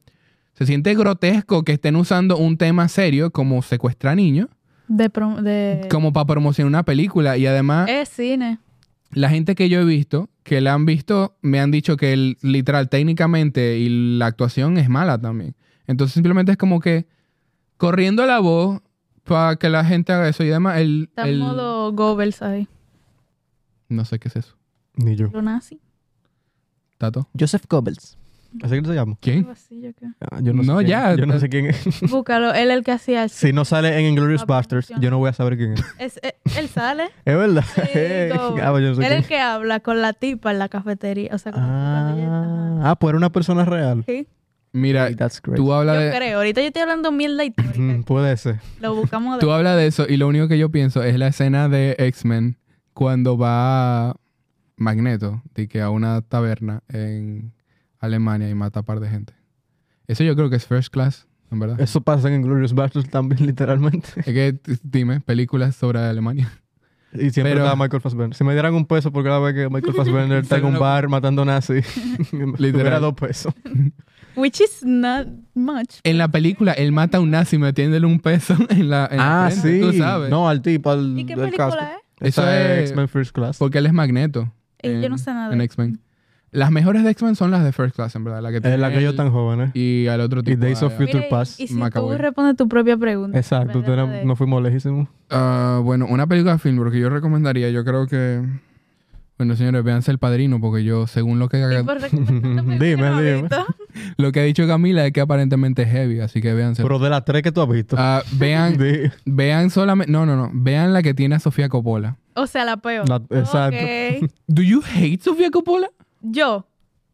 [SPEAKER 1] se siente grotesco que estén usando un tema serio como secuestrar niños
[SPEAKER 3] De, prom- de...
[SPEAKER 1] como para promocionar una película y además
[SPEAKER 3] Es cine.
[SPEAKER 1] la gente que yo he visto que la han visto me han dicho que el, literal técnicamente y la actuación es mala también. Entonces simplemente es como que corriendo la voz para que la gente haga eso y además el,
[SPEAKER 3] Está
[SPEAKER 1] el-
[SPEAKER 3] en modo Goebbels ahí.
[SPEAKER 1] no sé qué es eso.
[SPEAKER 2] Ni yo.
[SPEAKER 3] Lo nazi.
[SPEAKER 1] Tato.
[SPEAKER 2] Joseph Goebbels. ¿Así que se llama?
[SPEAKER 1] ¿Quién?
[SPEAKER 3] Algo así, yo creo.
[SPEAKER 2] Ah, yo no, sé
[SPEAKER 1] No,
[SPEAKER 2] quién-
[SPEAKER 1] ya.
[SPEAKER 2] Yo no sé quién es.
[SPEAKER 3] Búscalo, él el que hacía el...
[SPEAKER 2] Si no sale en
[SPEAKER 3] Ah,
[SPEAKER 2] Inglourious
[SPEAKER 3] pues,
[SPEAKER 2] Basterds, yo no voy a saber quién es.
[SPEAKER 3] Es- eh, él sale.
[SPEAKER 2] Es verdad. Hey.
[SPEAKER 3] Goebbels.
[SPEAKER 2] Ah, pues yo no sé
[SPEAKER 3] él
[SPEAKER 2] quién
[SPEAKER 3] el
[SPEAKER 2] es.
[SPEAKER 3] que habla con la tipa en la cafetería. O sea, con cuando ella-
[SPEAKER 2] Ah,
[SPEAKER 3] ajá.
[SPEAKER 2] ah, pues era una persona real.
[SPEAKER 3] Sí,
[SPEAKER 1] Mira,
[SPEAKER 2] Hey, That's great.
[SPEAKER 1] tú hablas
[SPEAKER 3] Yo
[SPEAKER 1] de
[SPEAKER 3] creo. Ahorita yo estoy hablando mierda y
[SPEAKER 2] Mm, puede ser.
[SPEAKER 3] lo buscamos
[SPEAKER 1] tú
[SPEAKER 3] de...
[SPEAKER 1] hablas de eso y lo único que yo pienso es la escena de X-Men cuando va Magneto de que a una taberna en Alemania y mata a par de gente. Eso yo creo que es first class, en verdad.
[SPEAKER 2] Eso pasa en Inglourious Basterds también, literalmente.
[SPEAKER 1] Es que, t- dime, películas sobre Alemania.
[SPEAKER 2] Y siempre
[SPEAKER 1] Pero-
[SPEAKER 2] estaba Michael Fassbender. Si me dieran un peso por cada vez que Michael Fassbender está en un
[SPEAKER 1] Seguro.
[SPEAKER 2] bar matando nazis, tuviera dos pesos.
[SPEAKER 3] Which is not much.
[SPEAKER 1] En la película, él mata a un nazi metiéndole un peso en la. en la
[SPEAKER 2] Ah, sí.
[SPEAKER 1] frente, Tú sabes.
[SPEAKER 2] No, al tipo, al
[SPEAKER 3] ¿Y qué
[SPEAKER 2] del
[SPEAKER 3] película
[SPEAKER 2] casco.
[SPEAKER 3] es?
[SPEAKER 1] Eso
[SPEAKER 2] Esa es
[SPEAKER 1] es-
[SPEAKER 2] X-Men First Class.
[SPEAKER 1] Porque él es Magneto.
[SPEAKER 3] Y Eh, yo no
[SPEAKER 1] en-
[SPEAKER 3] sé nada.
[SPEAKER 1] En
[SPEAKER 3] de-
[SPEAKER 1] X-Men. Las mejores de X-Men son las de First Class, en verdad. La que
[SPEAKER 2] Es la que yo
[SPEAKER 1] él
[SPEAKER 2] tan joven, ¿eh?
[SPEAKER 1] Y al otro tipo.
[SPEAKER 2] Days of
[SPEAKER 1] ah,
[SPEAKER 2] Future
[SPEAKER 3] y-
[SPEAKER 2] Past,
[SPEAKER 3] Y, si
[SPEAKER 1] Macaboy.
[SPEAKER 3] tú respondes tu propia pregunta.
[SPEAKER 2] Exacto, tú
[SPEAKER 3] ¿verdad?
[SPEAKER 2] eras-
[SPEAKER 3] De-
[SPEAKER 2] nos fuimos lejísimos.
[SPEAKER 1] ah, bueno, una película de film que yo recomendaría, yo creo que. Bueno, señores, véanse El Padrino, porque yo, según lo que,
[SPEAKER 3] Y por recomendar tu película
[SPEAKER 2] Dime,
[SPEAKER 3] no he
[SPEAKER 2] dime.
[SPEAKER 3] visto.
[SPEAKER 1] lo que ha dicho Camila es que aparentemente es heavy, así que véanse.
[SPEAKER 2] Pero de las tres que tú has visto.
[SPEAKER 1] Ah, vean,
[SPEAKER 2] de-
[SPEAKER 1] vean solamente. No, no, no. Vean la que tiene a Sofía Coppola.
[SPEAKER 3] O sea, la peor.
[SPEAKER 2] la- exacto.
[SPEAKER 3] Ok.
[SPEAKER 1] ¿Do you hate Sofía Coppola?
[SPEAKER 3] Yo.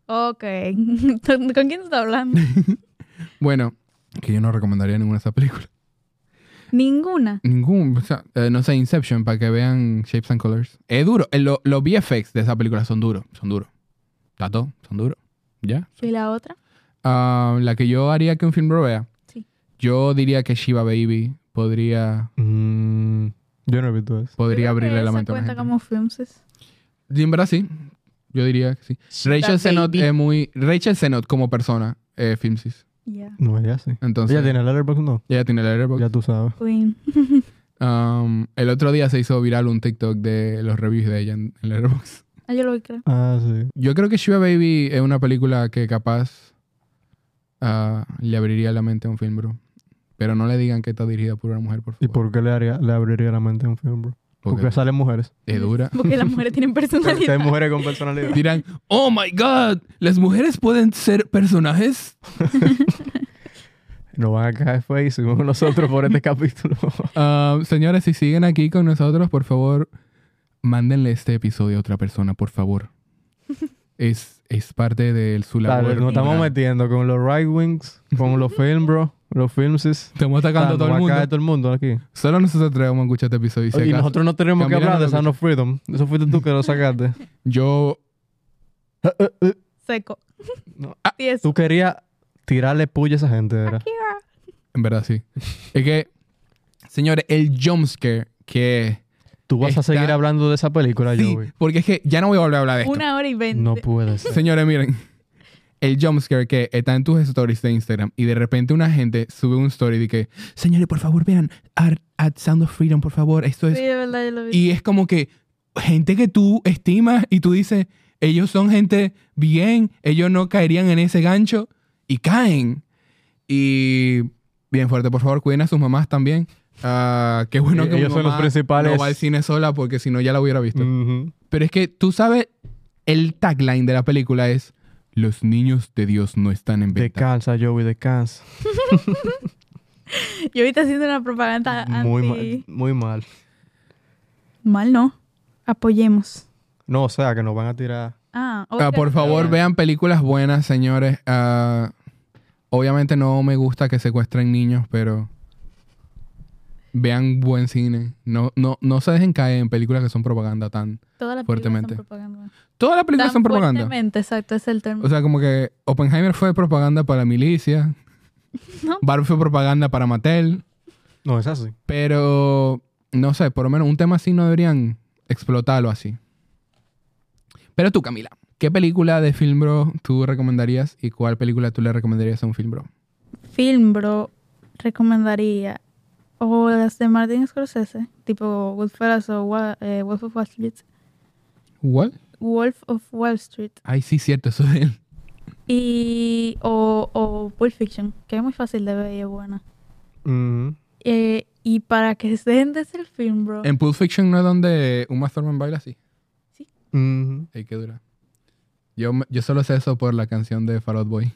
[SPEAKER 3] Ok. ¿Con quién tú estás hablando?
[SPEAKER 1] Bueno, que yo no recomendaría ninguna de esas películas.
[SPEAKER 3] Ninguna.
[SPEAKER 1] Ningún, o sea, eh, no sé, Inception, para que vean Shapes and Colors. Es duro. eh, lo- los VFX de esa película son duros, son duros. Tato, son duros. ¿Ya?
[SPEAKER 3] ¿Y la otra?
[SPEAKER 1] Ah, la que yo haría que un film lo vea.
[SPEAKER 3] Sí.
[SPEAKER 1] Yo diría que Shiva Baby podría,
[SPEAKER 2] Mm, yo no he visto eso.
[SPEAKER 1] podría
[SPEAKER 3] Yo creo que
[SPEAKER 1] abrirle la
[SPEAKER 3] esa
[SPEAKER 1] mente a la
[SPEAKER 3] cuenta
[SPEAKER 1] gente.
[SPEAKER 3] como filmses.
[SPEAKER 1] Y En verdad sí. Yo diría que sí. Rachel Zenot es muy... Rachel Zenot como persona, eh, Filmsis.
[SPEAKER 3] Ya.
[SPEAKER 2] No, ella sí.
[SPEAKER 1] Entonces...
[SPEAKER 2] ¿Ella tiene Letterboxd? No,
[SPEAKER 1] ella tiene Letterboxd.
[SPEAKER 2] ya tú sabes.
[SPEAKER 3] Queen.
[SPEAKER 1] Um, el otro día se hizo viral un TikTok de los reviews de ella en, en Letterboxd.
[SPEAKER 3] Ah, yo lo vi, creo.
[SPEAKER 2] Ah, sí.
[SPEAKER 1] Yo creo que Shiva Baby es una película que capaz ah, le abriría la mente a un film, bro. Pero no le digan que está dirigida por una mujer, por
[SPEAKER 2] ¿Y
[SPEAKER 1] favor.
[SPEAKER 2] por qué le, haría, le abriría la mente a un film, bro? Porque,
[SPEAKER 1] Porque
[SPEAKER 2] salen mujeres.
[SPEAKER 1] es dura.
[SPEAKER 3] Porque las mujeres tienen
[SPEAKER 2] Porque hay
[SPEAKER 3] personalidad.
[SPEAKER 2] mujeres con personalidad.
[SPEAKER 1] Dirán, oh my god, las mujeres pueden ser personajes.
[SPEAKER 2] Nos van a caer feísimos nosotros por este capítulo.
[SPEAKER 1] Ah, señores, si siguen aquí con nosotros, por favor, mándenle este episodio a otra persona, por favor. es, es parte de su labor.
[SPEAKER 2] Dale, nos estamos
[SPEAKER 1] moral.
[SPEAKER 2] metiendo con los right wings, con los film, bro, los filmses.
[SPEAKER 1] Estamos atacando a todo el
[SPEAKER 2] Nos va a
[SPEAKER 1] mundo.
[SPEAKER 2] caer todo el mundo aquí.
[SPEAKER 1] Solo nosotros atrevemos a escuchar este episodio. Y si
[SPEAKER 2] Y
[SPEAKER 1] acaso,
[SPEAKER 2] nosotros no tenemos que
[SPEAKER 1] Camila
[SPEAKER 2] hablar
[SPEAKER 1] no
[SPEAKER 2] de
[SPEAKER 1] lo
[SPEAKER 2] Sound of Freedom. Eso fuiste tú que lo sacaste.
[SPEAKER 1] Yo.
[SPEAKER 2] eh,
[SPEAKER 3] Seco.
[SPEAKER 2] No.
[SPEAKER 3] Tieso.
[SPEAKER 2] Tú querías tirarle puya a esa gente,
[SPEAKER 1] Ah,
[SPEAKER 2] ¿verdad?
[SPEAKER 1] En verdad, sí. es que, señores, el jumpscare que.
[SPEAKER 2] Tú vas a
[SPEAKER 1] Está-
[SPEAKER 2] seguir hablando de esa película,
[SPEAKER 1] Sí,
[SPEAKER 2] Joey.
[SPEAKER 1] porque es que ya no voy a volver a hablar de esto.
[SPEAKER 3] Una hora y veinte.
[SPEAKER 2] No puede ser.
[SPEAKER 1] Señores, miren. El jumpscare que está en tus stories de Instagram y de repente una gente sube un story de que, señores, por favor, vean, at, at Sound of Freedom, por favor, esto es.
[SPEAKER 3] Sí, de verdad, yo lo vi.
[SPEAKER 1] Y es como que gente que tú estimas y tú dices, ellos son gente bien, ellos no caerían en ese gancho y caen. Y bien fuerte, por favor, cuiden a sus mamás también. Ah, qué bueno
[SPEAKER 2] E-
[SPEAKER 1] que mi
[SPEAKER 2] ellos son los
[SPEAKER 1] mamá
[SPEAKER 2] principales. Mm.
[SPEAKER 1] no va al cine sola porque si no ya la hubiera visto.
[SPEAKER 2] Ujú.
[SPEAKER 1] Pero es que tú sabes, el tagline de la película es Los niños de Dios no están en venta.
[SPEAKER 2] Descansa, Joey, descansa.
[SPEAKER 3] Yo ahorita haciendo una propaganda
[SPEAKER 2] Muy,
[SPEAKER 3] anti...
[SPEAKER 2] mal, muy mal.
[SPEAKER 3] Mal no. Apoyemos.
[SPEAKER 2] No, o sea, que nos van a tirar.
[SPEAKER 3] Ah,
[SPEAKER 1] Ah, por
[SPEAKER 3] otra.
[SPEAKER 1] favor, vean películas buenas, señores. Ah, obviamente no me gusta que secuestren niños, pero vean buen cine. No, no, no se dejen caer en películas que son propaganda tan.
[SPEAKER 3] Todas las películas
[SPEAKER 1] fuertemente.
[SPEAKER 3] son propaganda.
[SPEAKER 1] Todas las películas
[SPEAKER 3] Tan
[SPEAKER 1] son propaganda.
[SPEAKER 3] fuertemente, exacto, es el término.
[SPEAKER 1] O sea, como que Oppenheimer fue propaganda para la milicia.
[SPEAKER 3] No.
[SPEAKER 1] Barbie fue propaganda para Mattel.
[SPEAKER 2] No, es así.
[SPEAKER 1] Pero, no sé, por lo menos un tema así no deberían explotarlo así. Pero tú, Camila, ¿qué película de Film Bro tú recomendarías y cuál película tú le recomendarías a un Film Bro?
[SPEAKER 3] Film, bro, recomendaría. O las de Martin Scorsese, tipo Goodfellas o Wa- eh, Wolf of Wall Street.
[SPEAKER 1] ¿Cuál?
[SPEAKER 3] Wolf of Wall Street.
[SPEAKER 1] Ay, sí, cierto, eso de él.
[SPEAKER 3] Y, o, o Pulp Fiction, que es muy fácil de ver y es buena.
[SPEAKER 2] Ujú.
[SPEAKER 3] Eh, y para que se dejen de ser film, bro.
[SPEAKER 1] En Pulp Fiction no es donde Uma Thurman baila así.
[SPEAKER 2] Ujú.
[SPEAKER 1] Ay, qué dura. Yo, me- yo solo sé eso por la canción de Fall Out Boy.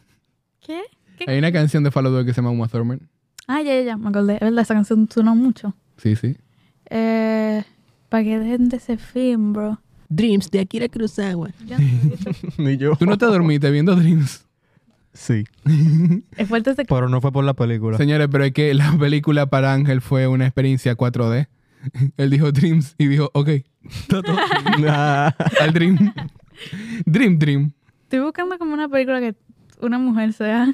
[SPEAKER 3] ¿Qué? ¿Qué?
[SPEAKER 1] Hay una canción de Fall Out Boy que se llama Uma Thurman.
[SPEAKER 3] Ah, ya, ya, ya, me acordé. Es verdad, esa canción suena mucho.
[SPEAKER 1] Sí, sí.
[SPEAKER 3] Eh, para que dejen de ser film, bro.
[SPEAKER 4] Dreams de Akira Kurosawa.
[SPEAKER 3] Ya no he visto.
[SPEAKER 2] Ni yo.
[SPEAKER 1] Tú no te dormiste viendo Dreams.
[SPEAKER 2] Sí.
[SPEAKER 3] es fuerte ese
[SPEAKER 2] Pero no fue por la película.
[SPEAKER 1] Señores, pero es que la película para Ángel fue una experiencia 4D. Él dijo Dreams y dijo, ok,
[SPEAKER 2] Nah.
[SPEAKER 1] al Dream. Dream, Dream.
[SPEAKER 3] Estoy buscando como una película que una mujer sea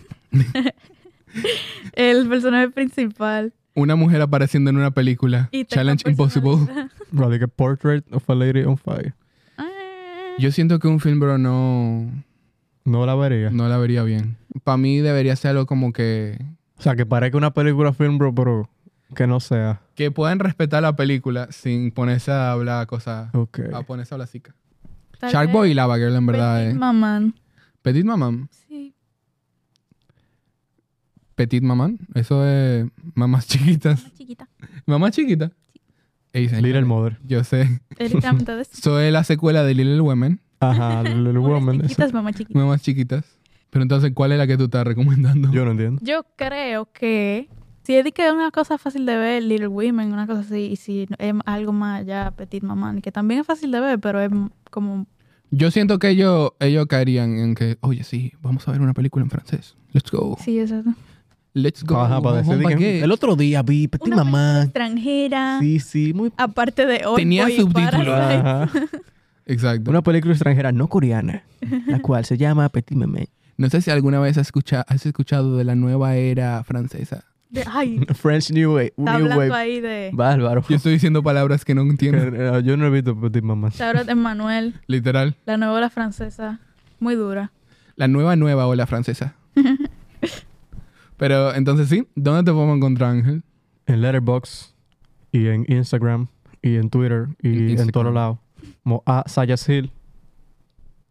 [SPEAKER 3] el personaje principal.
[SPEAKER 1] Una mujer apareciendo en una película.
[SPEAKER 3] Y tenga
[SPEAKER 1] Challenge Impossible.
[SPEAKER 3] personalidad.
[SPEAKER 2] Bro, de que Portrait of a Lady on Fire.
[SPEAKER 3] Ah.
[SPEAKER 1] Yo siento que un film, bro, no,
[SPEAKER 2] No la vería.
[SPEAKER 1] no la vería bien. Para mí debería ser algo como que...
[SPEAKER 2] O sea, que parezca una película film, bro, pero que no sea.
[SPEAKER 1] Que puedan respetar la película sin ponerse a hablar cosas...
[SPEAKER 2] Ok.
[SPEAKER 1] A ponerse a hablar cica.
[SPEAKER 3] Tal
[SPEAKER 1] Sharkboy y
[SPEAKER 3] vez Pues,
[SPEAKER 1] Lava Girl, en verdad.
[SPEAKER 3] Petit
[SPEAKER 1] eh.
[SPEAKER 3] Maman.
[SPEAKER 1] Petit Maman.
[SPEAKER 3] Sí.
[SPEAKER 1] Petit Maman. Eso es mamás chiquitas.
[SPEAKER 3] Más chiquita.
[SPEAKER 1] Mamá chiquita. Ey, señores,
[SPEAKER 2] Little Mother.
[SPEAKER 1] Yo sé.
[SPEAKER 3] Es literalmente de eso.
[SPEAKER 1] Soy la secuela de Little Women,
[SPEAKER 2] Ajá, Little
[SPEAKER 3] Mujeres
[SPEAKER 2] Woman. esa.
[SPEAKER 3] chiquitas, mamá chiquita.
[SPEAKER 1] mamás chiquitas. Pero entonces, ¿cuál es la que tú estás recomendando?
[SPEAKER 2] Yo no entiendo.
[SPEAKER 3] Yo creo que si es de que es una cosa fácil de ver, Little Women, una cosa así, y si es algo más ya Petit Maman, que también es fácil de ver, pero es como
[SPEAKER 1] Yo siento que ellos, ellos caerían en que, oye, sí, vamos a ver una película en francés. Let's go.
[SPEAKER 3] sí, exacto.
[SPEAKER 1] Let's go.
[SPEAKER 2] Ajá, para
[SPEAKER 1] Home
[SPEAKER 2] decir que-
[SPEAKER 1] baguette.
[SPEAKER 4] El otro día vi Petit
[SPEAKER 3] Una
[SPEAKER 4] Mamá.
[SPEAKER 3] Extranjera.
[SPEAKER 2] Sí, sí, muy.
[SPEAKER 3] Aparte de hoy.
[SPEAKER 1] Tenía subtítulos.
[SPEAKER 2] Ajá.
[SPEAKER 1] Exacto.
[SPEAKER 4] Una película extranjera no coreana, la cual se llama Petit Mamá.
[SPEAKER 1] No sé si alguna vez has escuchado, has escuchado de la nueva era francesa.
[SPEAKER 3] De, ay,
[SPEAKER 2] French New Wave.
[SPEAKER 3] está
[SPEAKER 2] New
[SPEAKER 3] hablando
[SPEAKER 2] Wave.
[SPEAKER 3] ahí de.
[SPEAKER 2] Bárbaro.
[SPEAKER 1] Yo estoy diciendo palabras que no entiendo.
[SPEAKER 2] Que, eh, Yo no he visto Petit Mamá.
[SPEAKER 3] Shout de Emmanuel,
[SPEAKER 1] Literal.
[SPEAKER 3] la nueva ola francesa, muy dura.
[SPEAKER 1] La nueva, nueva ola francesa. Pero entonces sí, ¿dónde te podemos encontrar, Ángel?
[SPEAKER 2] En Letterboxd y en Instagram y en Twitter y
[SPEAKER 1] En
[SPEAKER 2] en
[SPEAKER 1] Instagram.
[SPEAKER 2] todos lados. Como a Sayas Hill.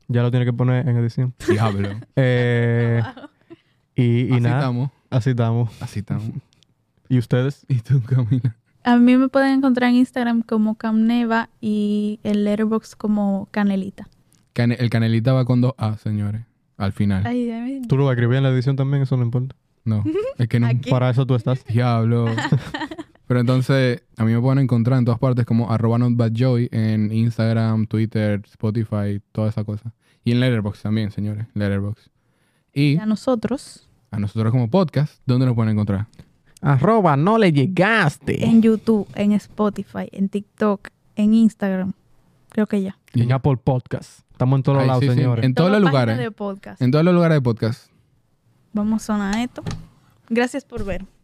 [SPEAKER 2] Ya lo tiene que poner en edición.
[SPEAKER 1] Diablo.
[SPEAKER 2] Eh, y y
[SPEAKER 1] Así
[SPEAKER 2] nada,
[SPEAKER 1] estamos.
[SPEAKER 2] así estamos.
[SPEAKER 1] Así estamos.
[SPEAKER 2] ¿Y ustedes?
[SPEAKER 1] Y tú, Camila.
[SPEAKER 3] A mí me pueden encontrar en Instagram como Camneva y el Letterboxd como Canelita.
[SPEAKER 1] Cane- el canelita va con dos A, señores. Al final.
[SPEAKER 3] Ay, ay,
[SPEAKER 2] ¿Tú lo vas a escribir en la edición también? Eso no importa.
[SPEAKER 1] No. Es que no.
[SPEAKER 3] Aquí.
[SPEAKER 2] Para eso tú estás.
[SPEAKER 1] Diablo. Pero entonces, a mí me pueden encontrar en todas partes como arroba notbadjoy en Instagram, Twitter, Spotify, toda esa cosa. Y en Letterboxd también, señores. Letterboxd. Y
[SPEAKER 3] a nosotros
[SPEAKER 1] a nosotros como podcast, ¿dónde nos pueden encontrar?
[SPEAKER 4] Arroba, no le llegaste.
[SPEAKER 3] en YouTube, en Spotify, en TikTok, en Instagram. Creo que ya.
[SPEAKER 1] Y-
[SPEAKER 2] En Apple Podcast. Estamos en todos
[SPEAKER 1] Ay,
[SPEAKER 2] lados,
[SPEAKER 1] sí, sí.
[SPEAKER 2] señores.
[SPEAKER 1] En todos los
[SPEAKER 3] Todas partes
[SPEAKER 1] lugares.
[SPEAKER 3] de podcast.
[SPEAKER 1] En todos los lugares de podcast.
[SPEAKER 3] Vamos a sonar esto. Gracias por ver.